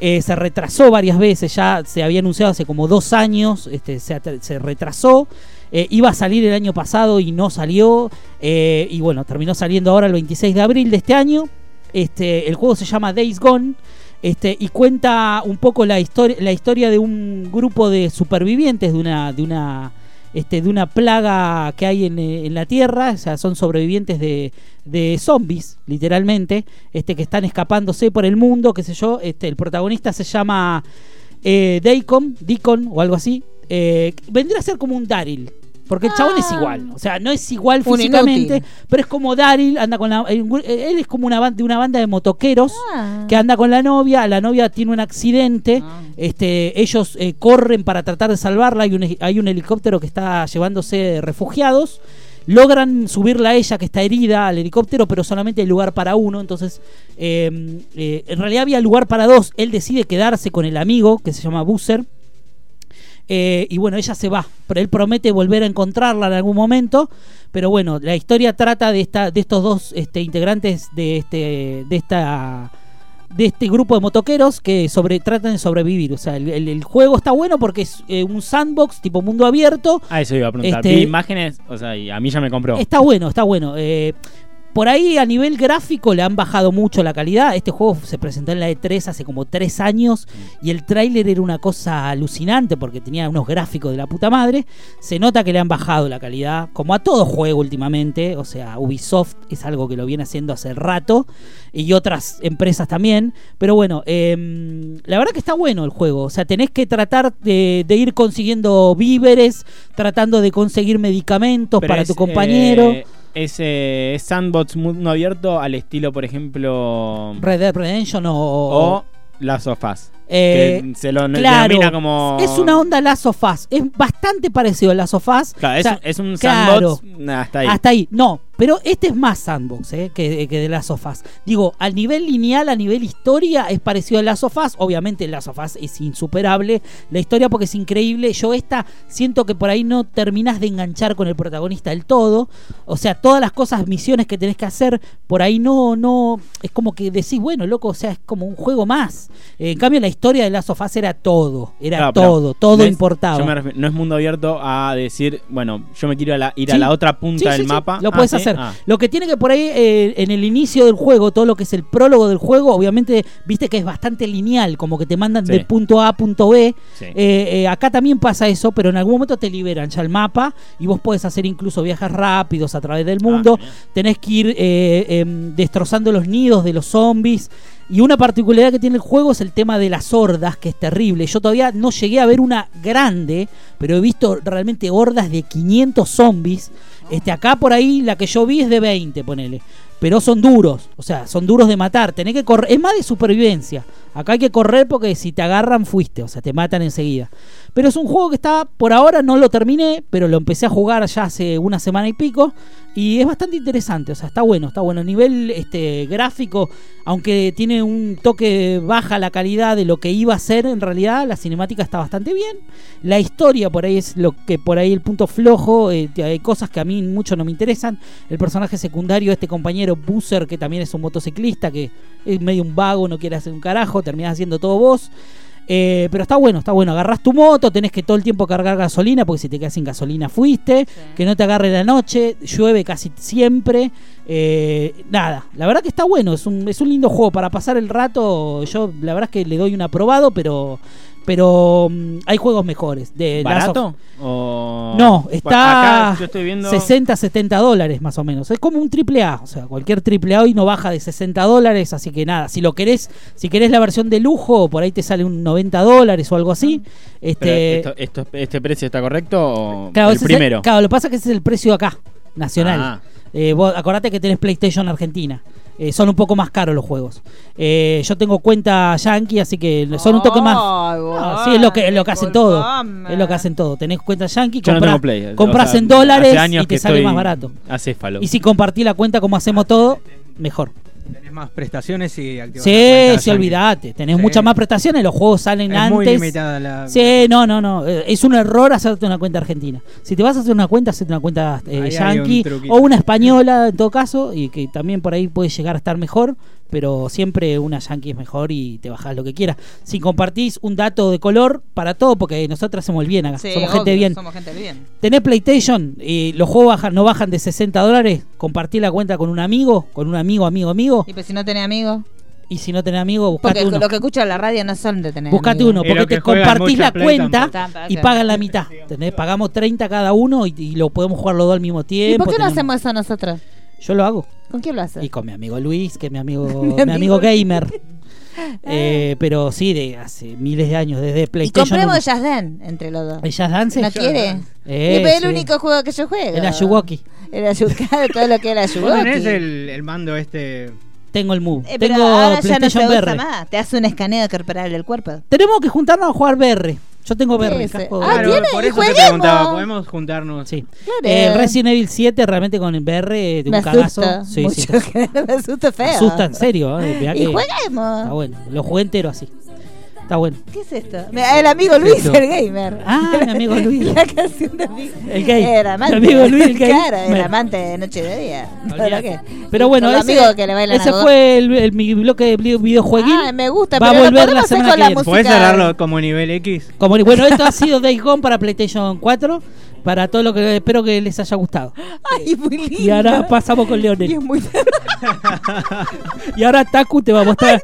eh, se retrasó varias veces, ya se había anunciado hace como dos años, este, se, atra- se retrasó, eh, iba a salir el año pasado y no salió, eh, y bueno, terminó saliendo ahora el 26 de abril de este año, este, el juego se llama Days Gone. Este, y cuenta un poco la, histori- la historia de un grupo de supervivientes de una, de una este, de una plaga que hay en, eh, en la Tierra, o sea, son sobrevivientes de, de zombies, literalmente, este, que están escapándose por el mundo, qué sé yo. Este, el protagonista se llama eh, Deacon, Deacon o algo así. eh, vendría a ser como un Daryl. Porque el chabón es igual, o sea, no es igual Ah. Un físicamente, inútil. pero es como Daryl, anda con la, hay un gru- eh, él es como una ban- de una banda de motoqueros Ah. que anda con la novia, la novia tiene un accidente, este, ellos eh, corren para tratar de salvarla, hay un, hay un helicóptero que está llevándose refugiados, logran subirla a ella que está herida al helicóptero, pero solamente hay lugar para uno, entonces eh, eh, en realidad había lugar para dos, él decide quedarse con el amigo que se llama Boozer, Eh, y bueno, ella se va, pero él promete volver a encontrarla en algún momento. Pero bueno, la historia trata de esta, de estos dos este, integrantes de este, de esta de este grupo de motoqueros que sobre, tratan de sobrevivir. O sea, el, el- el juego está bueno porque es eh, un sandbox tipo mundo abierto. Ah, eso iba a preguntar. Este- Vi imágenes, o sea, y a mí ya me compró. Está bueno, está bueno. Eh, por ahí a nivel gráfico le han bajado mucho la calidad. Este juego se presentó en la E3 hace como tres años y el tráiler era una cosa alucinante porque tenía unos gráficos de la puta madre. Se nota que le han bajado la calidad, como a todo juego últimamente. O sea, Ubisoft es algo que lo viene haciendo hace rato y otras empresas también. Pero bueno, eh, la verdad que está bueno el juego. O sea, tenés que tratar de, de ir consiguiendo víveres, tratando de conseguir medicamentos Pero para es, tu compañero. eh, es, eh, es sandbox mundo abierto al estilo, por ejemplo. Red Dead Redemption o. o las sofás. Eh, que se lo no- claro, denomina como. es una onda Last of Us. Es bastante parecido a Last of Us. Claro, O es, sea, es un claro, sandbox. nah, hasta ahí. Hasta ahí. No, pero este es más sandbox eh, que, que de las sofás. Digo, al nivel lineal, a nivel historia, es parecido a las sofás. Obviamente, las sofás es insuperable. La historia, porque es increíble. Yo, esta, siento que por ahí no terminas de enganchar con el protagonista del todo. O sea, todas las cosas, misiones que tenés que hacer, por ahí no, no. Es como que decís, bueno, loco, o sea, es como un juego más. Eh, en cambio, la historia de las sofás era todo. Era Claro, pero todo, todo no es- importaba. yo me refiero- no es mundo abierto a decir, bueno, yo me quiero ir a la, ir a Sí. la otra punta Sí, sí, del sí, mapa. Lo Ah, puedes ¿sí? hacer. Ah. Lo que tiene que por ahí eh, en el inicio del juego, todo lo que es el prólogo del juego, obviamente viste que es bastante lineal, como que te mandan Sí. de punto A a punto B. Sí. Eh, eh, acá también pasa eso, pero en algún momento te liberan ya el mapa y vos podés hacer incluso viajes rápidos a través Ah, del mundo. Tenés que ir eh, em, destrozando los nidos de los zombies. Y una particularidad que tiene el juego es el tema de las hordas, que es terrible. Yo todavía no llegué a ver una grande, pero he visto realmente hordas de 500 zombies. Este, acá por ahí la que yo vi es de 20, ponele. Pero son duros, o sea, son duros de matar. Tenés que correr, es más de supervivencia. Acá hay que correr porque si te agarran fuiste, o sea, te matan enseguida. Pero es un juego que está, por ahora no lo terminé, pero lo empecé a jugar ya hace una semana y pico. Y es bastante interesante, o sea, está bueno, está bueno. A nivel este, gráfico, aunque tiene un toque baja la calidad de lo que iba a ser, en realidad la cinemática está bastante bien. La historia por ahí es lo que por ahí el punto flojo, eh, hay cosas que a mí mucho no me interesan. El personaje secundario, este compañero Boozer, que también es un motociclista, que es medio un vago, no quiere hacer un carajo, terminás haciendo todo vos. Eh, pero está bueno, está bueno. Agarrás tu moto, tenés que todo el tiempo cargar gasolina, porque si te quedas sin gasolina fuiste. Que no te agarre la noche, llueve casi siempre. Eh, nada, la verdad que está bueno, es un, es un lindo juego. Para pasar el rato, yo la verdad es que le doy un aprobado, pero. Pero mm, hay juegos mejores. De Last of- ¿Barato? O- Eh, No, Acá está yo estoy viendo. 60, 70 dólares más o menos. Es como un triple A. O sea, cualquier triple A hoy no baja de 60 dólares. Así que nada, si lo querés, si querés la versión de lujo, por ahí te sale un 90 dólares o algo así. Ah, Pero Este, esto- esto- ¿Este precio está correcto? O Claro, el ese es el- primero. claro, lo que pasa es que ese es el precio acá, nacional. Ah. Eh, vos acordate que tenés PlayStation Argentina. Eh, son un poco más caros los juegos. Eh, yo tengo cuenta Yankee, así que son un toque más. Ay, Ah, No, sí, es lo que, es lo que hacen todo. disculpame. Es lo que hacen todo. Tenés cuenta Yankee, Yo no comprás- tengo Play. comprás o sea, en dólares hace años y te que sale estoy más barato. Acéfalo. Y si compartí la cuenta como hacemos todo, mejor. Tenés más prestaciones y activas Sí, la cuenta sí, Sony. olvídate. Tenés Sí. muchas más prestaciones, los juegos salen Es antes. muy limitada la- Sí, no, no, no. Eh, Es un error hacerte una cuenta argentina. Si te vas a hacer una cuenta, hacete una cuenta eh, Ahí hay yankee un truquito. o una española en todo caso, y que también por ahí puede llegar a estar mejor, pero siempre una yankee es mejor y te bajás lo que quieras. Si compartís un dato de color para todo, porque nosotros hacemos el bien acá. Sí, somos gente obvio, bien. Somos gente bien. Tenés PlayStation y los juegos bajan, no bajan de 60 dólares, compartí la cuenta con un amigo, con un amigo, amigo, amigo. Y pues si no tenés amigos. Y si no tenés amigo, buscate Porque uno. lo que escucha la radio no son de tener Buscate amigos. uno, porque te compartís la cuenta y pagan la mitad. ¿entendés? Pagamos 30 cada uno y, y lo podemos jugar los dos al mismo tiempo. ¿Y por qué no tenemos- hacemos eso nosotros? Yo lo hago. ¿Con quién lo haces? Y con mi amigo Luis, que es mi amigo, Mi mi amigo amigo Ah. gamer. Eh, pero sí, de hace miles de años, desde Y PlayStation. compremos uno. el Just Dance entre los dos. ¿El Just Dance? ¿No Just quiere? Dance. Eh, y pues es el sí. único juego que yo juego. Era Yuwoki. Era Yu- claro, todo lo que era ¿Vos tenés Yuwoki. el, el mando este? Tengo el Move. Eh, pero Tengo ahora ya no se PlayStation usa VR. más. Te hace un escaneo corporal del cuerpo. Tenemos que juntarnos a jugar VR. Yo tengo VR. ese? casco Ah, VR. ¿tiene? Por eso Jueguemos. te preguntaba, ¿podemos juntarnos? Sí. Claro. Eh, Resident Evil 7 realmente con el VR de un Me cagazo. asusta Sí, sí. mucho. Me asusta feo. Asusta, en serio. eh, mirá Y que- jueguemos. Está bueno. Lo jugué entero así. Está bueno. ¿Qué es esto? Me- El amigo Luis, Esto. el gamer. Ah, el amigo Luis. La canción de Luis. El gay. Era amante. El amigo Luis, el gay. Claro, el Bueno. amante de noche y de día. Todo lo que- Pero bueno, Todo lo ese, amigo que le bailan ese a fue el, el- mi bloque de vi- videojueguín. Ah, me gusta, Va a pero lo volver la podemos hacer semana con que la viene. música. ¿Podés cerrarlo como nivel X? Como, ni- bueno, esto ha sido Days Gone para PlayStation 4. Para todo lo que espero que les haya gustado. Ay, muy lindo. Y ahora pasamos con Leonel. Y es muy Y ahora Taku te va a mostrar.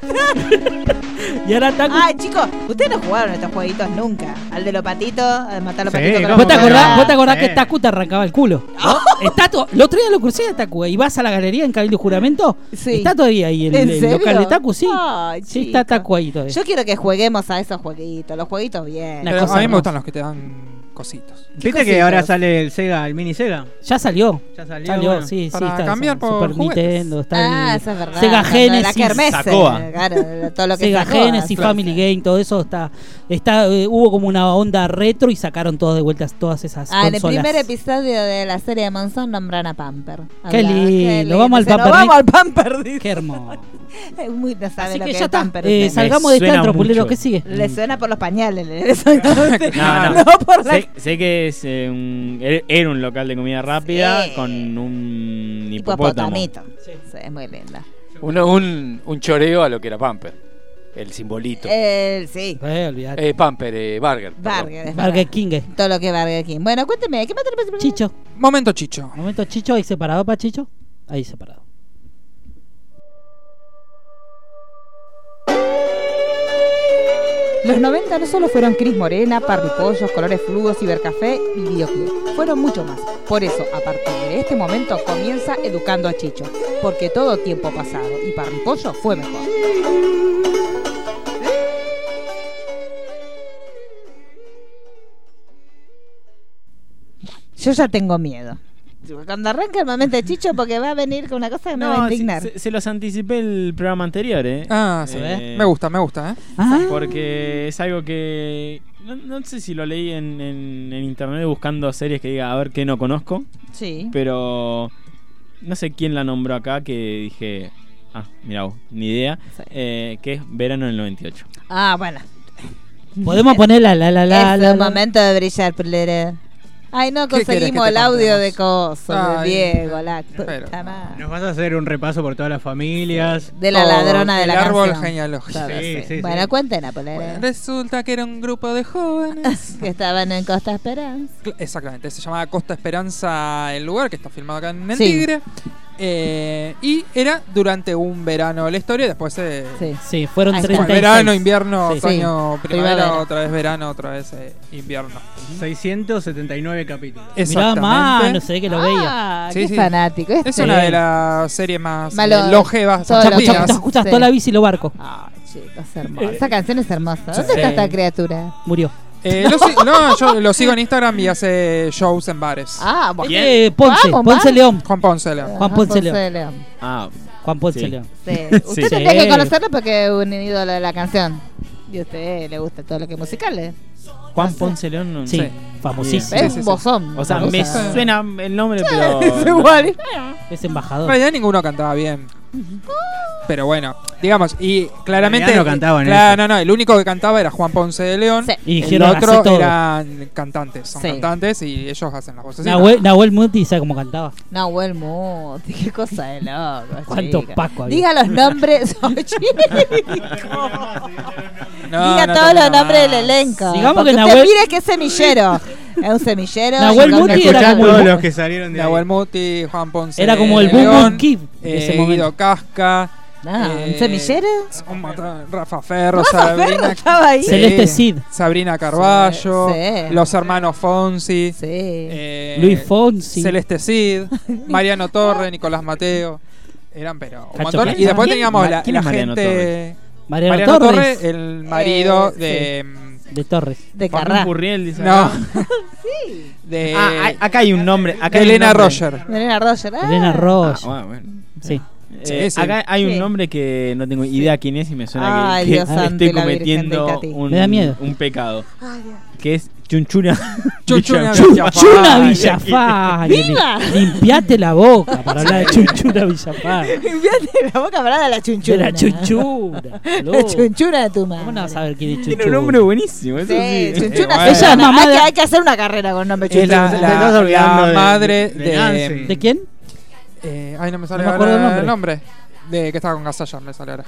y ahora Taku. Ay, chicos, ustedes no jugaron estos jueguitos nunca. Al de los patitos, al matar a los Sí, patitos. con la ¿Vos te boca. acordás, vos te acordás Sí. que Taku te arrancaba el culo? Está to- el otro día lo crucé a Taku. eh, Y vas a la galería en Cabildo y Juramento. Está todavía ahí el, ¿En el serio? local de Taku, sí. Ay, sí, está Taku ahí todavía. Yo quiero que juguemos a esos jueguitos, los jueguitos bien. Pero a mí me gustan los que te dan cositos. ¿Viste que ahora sale el Sega, el mini Sega? Ya salió. Ya salió. Salió, bueno. sí, sí. Para Está, cambiar está por Super juguetes. Nintendo, está Ah, el eso es verdad. Sega cuando la Genesis. kermés, Sacoa. eh, Claro, todo lo que Sega es Sacoa, Genesis, claro. Family Game, todo eso está, está eh, hubo como una onda retro y sacaron todas de vueltas todas esas Ah, en el consolas. primer episodio de la serie de Monzón nombran a Pamper. Qué Hablaban, lindo, vamos al Dice, Pamper. "Nos vamos al Pamper. Qué hermoso. Pamper". Muy no sabe Así lo que, que ya es está. Pamper. Eh, Me salgamos de este suena antro, Pulero, mucho. ¿qué sigue? Le suena por los pañales, le le suena No, no. por la sé, sé que es eh, un- er- era un local de comida rápida con un hipopótamo. hipopotamito. Sí, es muy linda. Una- un, un choreo a lo que era Pamper. El simbolito. Eh, sí. Eh, Eh, Pamper, eh, Burger. perdón. Burger, es Burger verdad. King. Todo lo que es Burger King. Bueno, cuénteme, ¿qué más tenemos? primero? Chicho. Momento Chicho. Momento Chicho, ahí separado para Chicho. Ahí separado. Los 90 no solo fueron Cris Morena, Parripollos, Colores Fluos, Cibercafé y Videoclub, fueron mucho más. Por eso, a partir de este momento comienza Educando a Chicho, porque todo tiempo pasado y Parripollo fue mejor. Yo ya tengo miedo. Cuando arranque el momento de Chicho, porque va a venir con una cosa que me va a No, sí, indignar. se, se los anticipé el programa anterior, ¿eh? Ah, sí. Eh, Me gusta, me gusta, ¿eh? Ah. Porque es algo que. No, no sé si lo leí en, en- en internet buscando series que diga a ver qué no conozco. Sí. Pero. No sé quién la nombró acá que dije. Ah, mira vos, ni idea. Eh, que es verano del 98. Ah, bueno. Podemos poner la la la la es la, un la. momento de brillar, Pulere. Ay, no ¿Qué querés que conseguimos te el audio contemos? de Coso, de Ay, Diego, la pero- puta madre. Nos vas a hacer un repaso por todas las familias. Ah. De la Todo. ladrona de el la árbol canción. genealógico. Todo, Sí, sí. sí, sí. bueno, cuenten a Pulere. Resulta que era un grupo de jóvenes. que estaban en Costa Esperanza. Cl- Exactamente, se llamaba Costa Esperanza el lugar que está filmado acá en el Sí. Tigre. Eh, y era durante un verano la historia, después eh, Sí. Sí, fueron Ahí está. 36. Verano, invierno, Sí. otoño, Sí. primavera, Primavera. otra vez verano, otra vez eh, invierno. 679 capítulos. Exactamente. mano, se ve que lo Ah, qué fanático este. Es una de las series más Malo- eh, longevas. todo lo- argentinas. Escuchas- escuchas Sí. Ah. toda la bici y lo barco. Ay, chicos, hermosa. Esa canción es hermosa. ¿Dónde Sí. está esta criatura? Murió. Eh, lo si- no, yo lo sigo en Instagram y hace shows en bares. Ah, bueno. Eh, Ponce, Vamos, Ponce vamos. León. Juan Ponce León. Juan Ajá, Ponce Ponce León. León. Ah, Juan Ponce sí. León. Sí. Usted Sí. tendría Sí. que conocerlo porque es un ídolo de la canción. Y a usted le gusta todo lo que es musical, ¿eh? Juan Ponce León. no- Sí, Sí. famosísimo. Es un bozón. O sea, Una me cosa- suena el nombre, pero. Es igual. Es En embajador. realidad ninguno cantaba bien. Pero bueno, digamos, y claramente. En realidad no cantaban Claro, eso. no, no, el único que cantaba era Juan Ponce de León. Y el dijeron, "Hacé otro todo". eran cantantes, son Sí. cantantes y ellos hacen las voces. Nahuel, Nahuel Muti, ¿sabe cómo cantaba? Nahuel Muti, qué cosa de loco. ¿Cuánto chica. Paco había? Diga los nombres. oh, Ay, chico. Diga todos los nombres del elenco. Digamos porque que usted Nahuel- mire que es semillero. Es un semillero. Nahuel y con- Muti era como el- que salieron de Nahuel Muti, Juan Ponce. Era como de el Boom Boom León, Kid de ese eh, momento. Guido Casca. Ah, ¿un eh, semillero? un matón, Rafa Ferro, Rafa Sabrina, eh, Ferro estaba ahí. Celeste Cid. Sabrina Carballo, Sí, sí. los hermanos Fonsi, eh, Luis Fonsi. Celeste Cid, Mariano Torre, Nicolás Mateo. Eran, pero. un Cacho montón. Plaza. Y después ¿Quién? teníamos Ma- la, ¿quién la es Mariano gente. Mariano Torre, Torres. el marido Eh, de. mm, De Torres. De Por Carrá. un Purriel, dice No. acá. Sí. de Ah, hay- acá hay un nombre. Acá de hay un Elena nombre. Roger. Elena Roger. ah. Elena Roche. Ah, bueno, bueno. Sí. Eh, Sí, sí. Acá hay Sí. un nombre que no tengo idea quién es y me suena que- Ay, que, Dios santo y estoy la Virgen de cometiendo Itatí. un, Me da miedo. un pecado. Ay, Dios. Que es Chunchuna. Chunchuna Chunchuna Villafán. Villafán. ¡Viva! Limpiate la boca para hablar de Chunchuna Villafán. Limpiate la boca parada de la chunchura. De la chunchura. La chunchura de tu madre. ¿Cómo no vas a ver quién es Chunchuna? Tiene un nombre buenísimo, eso Sí, sí. chunchuna. Eh, bueno. Ella es Ella mamá. mamá Hay, de- que, hay que hacer una carrera con nombre Es chunchuna. la, Te la- estás olvidando la de- madre de de. Nancy. ¿De quién? eh, ay, no me sale No me ahora acuerdo el el nombre. De que estaba con Gasalla, me sale ahora.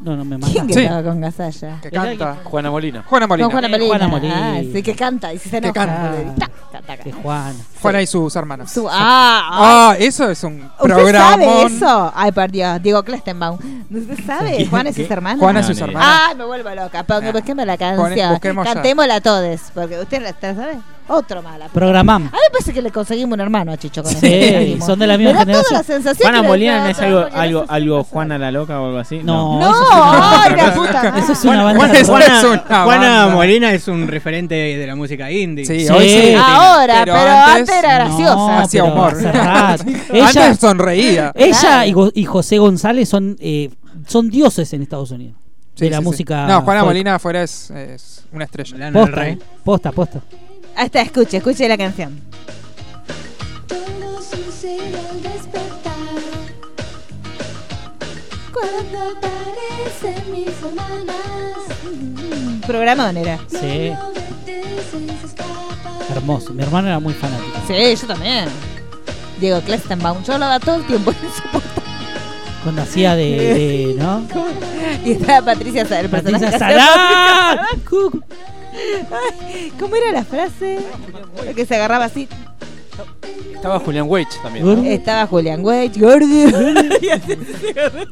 No, no me mata. ¿Quién que Sí. estaba con Gazalla? Que Era canta. Juana Molina. Juana Molina. Con Juana Eh, Molina. Juana Molina. Ah, sí, que canta y se enoja. canta. Ta, ta, ta. De Juana. Juana y sus hermanas. Su- ah, ah. Ah, eso es un ¿Usted sabe programa. eso? Ay, por Dios. Diego Klestenbaum. ¿Usted sabe? ¿Quién? Juan es ¿Qué? sus hermanas. Juana y No, sus ni idea. hermanas. Ay, me vuelvo loca. Ponga, Ah. busquemos la Pone- canción. busquemos ya. Cantémosla a todos. Porque usted la la sabe. Otro mala. Programam. A mí me parece que le conseguimos un hermano a Chicho con Sí, este organismo. son de la Me misma da toda generación. la sensación Juana que le- Molina no es algo, porque algo, no sé si algo pasa. Juana la loca o algo así. No. No, ay, la puta. Eso es madre. una banda. Juana- Juana- Juana- es una Juana banda. Molina es un referente de la música indie. Sí, Sí. hoy sí. Ahora, pero, antes, era No, graciosa. Hacía pero humor. hace rato. Ella- Antes sonreía. Ella y, Go- y José González son, eh, son dioses en Estados Unidos. Sí, de la sí, sí. música. No, Juana folk. Molina afuera es, es una estrella. Lana del Posta, eh. Rey. posta, posta. Ahí está, escuche, escuche la canción. Todo sucede al despertar. Cuando aparecen mis hermanas, Un Programón era. Sí, no de ti se escapa. hermoso. Mi hermano era muy fanático. Sí, yo también. Diego Klestenbaum, yo lo daba todo el tiempo en su puta. Cuando hacía de. de- ¿No? Y estaba Patricia Sa- el personaje Patricia que hacía Salá. Cook. Ay, ¿Cómo era la frase? Que se agarraba así. Estaba Julián Weich también. ¿no? Gordo. Estaba Julián Wage, gordo. Y así se agarraba.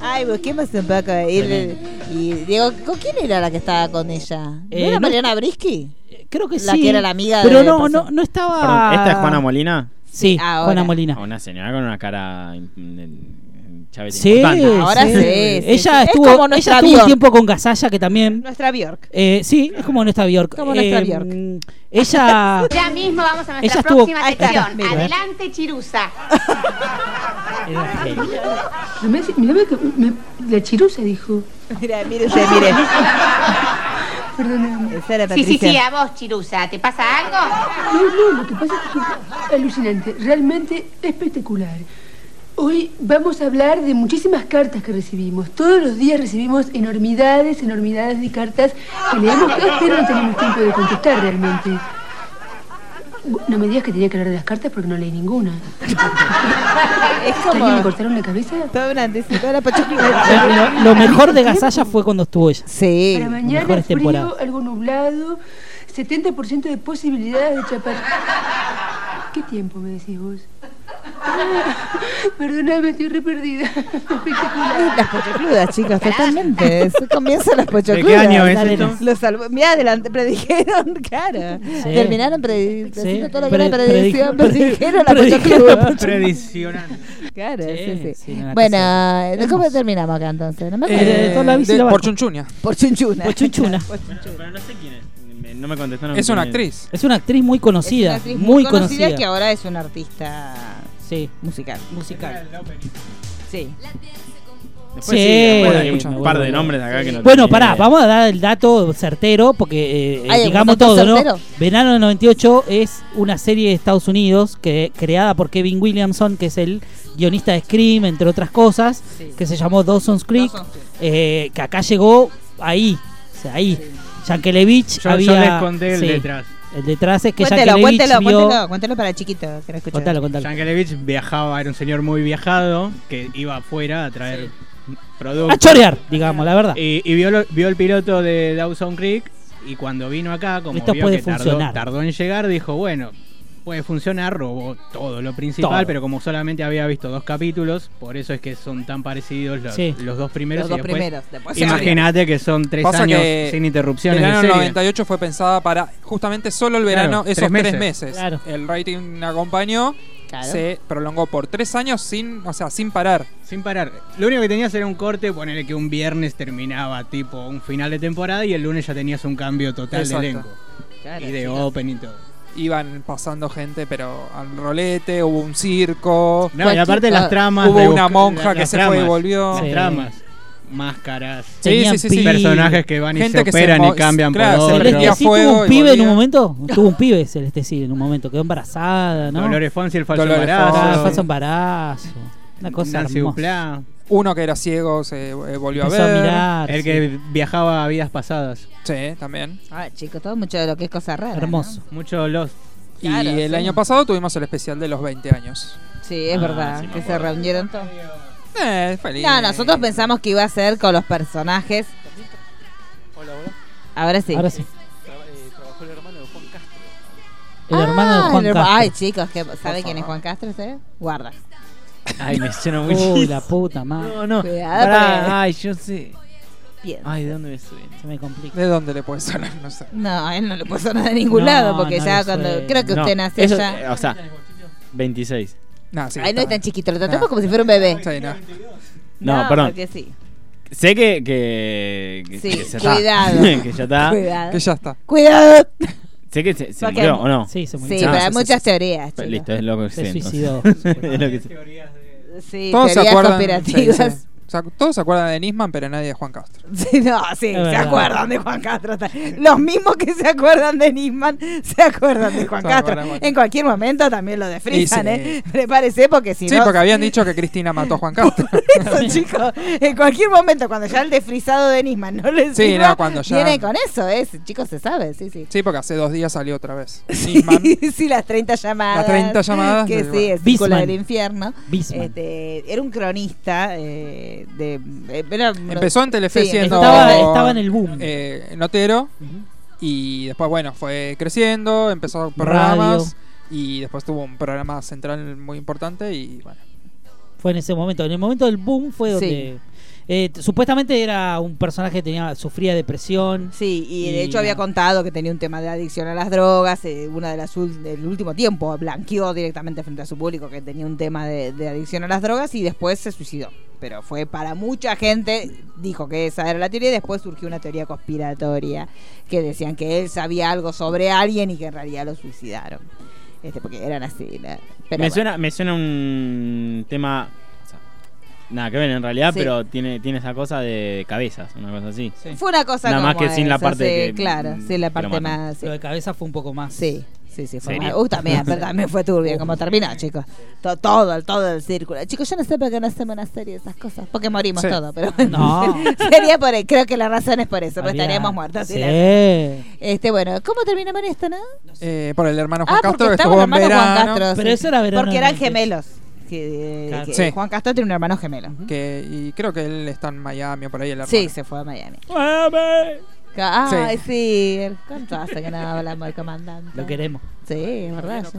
Ay, busquemos un poco. Y, y Diego, ¿con quién era la que estaba con ella? ¿No Eh, era no- Mariana Brisky? Creo que La sí. que era la amiga Pero de- Ah, no, no, no estaba. Perdón, ¿Esta Ah. es Juana Molina? Sí, Ahora. Juana Molina. Una señora con una cara. mm, mm, Chávez Sí, importante. Ahora sí, sí, Ella sí. Es estuvo, como ella nuestra estuvo Bjork. un tiempo con Gasalla, que también. Nuestra Bjork. Eh, sí, es como nuestra Bjork. Como nuestra Eh, Bjork. mm, Ella. Ya mismo vamos a Ella nuestra estuvo- próxima ahí está, sección. mira. Adelante, Chirusa. Era genial. la chirusa dijo. Mira, mire usted, mire. Perdóname. Esa era Sí, sí, Patricia. sí, a vos, Chirusa. ¿Te pasa algo? No, no, lo que pasa es que es alucinante, realmente espectacular. Hoy vamos a hablar de muchísimas cartas que recibimos. Todos los días recibimos enormidades, enormidades de cartas que leemos todas, pero no tenemos tiempo de contestar realmente. No me digas que tenía que hablar de las cartas porque no leí ninguna. Es ¿A ¿Alguien le como cortaron la cabeza? toda una anticipada la pachuca. Lo, lo mejor de Gasalla fue cuando estuvo ella. Sí. Para mañana mejores frío, temporadas. algo nublado, 70% de posibilidades de chapar. ¿Qué tiempo me decís vos? Ah, perdóname, estoy re perdida. Espectacular. Las pochocludas, chicos, totalmente. Eso comienza las pochocludas. ¿De qué año es Las de- esto? Los salvo- Mirá, adelante, predijeron, claro. Sí. Terminaron predi- Sí. haciendo todo lo que era Pre- predicción, predi- predijeron las predijeron pochocludas. Tradicional. Claro, sí, Sí, sí. sí, una bueno, cosa. ¿de ¿cómo terminamos acá entonces? No me acuerdo. Eh, toda la bici de- la por banco. Chunchunia. por chunchuna. Por Chunchuna. Pero, pero no sé quién es. Me- No me Ah, contestaron. Es una quién actriz. Es una actriz muy Es una conocida. actriz muy conocida. que ahora es una artista Sí, musical. musical. Sí. Después Sí, bueno, hay bueno, un par de bueno. nombres acá que no Bueno, tengo pará, idea. vamos a dar el dato certero, porque eh, eh, ¿Hay algún digamos dato todo, certero? ¿no? Verano del 98 es una serie de Estados Unidos que creada por Kevin Williamson, que es el guionista de Scream, entre otras cosas, Sí. que se llamó Dawson's Creek, Dawson's Creek. eh, que acá llegó ahí, o sea, ahí. Yankelevich Yo, había... yo le conté el sí, detrás. El detrás es que cuéntelo, Yankelevich cuéntelo, vio... cuéntelo, cuéntelo para chiquitos que no escucharon. Contalo, contalo. Yankelevich viajaba, era un señor muy viajado que iba afuera a traer A productos. chorear, digamos, la verdad. Y, y vio, lo- vio el piloto de Dawson Creek y cuando vino acá, como Esto vio puede que tardó, funcionar. tardó en llegar, dijo, bueno, puede funcionar, robó todo lo principal, Todo. pero como solamente había visto dos capítulos, por eso es que son tan parecidos los, Sí. los dos primeros. Los pues. y dos después- primeros. Pues Después se abrió. Imagínate que son tres Pasa años que sin interrupciones. El de verano serie. 98 fue pensada para justamente solo el Claro, verano, tres esos tres meses. meses. Claro. El rating acompañó, Claro. se prolongó por tres años sin, o sea, sin parar. Sin parar. Lo único que tenías era un corte, ponerle que un viernes terminaba tipo un final de temporada y el lunes ya tenías un cambio total Exacto. de elenco. Claro, y de sí, no. open y todo. Iban pasando gente, pero al rolete, hubo un circo. No, y aparte las tramas. Hubo rebusca- una monja las que se tramas, fue y volvió. Las Sí. tramas. máscaras, Sí, Tenían sí, sí, sí. personajes que van y se operan y cambian por otro. Celeste Cid tuvo un pibe en un momento, tuvo un pibe Celeste Cid en un momento, quedó embarazada, ¿no? Ah, Dolores Fonsi, el falso Dolores embarazo. Fonsi, el falso embarazo. Una cosa Nancy hermosa. Duplá. Uno que era ciego se eh, volvió a ver. Empezó a mirar, El que viajaba a vidas pasadas. Sí, también. Ah, chicos, todo mucho de lo que es cosa rara. ¿no? Mucho los. Y Claro, el sí. año pasado tuvimos el especial de los 20 años. Sí, es Ah, verdad, sí me que se acuerdo. reunieron todos. Eh, feliz. No, nosotros pensamos que iba a ser con los personajes. Ahora sí. Ahora sí. Trabajó el hermano de Juan Castro. El hermano de Ah, Juan el herma- Castro. Ay, chicos, que- ¿sabe Por quién es Juan Castro? usted? Guarda. Ay, me suena muy Uy, la puta madre. No, no. Cuidado, eh. Pará, porque- ay, yo sé. Bien. Ay, ¿de dónde me suena? Se me complica. ¿De dónde le puede sonar? No sé. No, a él no le puede sonar de ningún lado porque ya cuando. Creo que usted nace eso, ya. eh, O sea, 26. No, Ay, no es tan chiquito, lo tratamos No. como si fuera un bebé. No, perdón. Porque sí. Sé que. que, que- Sí, que se cuidado. está. que ya está. Cuidado. Que ya está. ¡Cuidado! Sé que se, se Porque- murió, ¿o no? Sí, se murió. Sí, pero hay muchas teorías. Pero Pues, chicos. Listo, es lo que Se sé, entonces. suicidó. es lo que sé. Sí, Todos se teorías acuerdan. conspirativas. sí, sí. O sea, todos se acuerdan de Nisman, pero nadie de Juan Castro. Sí, no, sí, Es se verdad. acuerdan de Juan Castro. Los mismos que se acuerdan de Nisman se acuerdan de Juan Se Castro. acuerdan, bueno. En cualquier momento también lo desfrizan, Y sí. ¿eh? Prepárese porque si sí, no. porque habían dicho que Cristina mató a Juan Castro. eso, chicos. En cualquier momento, cuando ya el desfrizado de Nisman no le Sí, sirva, no, cuando ya- Viene con eso, ¿eh? Chicos, se sabe, sí, sí. Sí, porque hace dos días salió otra vez. Sí, sí, las 30 llamadas. Las 30 llamadas, Que sí, sí, bueno. el círculo Bisman. del infierno. Bisman. Este, era un cronista eh, de. eh, era- Empezó en Telefe Sí, siendo. empezó- el boom. eh, notero. Y después, bueno, fue creciendo, empezó programas. Y después tuvo un programa central muy importante. Y bueno, Fue en ese momento. En el momento del boom fue donde. eh, t- supuestamente era un personaje que tenía, sufría depresión. Sí, y de hecho Y- había contado que tenía un tema de adicción a las drogas, eh, una de las ul- del último tiempo blanqueó directamente frente a su público que tenía un tema de, de adicción a las drogas y después se suicidó. Pero fue para mucha gente, dijo que esa era la teoría y después surgió una teoría conspiratoria que decían que él sabía algo sobre alguien y que en realidad lo suicidaron. Este, porque eran así. la- pero me, bueno. suena, me suena un tema. o sea, Nada que ver en realidad, Sí. pero tiene, tiene esa cosa de cabezas, una cosa así. Fue una cosa Nada más como que sin la esa, parte sí, que, claro, mm, sin la que lo parte matan. más. sí. Lo de cabeza fue un poco más. Sí, sí, sí, fue Serio. mal. Uy, también, pero también fue turbio como terminó, chicos. To- Todo, el- todo el círculo. Chicos, yo no sé por qué no hacemos una serie de esas cosas. Porque morimos Sí. todos, pero No. sería por creo que la razón es por eso, porque Había- pues estaríamos muertos. sin sí. la- Este, bueno, ¿cómo terminamos en esto, no? eh, por el hermano Juan Ah, porque Castro que estaba estuvo el en hermano verano. Juan Castro. sí. Porque eran que gemelos. Que, Claro. que Sí. Juan Castro tiene un hermano gemelo. Que, y creo que él está en Miami o por ahí el hermano. Sí, se fue a Miami. Ca- Sí. Ay, sí, el contraste que no hablamos el comandante. Lo queremos. Sí, es verdad. sí.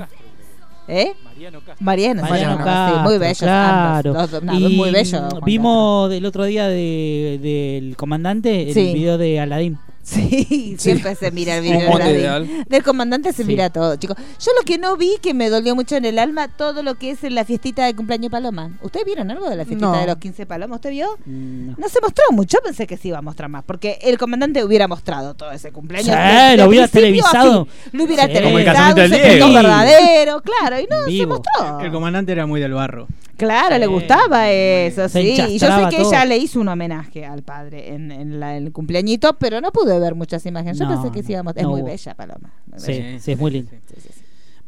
¿Eh? Mariano Castro. Mariano, Mariano Mariano, Castro, sí, muy bellos claro. ambos, dos- no, Y muy bello Juan Vimos del otro día de- del comandante el Sí. video de Aladdin. Sí, siempre se mira el Sí. video de Un monte Aladdin. ideal. del comandante se Sí. mira todo, chicos. Yo lo que no vi que me dolió mucho en el alma todo lo que es en la fiestita de cumpleaños Paloma. ¿Ustedes vieron algo de la fiestita No. de los 15 Paloma? ¿Usted vio? No. se mostró mucho, pensé que se iba a mostrar más, porque el comandante hubiera mostrado todo ese cumpleaños. Sí, de- de lo hubiera principio a televisado. fin. Lo hubiera Sí. Como el televisado, casamiento un del secreto Diego. verdadero, claro, y no se Vivo. mostró. El comandante era muy del barro. Claro, le gustaba eso, Se sí. Y yo sé enchastraba que todo. ella le hizo un homenaje al padre en, en la- en el cumpleañito, pero no pude ver muchas imágenes. Yo No, pensé que sí no, íbamos. Es no muy hubo. bella, Paloma. muy Sí, bella. sí, es muy lindo.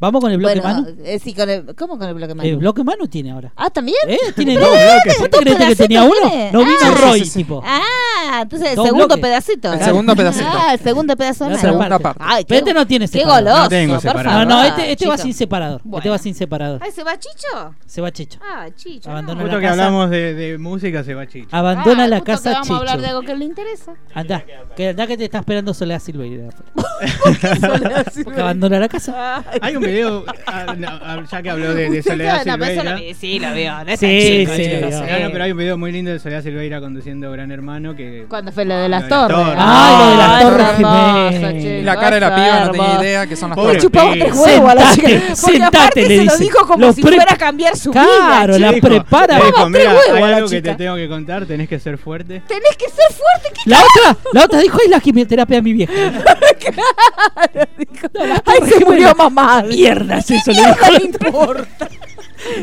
Vamos con el bloque Bueno, Manu. eh, sí, con el- ¿cómo con el bloque Manu? El bloque Manu tiene ahora. Ah, ¿también? Eh, tiene Pero dos bueno, bloques. ¿Vos te dos creíste que pedacitos tenía uno? tiene. No vino Ah. Roy, tipo. Ah, entonces el Dos segundo bloques. pedacito. El segundo pedacito. Ah, el segundo pedazo de La Manu. segunda parte. Ay, qué, Pero este no tiene Qué separador. goloso, No tengo por separador. favor. No, no, este- este va chicos. sin separador. Este va sin separador. ah, Ay, ¿se va Chicho? Se va Chicho. Ah, Chicho. Abandona Justo la que casa. hablamos de, de música se va Chicho. Abandona Ah, la justo casa que vamos a hablar Chicho. de algo que le interesa. Andá, que andá que te está esperando Soledad Silveira. Soledad Porque abandona la casa. Hay un video, ah, no, ah, ya que habló de, de Soledad No, pero eso Silveira. lo vi, sí, lo veo, no es tan sí, chico, sí, chicos, lo veo. sí. No, no, pero hay un video muy lindo de Soledad Silveira conduciendo Gran Hermano que... Cuando fue lo de Ah, las Lo torres. Ay, lo de las Ay, torres hermoso, gemelas. chicos, La cara de la piba no tenía hermoso. idea que son las Le torres. chupaba tres huevos a la chica. Porque aparte se lo dijo como si pre- fuera a cambiar su Claro, vida. la chicos. prepara. Le Dijo, chupaba tres mira, hay huevos a la algo que te chica. tengo que contar, tenés que ser fuerte. Tenés que ser fuerte. ¿qué? La otra, la otra dijo, ay, la quimioterapia a mi vieja. Ay, se murió mamá. Mierda, es eso, le dijo. ¿Qué le importa?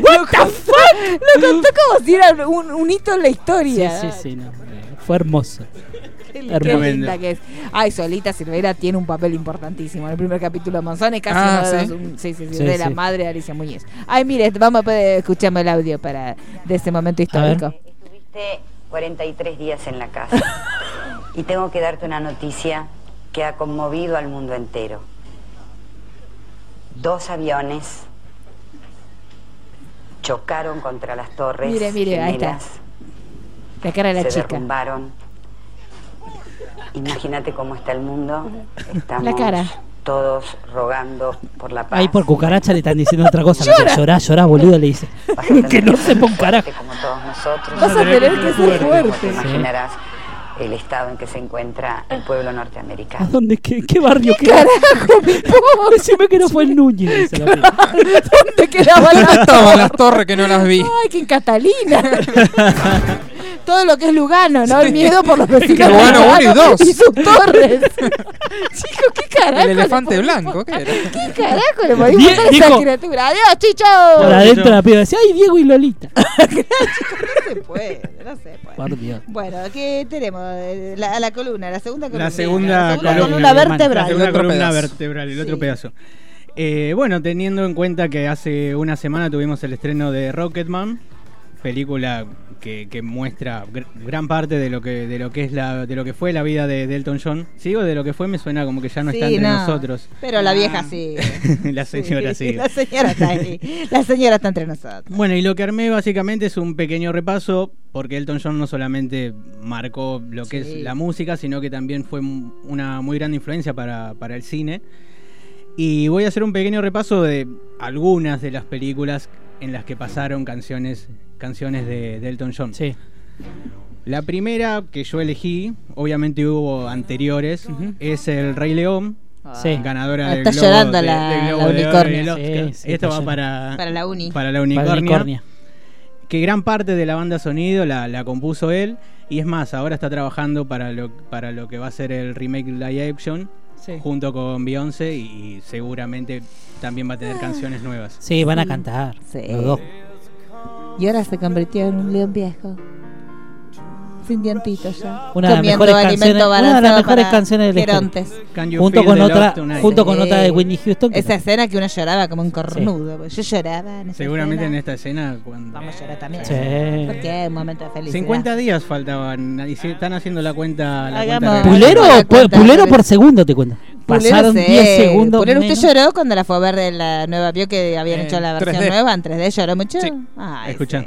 What the fuck? Lo contó como si era un, un hito en la historia. Sí, sí, sí. No. eh, Fue hermoso. Qué Hermoso. linda que es. Ay, Solita Silveira tiene un papel importantísimo en el primer capítulo de Manzana y casi Ah, uno de ¿sí? los- un- sí, sí, sí, Sí, de la sí. madre de Alicia Muñiz. Ay, mire, vamos a poder- escuchamos el audio para de ese momento histórico. Estuviste 43 días en la casa y tengo que darte una noticia que ha conmovido al mundo entero. Dos aviones chocaron contra las torres Mire, mire, ahí está. gemelas, La cara de la se chica. derrumbaron. Imagínate cómo está el mundo. Estamos La cara. todos rogando por la paz. Ahí por cucaracha le están diciendo otra cosa. Llora. Llorá, llorá, boludo, le dice. que no sepa un carajo. Como todos nosotros. Vas a tener que ser fuerte. Te Sí. imaginarás el estado en que se encuentra el pueblo norteamericano. ¿A dónde? ¿Qué, qué barrio? ¿Qué carajo, Oh, Decime que no fue en Núñez. dice la piba. ¿Dónde quedaban ¿Dónde las estaban las torres? torres que no las vi? Ay, que en Catalina. Todo lo que es Lugano, ¿no? El miedo por los vecinos. Que de Lugano uno y Lugano dos. Y sus torres. Chicos, ¿qué carajo? El le elefante podemos- blanco, ¿qué era? ¿Qué carajo le podemos Die- hacer a esa dijo- criatura? Adiós, chicho. Por adentro la piba decía, ay, Diego y Lolita. No se puede, no se puede. Por Dios. Bueno, ¿qué tenemos? Eh, La, la columna, la segunda columna. La segunda, columna, vertebral. La segunda columna vertebral, el Sí. otro pedazo. Eh, bueno, teniendo en cuenta que hace una semana tuvimos el estreno de Rocketman, película que, que muestra gr- gran parte de lo que de lo que es la de lo que fue la vida de, de Elton John. Si digo de lo que fue me suena como que ya no está Sí, entre no, nosotros. Pero la vieja Ah. sí. la señora sí. La señora está ahí. La señora está entre nosotros. Bueno, y lo que armé básicamente es un pequeño repaso, porque Elton John no solamente marcó lo que Sí. es la música, sino que también fue m- una muy grande influencia para, para el cine. Y voy a hacer un pequeño repaso de algunas de las películas en las que pasaron canciones, canciones de, de Elton John. Sí. La primera que yo elegí, obviamente hubo anteriores, es El Rey León. Sí. Ganadora Ah, del está Globo llorando de- la- del Globo la de Oro y el unicornia. Oscar. Sí, sí, Esto está va llorando. para, Ah. Para la uni. Para la unicornia. Para la unicornia. Que gran parte de la banda sonido la, la compuso él. Y es más, ahora está trabajando para lo, para lo que va a ser el remake live action. Junto con Beyoncé y, y seguramente también va a Eh. tener canciones nuevas. Sí, van a cantar. Los dos. Y ahora se convirtió en un león viejo. Sin dientitos ya. Una de las Comiendo mejores canciones, alimento una de las balanceado mejores para canciones de este gerontes. Junto con otra, junto con Sí. otra de Whitney Houston. que Esa también- escena que uno lloraba como un cornudo. Yo lloraba. En esa Seguramente en este- escena. esta escena cuando... Eh. Vamos a llorar también. Sí. Porque es un momento de felicidad. 50 días faltaban y si están haciendo la cuenta... La Hagamos- cuenta Pulero, regresiva. pu- pulero por segundo te cuento. Pasaron 10 segundos. Pulero, ¿usted menos. lloró cuando la fue a ver de la nueva? ¿Vio que habían En hecho la versión 3D. nueva en 3D? ¿Lloró mucho? Ay, Escuchá.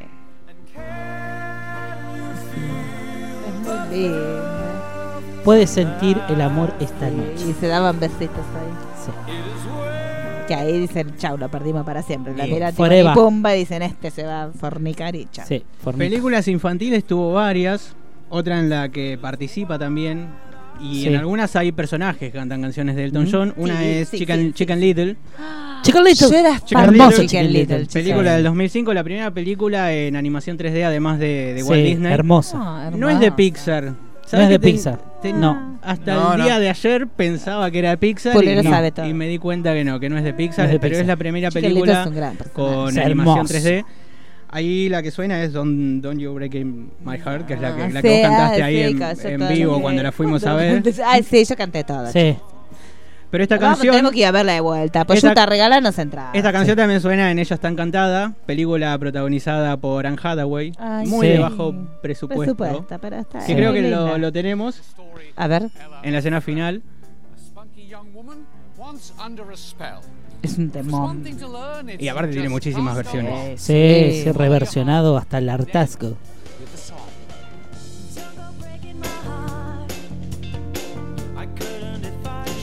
es muy lindo. Puedes sentir el amor esta noche. Y se daban besitos ahí. Que ahí dicen, chau, lo perdimos para siempre. La Bien, miran forever. y pumba, dicen, este se va a fornicar y chau. Sí, formica. Películas infantiles tuvo varias, otra en la que participa también. Y Sí. en algunas hay personajes que cantan canciones de Elton Ujú. John. Una Sí, es sí, Chicken, sí, Chicken Little. Chicken Little. Yo era Chicken fan de Little. Chicken Little, chicos. Película del 2005, la primera película en animación 3D, además de, de Sí, Walt Disney. hermosa. Ah, no es de Pixar. ¿Sabes es de que Pixar. No. Hasta No, el no. día de ayer pensaba que era de Pixar Pulero y, no. sabe todo. y me di cuenta que no, que no es de Pixar, No es de pero Pixar. es la primera Chicken Little película es un gran personaje. con Es animación hermoso. 3D. Ahí la que suena es Don't, Don't You Break My Heart, que es la que, la Ah, que sí, vos cantaste ah, ahí sí, en- cayó en, todo vivo el- cuando la fuimos a ver. Ay, sí, yo canté todo. Sí. Pero esta Vamos, canción, tenemos Ah, que ir Ah, a verla de vuelta. pues Poyuta, Esta- regálanos entradas. esta canción también suena en Ella está encantada, película protagonizada por Anne Hathaway, Ay, muy sí. de bajo presupuesto. Presupuesto, pero está que bien. creo que Muy lo, linda. lo tenemos. A ver. En la escena final. Es un temón. Eh, Y aparte tiene muchísimas versiones. Sí, sí, reversionado hasta el hartazgo.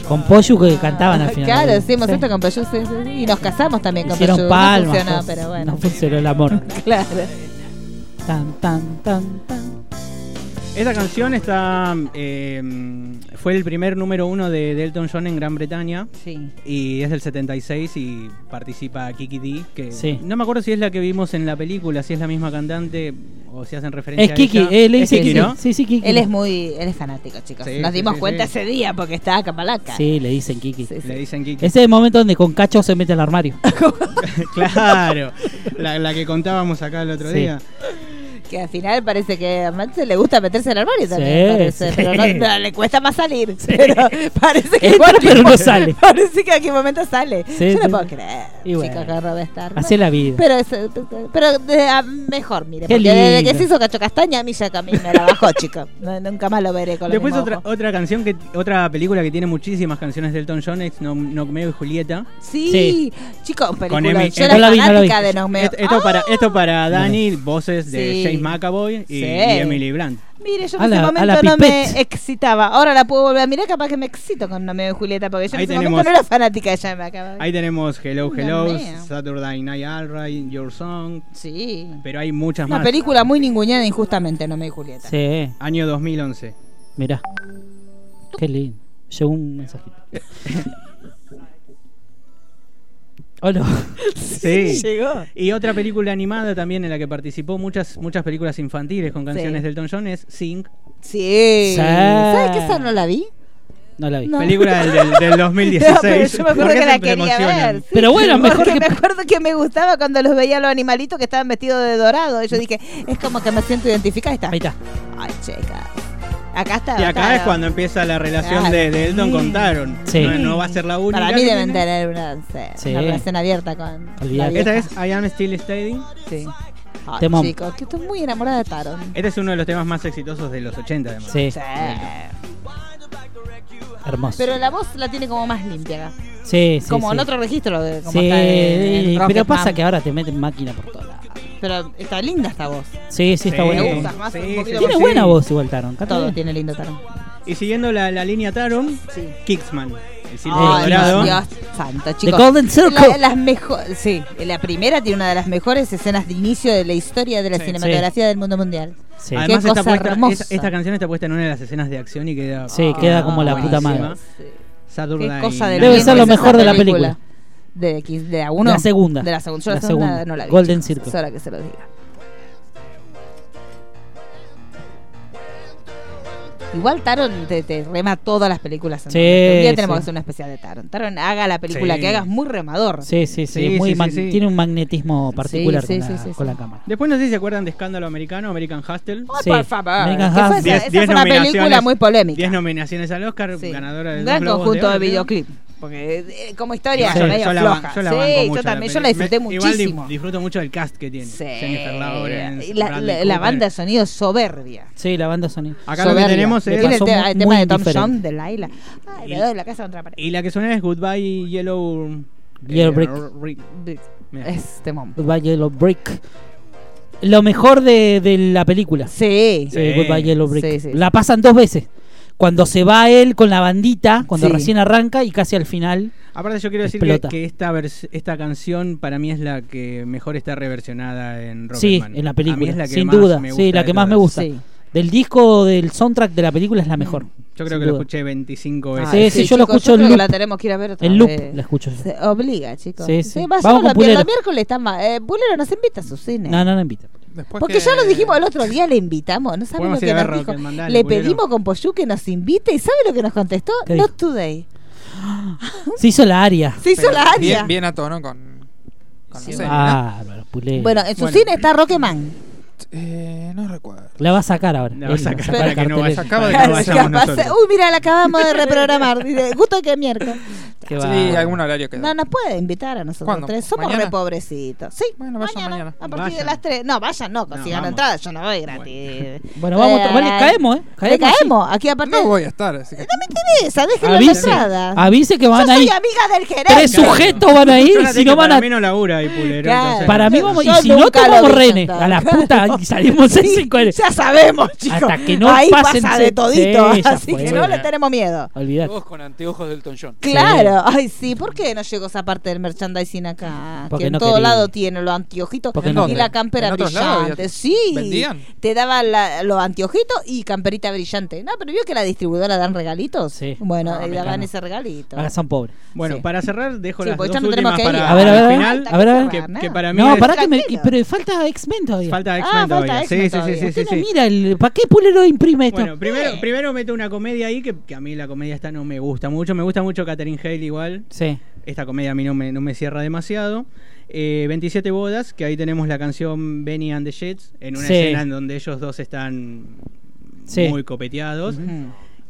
Con Poyu que cantaban al final. Claro, hicimos Sí. esto con Peyú, sí, sí, sí. y nos casamos también con Hicieron Peyú. palmas. No funcionó, cosas. pero No bueno. funcionó el amor. Claro. Tan, tan, tan, tan. Esta canción está eh, fue el primer número uno de de Elton John en Gran Bretaña. Sí. Y es del 76 y participa Kiki D. Que Sí. No me acuerdo si es la que vimos en la película, si es la misma cantante o si hacen Es referencia a Kiki, ella. eh, le Es dice Kiki, Kiki. ¿no? Sí, sí, Kiki. Él es muy, él es fanático, chicos. Sí, Nos sí, dimos sí, cuenta sí. ese día porque estaba Capalaca. Sí, le dicen Kiki. Le dicen Kiki. Ese es el momento donde con cacho se mete al armario. claro, la, la que contábamos acá el otro Sí. día. Que al final parece que a Matt se le gusta meterse al armario también. Sí, parece, sí. Pero no, no, le cuesta más salir. Pero parece que. Entra, pero no tipo- sale. Parece que a qué momento sale. Sí, Yo no sí. puedo creer. Y bueno. Chica, que roba estar. Así es la vida. Pero, es- pero de- a- mejor, mire. Qué Porque desde que lindo. se hizo Cacho Castaña, a mí ya que a mí me la bajó, chica. No- nunca más lo veré con los Después mismos otra, ojos. otra canción que otra película que tiene muchísimas canciones de Elton John es No- Nomeo y Julieta. Sí, chicos, película. Con eh, Emily- Yo era No la vi, no la fanática vi. de Nomeo. Esto, esto para, esto para Dani, voces de Ah. Sí. James McAvoy y, Sí. y Emily Blunt. Mire, yo en A ese la- a momento la no me Pipette. excitaba. Ahora la puedo volver a mirar, capaz que me excito con Nomeo y Julieta, porque yo en Ahí ese tenemos- momento no era fanática de James McAvoy. Ahí tenemos Hello Hello, Nomeo. Saturday Night Alright, Your Song. Sí. Pero hay muchas Una más. película muy ninguneada injustamente, Nomeo y Julieta. Sí. Año 2011. Mirá. Qué lindo. Llegó un mensajito. Hola. Sí. Llegó. Y otra película animada también en la que participó muchas muchas películas infantiles con canciones de Elton John es Sing. Sí. Sí. ¿Sabes que esa no la vi? No la vi. No. Película del, del- del 2016. No, pero yo me ¿Por acuerdo qué que la siempre quería emocionan? ver. sí. Porque me acuerdo que me gustaba cuando los veía a los animalitos que estaban vestidos de dorado. Y yo dije, es como que me siento identificada. Ahí está. Ahí está. Ay, chica. Acá está. Y acá está. es cuando empieza la relación Claro. de, de Elton con Taron. Sí. No, no va a ser la única. Para que mí deben tiene. tener una, no sé, Sí. una relación abierta con. la Olvídate. Esta vieja. es I Am Still Standing. Sí. Ay, Temón. chicos, que estoy muy enamorada de Taron. Este es uno de los temas más exitosos de los 80, además. Sí. Sí. Hermoso. Pero la voz la tiene como más limpia acá. sí, sí. como sí. en otro registro. De, como Sí, está en- en y- pero Rocketman. pasa que ahora te meten máquina por todo. Pero está linda esta voz. Sí, sí, está Sí. buena. Me gusta más, un Sí, poquito sí, Tiene sí. buena voz igual Taron. canta Todo bien. tiene lindo Taron. Y siguiendo la, la línea Taron, Sí. Kicksman. El silbo Ay, dorado. Dios santo, chicos. Golden Circle. La, las mejo- sí, la primera tiene una de las mejores escenas de inicio de la historia de la cinematografía del mundo mundial. Qué Además, cosa está puesta- hermosa. es- esta canción está puesta en una de las escenas de acción y queda. Sí, queda como la puta Ah, buenísima. madre. Saturday Qué cosa Night del Debe bien ser que lo es esa mejor de la película. De, X- de la uno. La segunda. De la segunda. Yo la, La segunda, segunda. no la vi. Golden chicos. Circle. Es hora que se lo diga. Igual Taron te, te rema todas las películas. Sí, Un día tenemos sí. que hacer una especial de Taron. Taron haga la película Sí. que hagas muy remador. Sí, sí, sí. Sí, es muy sí, sí, mag- sí. Tiene un magnetismo particular sí, con, sí, la, sí, con sí. la cámara. Después no sé si se acuerdan de Escándalo Americano, American Hustle. Ay, por favor. Que fue esa- esa Diez- diez fue una nominaciones- película muy polémica. 10 nominaciones al Oscar, ganadora de Un dos gran Globos conjunto Oro, de creo. videoclip. Porque eh, como historia Sí, yo, medio la ban- floja. yo la sí, banco mucho yo la también, yo la película. disfruté Me- muchísimo. Igual di- disfruto mucho del cast que tiene. Jennifer Lawrence, Eh, la, Bradley la- la Cooper. banda de sonido es soberbia. Sí, la banda sonido. Acá lo que Soberbia. tenemos es- Tiene el Pasó tema, mu- el tema muy de Tom indiferente. Jones, de Laila. Ay, le doy la casa contra la pared. Y la que suena es Goodbye Yellow. Yellow eh, Brick. Ri- Mira. Es temón. Goodbye Yellow Brick. Lo mejor de, de la película. Sí. Sí, Goodbye Yellow Brick. Sí, sí. La pasan dos veces. Cuando se va él con la bandita, cuando Sí. recién arranca y casi al final. Aparte yo quiero decir que, Explota. que esta vers- esta canción para mí es la que mejor está reversionada en Rocketman. Sí, en la A mí película. es la que sin más duda. me gusta Sí, la de que más me todas. gusta. Del disco, del soundtrack de la película es la mejor. Mm. Yo creo sin que lo duda. escuché 25 Ah, veces. sí, sí, yo lo chicos, escucho yo en creo que loop. la tenemos que ir a ver otra En loop vez. la escucho yo. Se obliga, chicos. Sí, sí. vayamos Vamos con la- Pulero. Los miércoles está más. Eh, Pulero nos invita a su cine. No, no, no invita. Pues Porque ya lo dijimos el otro día, le invitamos. No sabe Podemos lo ir que a ver nos dijo. Rocketman, dale, le Pulero. pedimos con Poyu que nos invite y ¿sabe lo que nos contestó? ¿Qué dijo? Not today. Se hizo la área. Se hizo la área. Bien, bien a tono con. con la serie, Ah, Pulero. Bueno, eh. en su cine está Rocketman. Eh, no recuerdo. La va a sacar ahora. La va a Él sacar saca para la que no cartelera. vaya- acaba de que no vayamos Capaz- nosotros. Uy, mira, la acabamos de reprogramar. Dice, Gusto que miércoles. Qué Sí, va. algún horario quedó. No nos puede invitar a nosotros ¿Cuándo? tres. Somos ¿Mañana? re pobrecitos. Sí, mañana, A partir de Vayan. las tres. No, vayan, no, consigan vamos. entradas. Yo no voy gratis. Bueno, vamos, Eh, vale, caemos, ¿eh? Le Caemos, sí. caemos. Aquí aparte. No voy a estar, así que. No me interesa, déjenlo en la Avise, entrada. avise que Ah, van Yo ahí. soy amiga del gerente. Tres sujetos van a ir y Espérate si que no van para a. mí no labura ahí, Pulero. Claro. entonces. Para mí vamos. Y Yo si no, nunca lo tomamos vi renes. cantar. A la puta. Y salimos en cinco. Ya sabemos, chicos. Hasta que no Ahí pasen pasa se- de todito. Sí, ya así fue. que no le tenemos miedo. Olvidate. Todos con anteojos del Elton John. Claro, ay sí, ¿por qué no llegó esa parte del merchandising acá? Porque que en no todo querían. lado tiene los anteojitos Porque y no la querían. campera ¿En otros lados brillante. había- Sí, ¿Vendían? te daban la- los anteojitos y camperita brillante. No, pero vio que la distribuidora dan regalitos. Bueno, Ah, y me daban encanta. ese regalito. Ahora Ah, son pobres. Bueno, para cerrar, dejo Sí, las porque dos ya no tenemos últimas que ir. para A ver, a para ver, el final. a ver, a ver. que- Falta que que para mí No, es- pará que me. y- Pero falta X-Men todavía. Falta X-Men Ah, todavía. falta Sí, X-Men sí, sí, todavía. sí, sí, Usted no sí. Mira, el, ¿para qué Pulero imprime esto? Bueno, primero, primero meto una comedia ahí que, que a mí la comedia esta no me gusta mucho. Me gusta mucho Catherine Hale igual. Sí. Esta comedia a mí no me, no me cierra demasiado. eh, 27 bodas, que ahí tenemos la canción Benny and the Jets, en una Sí. escena en donde ellos dos están Sí. muy copeteados. Ujú.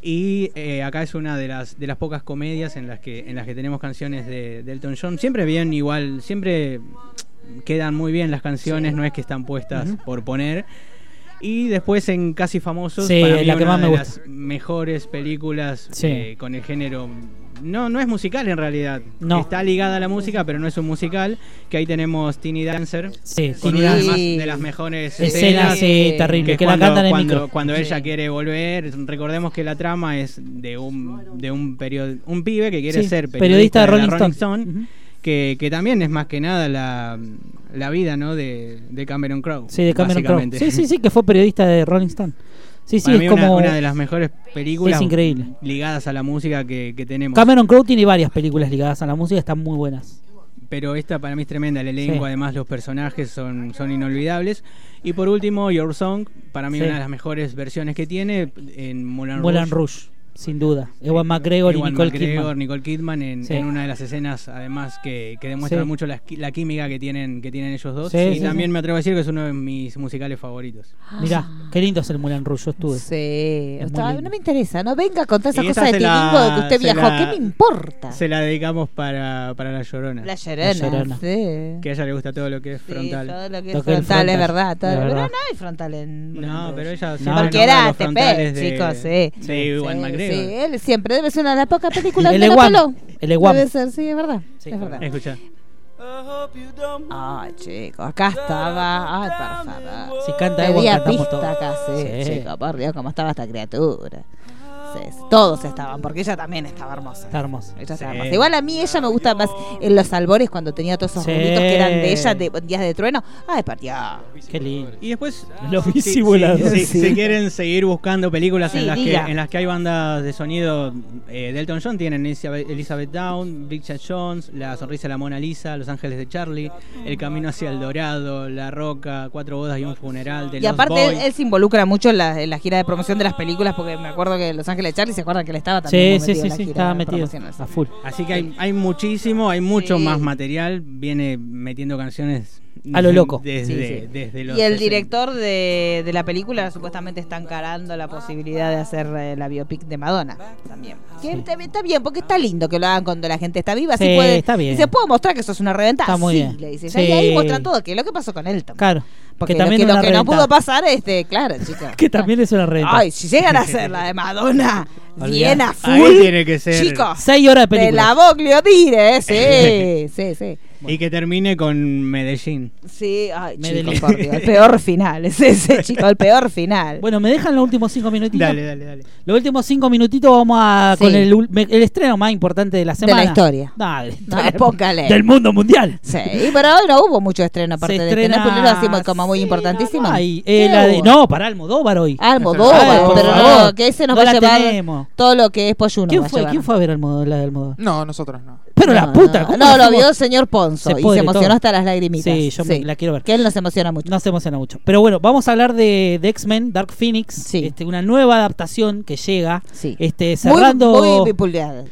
Y eh, acá es una de las de las pocas comedias en las que en las que tenemos canciones de, de Elton John. Siempre bien igual, siempre quedan muy bien las canciones, no es que están puestas Ujú. por poner. Y después en Casi Famosos, Sí, para mí la que una más me de gusta. las mejores películas Sí. eh, con el género. No, no es musical en realidad. No. Está ligada a la música, pero no es un musical. Que ahí tenemos Tiny Dancer. Sí, con Tiny una de, Dancer. más- de las mejores Escena, escenas. sí, terrible, que la cuando, cantan en cuando- micro. Cuando ella quiere volver, recordemos que la trama es de un de un periodo, un pibe que quiere Sí, ser periodista periodista, de de la Rolling Rolling Stone. Stone, que, que también es más que nada la, la vida, ¿no? De, de Cameron Crowe. Sí, de Cameron Crowe. básicamente. Sí, sí, sí, que fue periodista de Rolling Stone. Sí, sí, Para es mí como. una, una de las mejores películas Es increíble. ligadas a la música que, que tenemos. Cameron Crowe tiene varias películas ligadas a la música, están muy buenas. Pero esta para mí es tremenda, el elenco, Sí. además los personajes son, son inolvidables. Y por último, Your Song, para mí Sí. una de las mejores versiones que tiene en Moulin, Moulin Rouge. Rouge, sin duda. Ewan McGregor y Ewan Nicole McGregor, Kidman. Nicole Kidman en, Sí. en una de las escenas, además, que, que demuestran Sí. mucho la, qui- la química que tienen, que tienen ellos dos. Sí, y sí, también sí. me atrevo a decir que es uno de mis musicales favoritos. Mirá, qué lindo es el Moulin Rouge, yo estuve. Ah. Sí, eh. Es muy está- lindo. no me interesa, no venga a contar esa Y cosa esa de se la- tilingo de que usted se viajó, la- ¿qué me importa? Se la dedicamos para, para La Llorona. La Llorona, La Llorona. sí. Que a ella le gusta todo lo que es Sí, frontal. todo lo que es Toque el frontal, es verdad. todo la lo- Pero verdad. no hay frontal en. Moulin No, Rouge. pero ella siempre Porque nombra era los frontales ATP, de- chicos, sí. de Ewan McGregor. Sí, él siempre debe ser una de las pocas películas El de Ewan, Apolo. el Ewan. Debe ser, sí, es verdad. es verdad. Escucha. Ah, chicos, acá estaba. Ay, por favor. Si canta Ewan, Pedía cantamos pista todos. acá, sí, Sí. chicos, por Dios, cómo estaba esta criatura. Sí, sí, todos estaban, porque ella también estaba hermosa. Está hermoso. Ella estaba hermosa. Igual a mí ella me gusta más en los albores cuando tenía todos esos Sí. rulitos que eran de ella, de Días de Trueno. Ay, por Dios. Qué lindo. Y después, Los si- si- bicivoladores. Si, si Sí. quieren seguir buscando películas Sí, en, las que, diga. en las que hay bandas de sonido eh, de Elton John, tienen Elizabeth, Elizabeth Down, Big Chat Jones, La Sonrisa de la Mona Lisa, Los Ángeles de Charlie, El Camino hacia el Dorado, La Roca, Cuatro Bodas y un Funeral. De Y Lost aparte, él, Boys. él se involucra mucho en la, en la gira de promoción de las películas, porque me acuerdo que Los Ángeles de Charlie se acuerdan que él estaba Sí, también. muy sí, metido sí, en la sí, gira estaba metido promocional. a full. Así que hay, hay muchísimo, hay mucho Sí. más material. Viene metiendo canciones A lo loco. Desde, Sí, sí. desde los Y el 60. director de, de la película supuestamente está encarando la posibilidad de hacer eh, la biopic de Madonna también. Que Sí. está, bien- está bien, porque está lindo que lo hagan cuando la gente está viva. Así Sí, puede, está bien. Y se puede mostrar que sos una reventada. Está muy sí, bien. le dice. Sí. Y ahí muestran todo, que es lo que pasó con Elton. Claro. Porque que también lo que, una lo que no reventada. pudo pasar, este, claro, chicos. Que también es una red. Ay, si llegan a hacer la de Madonna, bien a full. Ahí tiene que ser. Chicos, Seis horas de ah. de la película. Boglio dire, eh, sí, sí, sí. Y que termine con Medellín. Sí, ay, Medellín. chicos, por Dios, el peor final, es ese, chico, el peor final. Bueno, me dejan los últimos cinco minutitos. Dale, dale, dale. Los últimos cinco minutitos vamos a Sí. con el, ul- me- el estreno más importante de la De semana. la historia. Dale. No, póngale. Del mundo mundial. Sí, pero hoy no hubo mucho estreno aparte Se de este, estrena- ¿no? Porque no hacemos como muy importantísimo. Ay, eh, ¿Qué la de, hubo? Ah, no, para Almodóvar hoy. Almodóvar, Ay, por pero favor. no, que ese nos No va a la llevar tenemos. todo lo que es Poyuno. ¿Quién va a fue, llevar. ¿Quién fue a ver Almodóvar, la de Almodóvar? No, nosotros no. Pero la No, puta. no, ¿cómo No, lo hacemos? vio el señor Ponzo Se y pudre se emocionó todo. hasta las lagrimitas. Sí, yo me- la quiero ver. Que él nos emociona mucho. No se emociona mucho. Pero bueno, vamos a hablar de, de X-Men, Dark Phoenix. Este, una nueva adaptación que llega. Este, cerrando. Muy, muy vapuleada.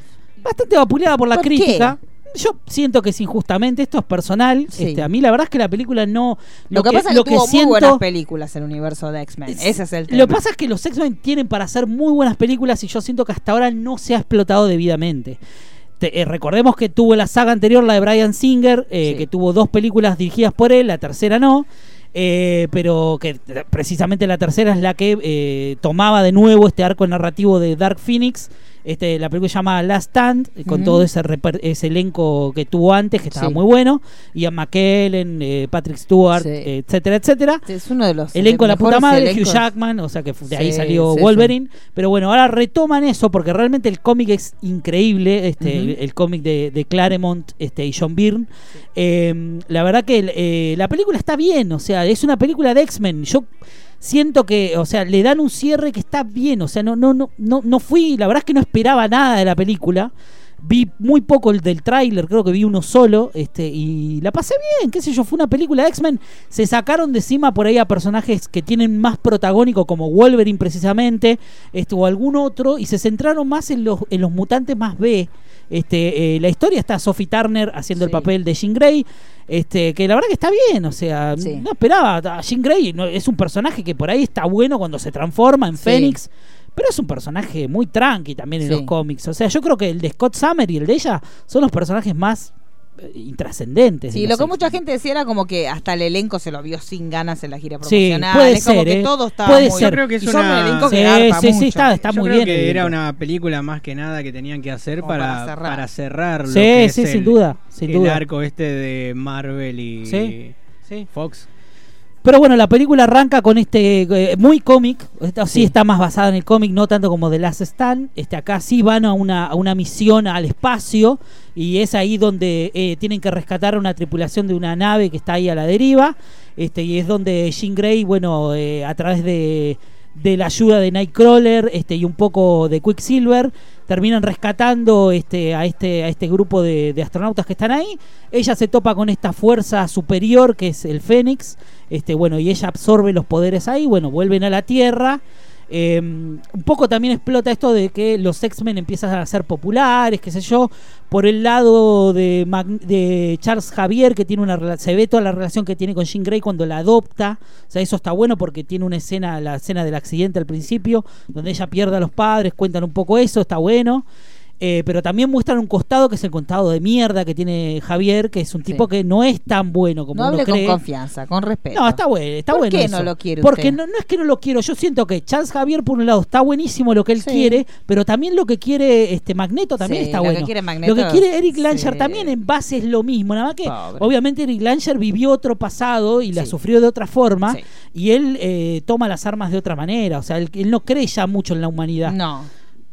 bastante vapuleada por la ¿Por qué? crítica. Yo siento que es injustamente, esto es personal. Sí. Este, a mí la verdad es que la película no. Lo, que, pasa es que lo tuvo muy siento- buenas películas en el universo de X-Men. Ese es el tema. Lo que pasa es que los X-Men tienen para hacer muy buenas películas y yo siento que hasta ahora no se ha explotado debidamente. Te- eh, recordemos que tuvo la saga anterior, la de Brian Singer, eh, que tuvo dos películas dirigidas por él, la tercera no. eh, pero que eh, precisamente la tercera es la que eh, tomaba de nuevo este arco narrativo de Dark Phoenix. Este, la película se llama Last Stand, eh, con Ujú. todo ese, reper- ese elenco que tuvo antes, que estaba Sí. muy bueno. Ian McKellen, eh, Patrick Stewart, Sí. eh, etcétera, etcétera. es uno de los Elenco de la mejores puta madre, elencos. Hugh Jackman, o sea que fu- de ahí Sí, salió sí, Wolverine. Pero bueno, ahora retoman eso porque realmente el cómic es increíble, este, Ujú. el, el cómic de, de Claremont este, y John Byrne. Eh, la verdad que el- eh, la película está bien, o sea, es una película de X-Men. Yo siento que, o sea, le dan un cierre que está bien, o sea, no, no, no, no, no fui, la verdad es que no esperaba nada de la película. Vi muy poco el del tráiler, creo que vi uno solo, este, y la pasé bien, qué sé yo, fue una película de X-Men. Se sacaron de encima por ahí a personajes que tienen más protagónico, como Wolverine precisamente, este, o algún otro, y se centraron más en los, en los mutantes más B, Este, eh, la historia está Sophie Turner haciendo el papel de Jean Grey. Este, que la verdad que está bien, o sea, no esperaba. a Jean Grey no- es un personaje que por ahí está bueno cuando se transforma en Sí. Fénix, pero es un personaje muy tranqui también en Sí. los cómics. O sea, yo creo que el de Scott Summer y el de ella son los personajes más eh, intrascendentes. de Sí, lo los que mucha gente decía era como que hasta el elenco se lo vio sin ganas en la gira Sí, promocional. puede es como ser, que ¿eh? todo estaba Puede muy ser. Yo creo que es Y son una- un elenco que Sí, garpa sí, sí, mucho. está- está Yo muy creo bien el que era libro. una película más que nada que tenían que hacer Como para, para cerrar. para cerrar. lo Sí, que es sí, sin el- duda, sin el duda. arco este de Marvel y Sí, Fox. Pero bueno, la película arranca con este eh, muy cómic, esta sí. está más basada en el cómic, no tanto como The Last Stand. Este, acá sí van a una, a una misión al espacio y es ahí donde eh, tienen que rescatar a una tripulación de una nave que está ahí a la deriva. Este, y es donde Jean Grey, bueno, eh, a través de, de la ayuda de Nightcrawler este, y un poco de Quicksilver, terminan rescatando este, a, este, a este grupo de, de astronautas que están ahí. Ella se topa con esta fuerza superior que es el Fénix, este, bueno, y ella absorbe los poderes ahí, bueno, vuelven a la Tierra. Eh, un poco también explota esto de que los X-Men empiezan a ser populares, qué sé yo. Por el lado de, Mag- de Charles Javier, que tiene una rela- se ve toda la relación que tiene con Jean Grey cuando la adopta. O sea, eso está bueno porque tiene una escena, la escena del accidente al principio, donde ella pierde a los padres, cuentan un poco eso, está bueno. Eh, pero también muestran un costado que es el costado de mierda que tiene Javier, que es un tipo que no es tan bueno como No uno hable con cree. confianza, con respeto. No, está bueno, está ¿Por bueno. qué eso. no lo quiere Porque usted? No, no es que no lo quiero. Yo siento que Charles Javier, por un lado, está buenísimo lo que él Sí. quiere, pero también lo que quiere este Magneto también Sí, está lo que bueno. quiere Magneto, Lo que quiere Eric Langer sí. también en base es lo mismo. Nada más que, Pobre. obviamente, Eric Langer vivió otro pasado y la Sí. sufrió de otra forma. Sí. Y él eh, toma las armas de otra manera. O sea, él, él no cree ya mucho en la humanidad. No.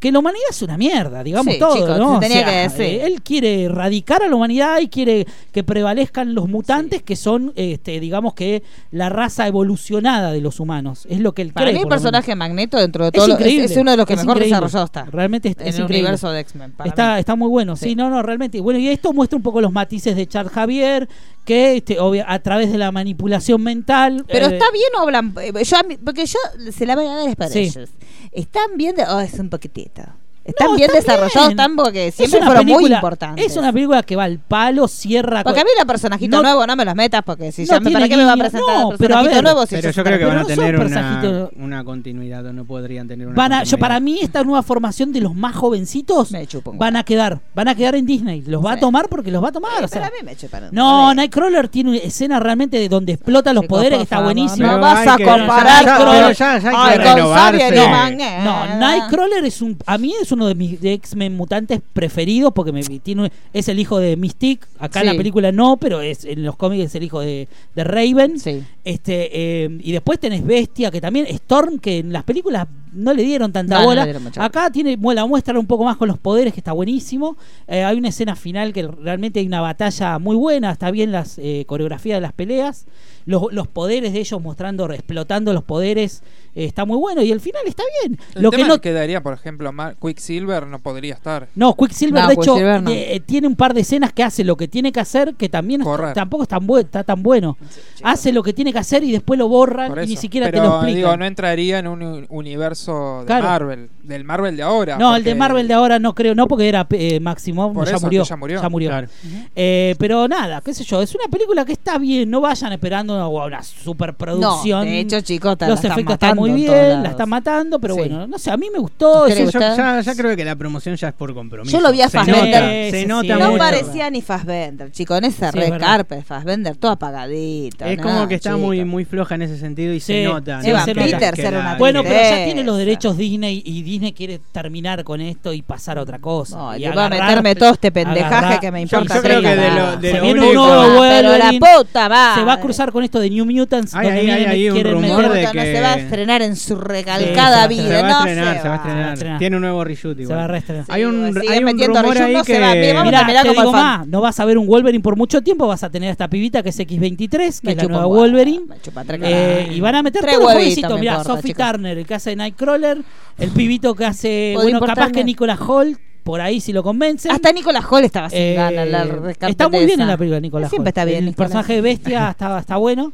Que la humanidad es una mierda, digamos Sí, todo, chicos, ¿no? se O tenía sea, que decir. eh, Él quiere erradicar a la humanidad y quiere que prevalezcan los mutantes que son, este, digamos que la raza evolucionada de los humanos. Es lo que él Para cree. mí el por lo menos. personaje de Magneto dentro de todo lo- es, increíble, es uno de los que es mejor increíble. desarrollado está. Realmente es, en es el increíble. universo de X-Men. para Está, mí. está muy bueno, sí. no, no, realmente. Bueno, y esto muestra un poco los matices de Charles Javier, que este, obvia- a través de la manipulación mental. Pero eh, está bien o hablan. eh, yo a mí- porque yo se la voy a dar es para Sí. ellos. Están bien. de- oh, es un poquitito. Están No, bien está desarrollados, bien. están porque es siempre una fueron muy película- importantes. Es una película que va al palo, cierra. Porque con- a mí la personajito no- nuevo no me los metas porque si no ya me, ¿para tiene qué me va a guiño. presentar No, el pero a personajito ver. nuevo si Pero ya yo está- creo que pero van a no son tener una, personajitos. una continuidad o no podrían tener una Van a- yo, continuidad. para mí esta nueva formación de los más jovencitos van a quedar, van a quedar en Disney, los va a Sí. tomar porque los va a tomar. o sea. A mí me chuparon. No, Nightcrawler tiene una escena realmente de donde explota los Chicos, poderes por que está favor, buenísimo. no Pero vas hay a que- comparar ya- con- pero ya- ya hay que Ay, con renovarse. Xavier y Magneto. No, no, Nightcrawler es un a mí es uno de mis de X-Men mutantes preferidos porque me tiene un- es el hijo de Mystique, acá en Sí. la película no, pero es en los cómics es el hijo de, de Raven. Este eh, y después tenés Bestia que también Storm que en las películas no le dieron tanta No, no bola. le dieron mucha Acá tiene mu- la muestra un poco más con los poderes, que está buenísimo. Eh, hay una escena final que realmente hay una batalla muy buena. Está bien las eh, coreografías de las peleas. Los, los poderes de ellos mostrando, re- explotando los poderes. eh, está muy bueno. Y el final está bien. El Lo tema que no. es quedaría, por ejemplo, Mar- Quicksilver no podría estar. No, Quicksilver, No, de hecho, Quicksilver no. eh, eh, tiene un par de escenas que hace lo que tiene que hacer, que también es- Correr. tampoco es tan bu- está tan bueno. hace lo que tiene que hacer y después lo borran Por y ni eso. siquiera Pero, te lo explican. digo, no entraría en un u- universo de Claro. Marvel, del Marvel de ahora. No, el de porque- Marvel de ahora no creo, no, porque era eh, Maximov, Por ya, eso, murió, que ya murió. Claro. Eh, pero nada, qué sé yo, es una película que está bien, no vayan esperando una, una superproducción. No, de hecho, chicos, ta- la los están efectos están matando muy en bien, todos la lados. están matando, pero Sí. bueno, no sé, a mí me gustó. Sí, yo- yo- ya, ya creo que la promoción ya es por compromiso. Yo lo vi a Se nota, Fassbender. se nota no mucho. parecía ni Fassbender, chicos. En esa Sí, es red verdad. carpet, Fassbender, todo apagadito. Es nada, como que está chicos. muy muy floja en ese sentido y se Sí, nota. sí, ¿no? se Que- nota. que la- Bueno, pero ya interesa. tiene los derechos Disney y Disney quiere terminar con esto y pasar a otra cosa. No, y le va a meterme todo este pendejaje que me importa Yo creo tres que de nada. lo- de Se lo viene un único- nuevo Ah, pero Wolverine, la puta madre. Se va a cruzar con esto de New Mutants. Hay- donde hay- vienen- hay un quieren rumor meter- de No que- se va a estrenar en su Sí, recalcada se va- vida. Se va a no estrenar, se se va a va. estrenar. Tiene un nuevo reshoot igual. Se va a reestrenar. Hay un, sigue hay un metiendo rumor reshoot, ahí no se que... va. Mira, vamos a Mirá, terminar te como digo el fan. más, no vas a ver un Wolverine por mucho tiempo, vas a tener a esta pibita que es X23, que Me es la chupa nueva un huevo, Wolverine. chupa tres Eh, carajos. y van a meter Tres todos los huevitos jueguecitos. me Mirá, importa, Sophie chicos. Turner, el que hace Nightcrawler, el pibito que hace. Podría Bueno, capaz importarme. que Nicolas Holt, por ahí si lo convence. Hasta Nicolas Hall estaba sin Eh, ganas. La recalpet está muy bien esa. en la película Nicolás Siempre Holt. está bien. el Nicolas. personaje de bestia está, está bueno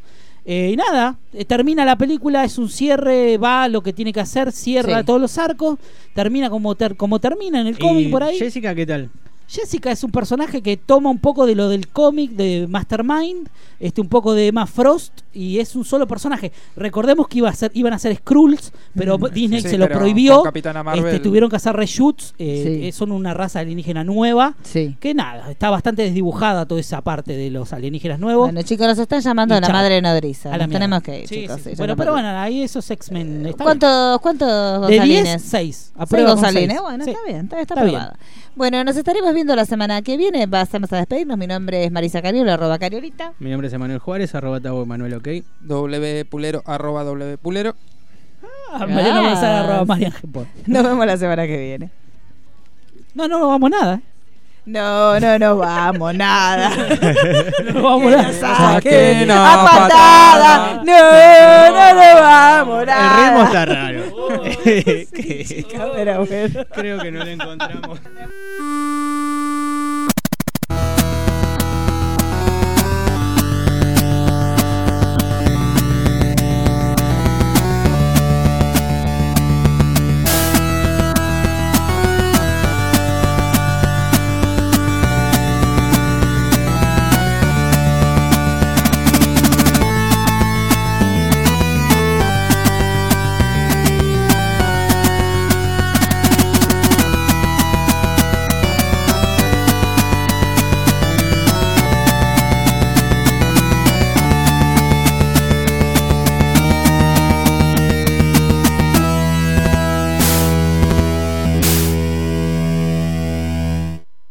Eh, y nada eh, termina la película es un cierre va a lo que tiene que hacer cierra Sí. todos los arcos termina como ter- como termina en el Y cómic por ahí Jessica, ¿qué tal? Jessica es un personaje que toma un poco de lo del cómic de Mastermind, este un poco de Emma Frost y es un solo personaje. Recordemos que iba a ser, iban a ser Skrulls, pero Mm, Disney sí, se lo pero prohibió. con Capitana Marvel. Este, tuvieron que hacer reshoots, eh, Sí. eh, son una raza alienígena nueva. Que nada, está bastante desdibujada toda esa parte de los alienígenas nuevos. Bueno, chicos, nos están llamando Y a la chao. madre nodriza. A la Nos mierda. tenemos que ir, Sí, chicos. sí, sí, sí. ya Bueno, nos pero vamos. Eh, bueno, ahí esos X-Men. está bien. ¿Cuántos, cuántos De 10, Gonzalines? 6. Seis Gonzalines, bueno, está bien, está, está aprobado. Bueno, nos estaremos viendo la semana que viene. Pasamos a despedirnos. Mi nombre es Marisa Cariola, arroba Cariolita. Mi nombre es Emanuel Juárez, arroba tabo Emanuel, ok. wpulero, arroba wpulero. Mariano González, arroba Marian Gepon. Nos vemos la semana que viene. No, no, no vamos nada. ¿eh? No, no, no vamos, nada. No vamos nada. Saquen Saquen a a patada. No, no, no vamos, nada. El ritmo está raro. Pero bueno. Creo que no lo encontramos.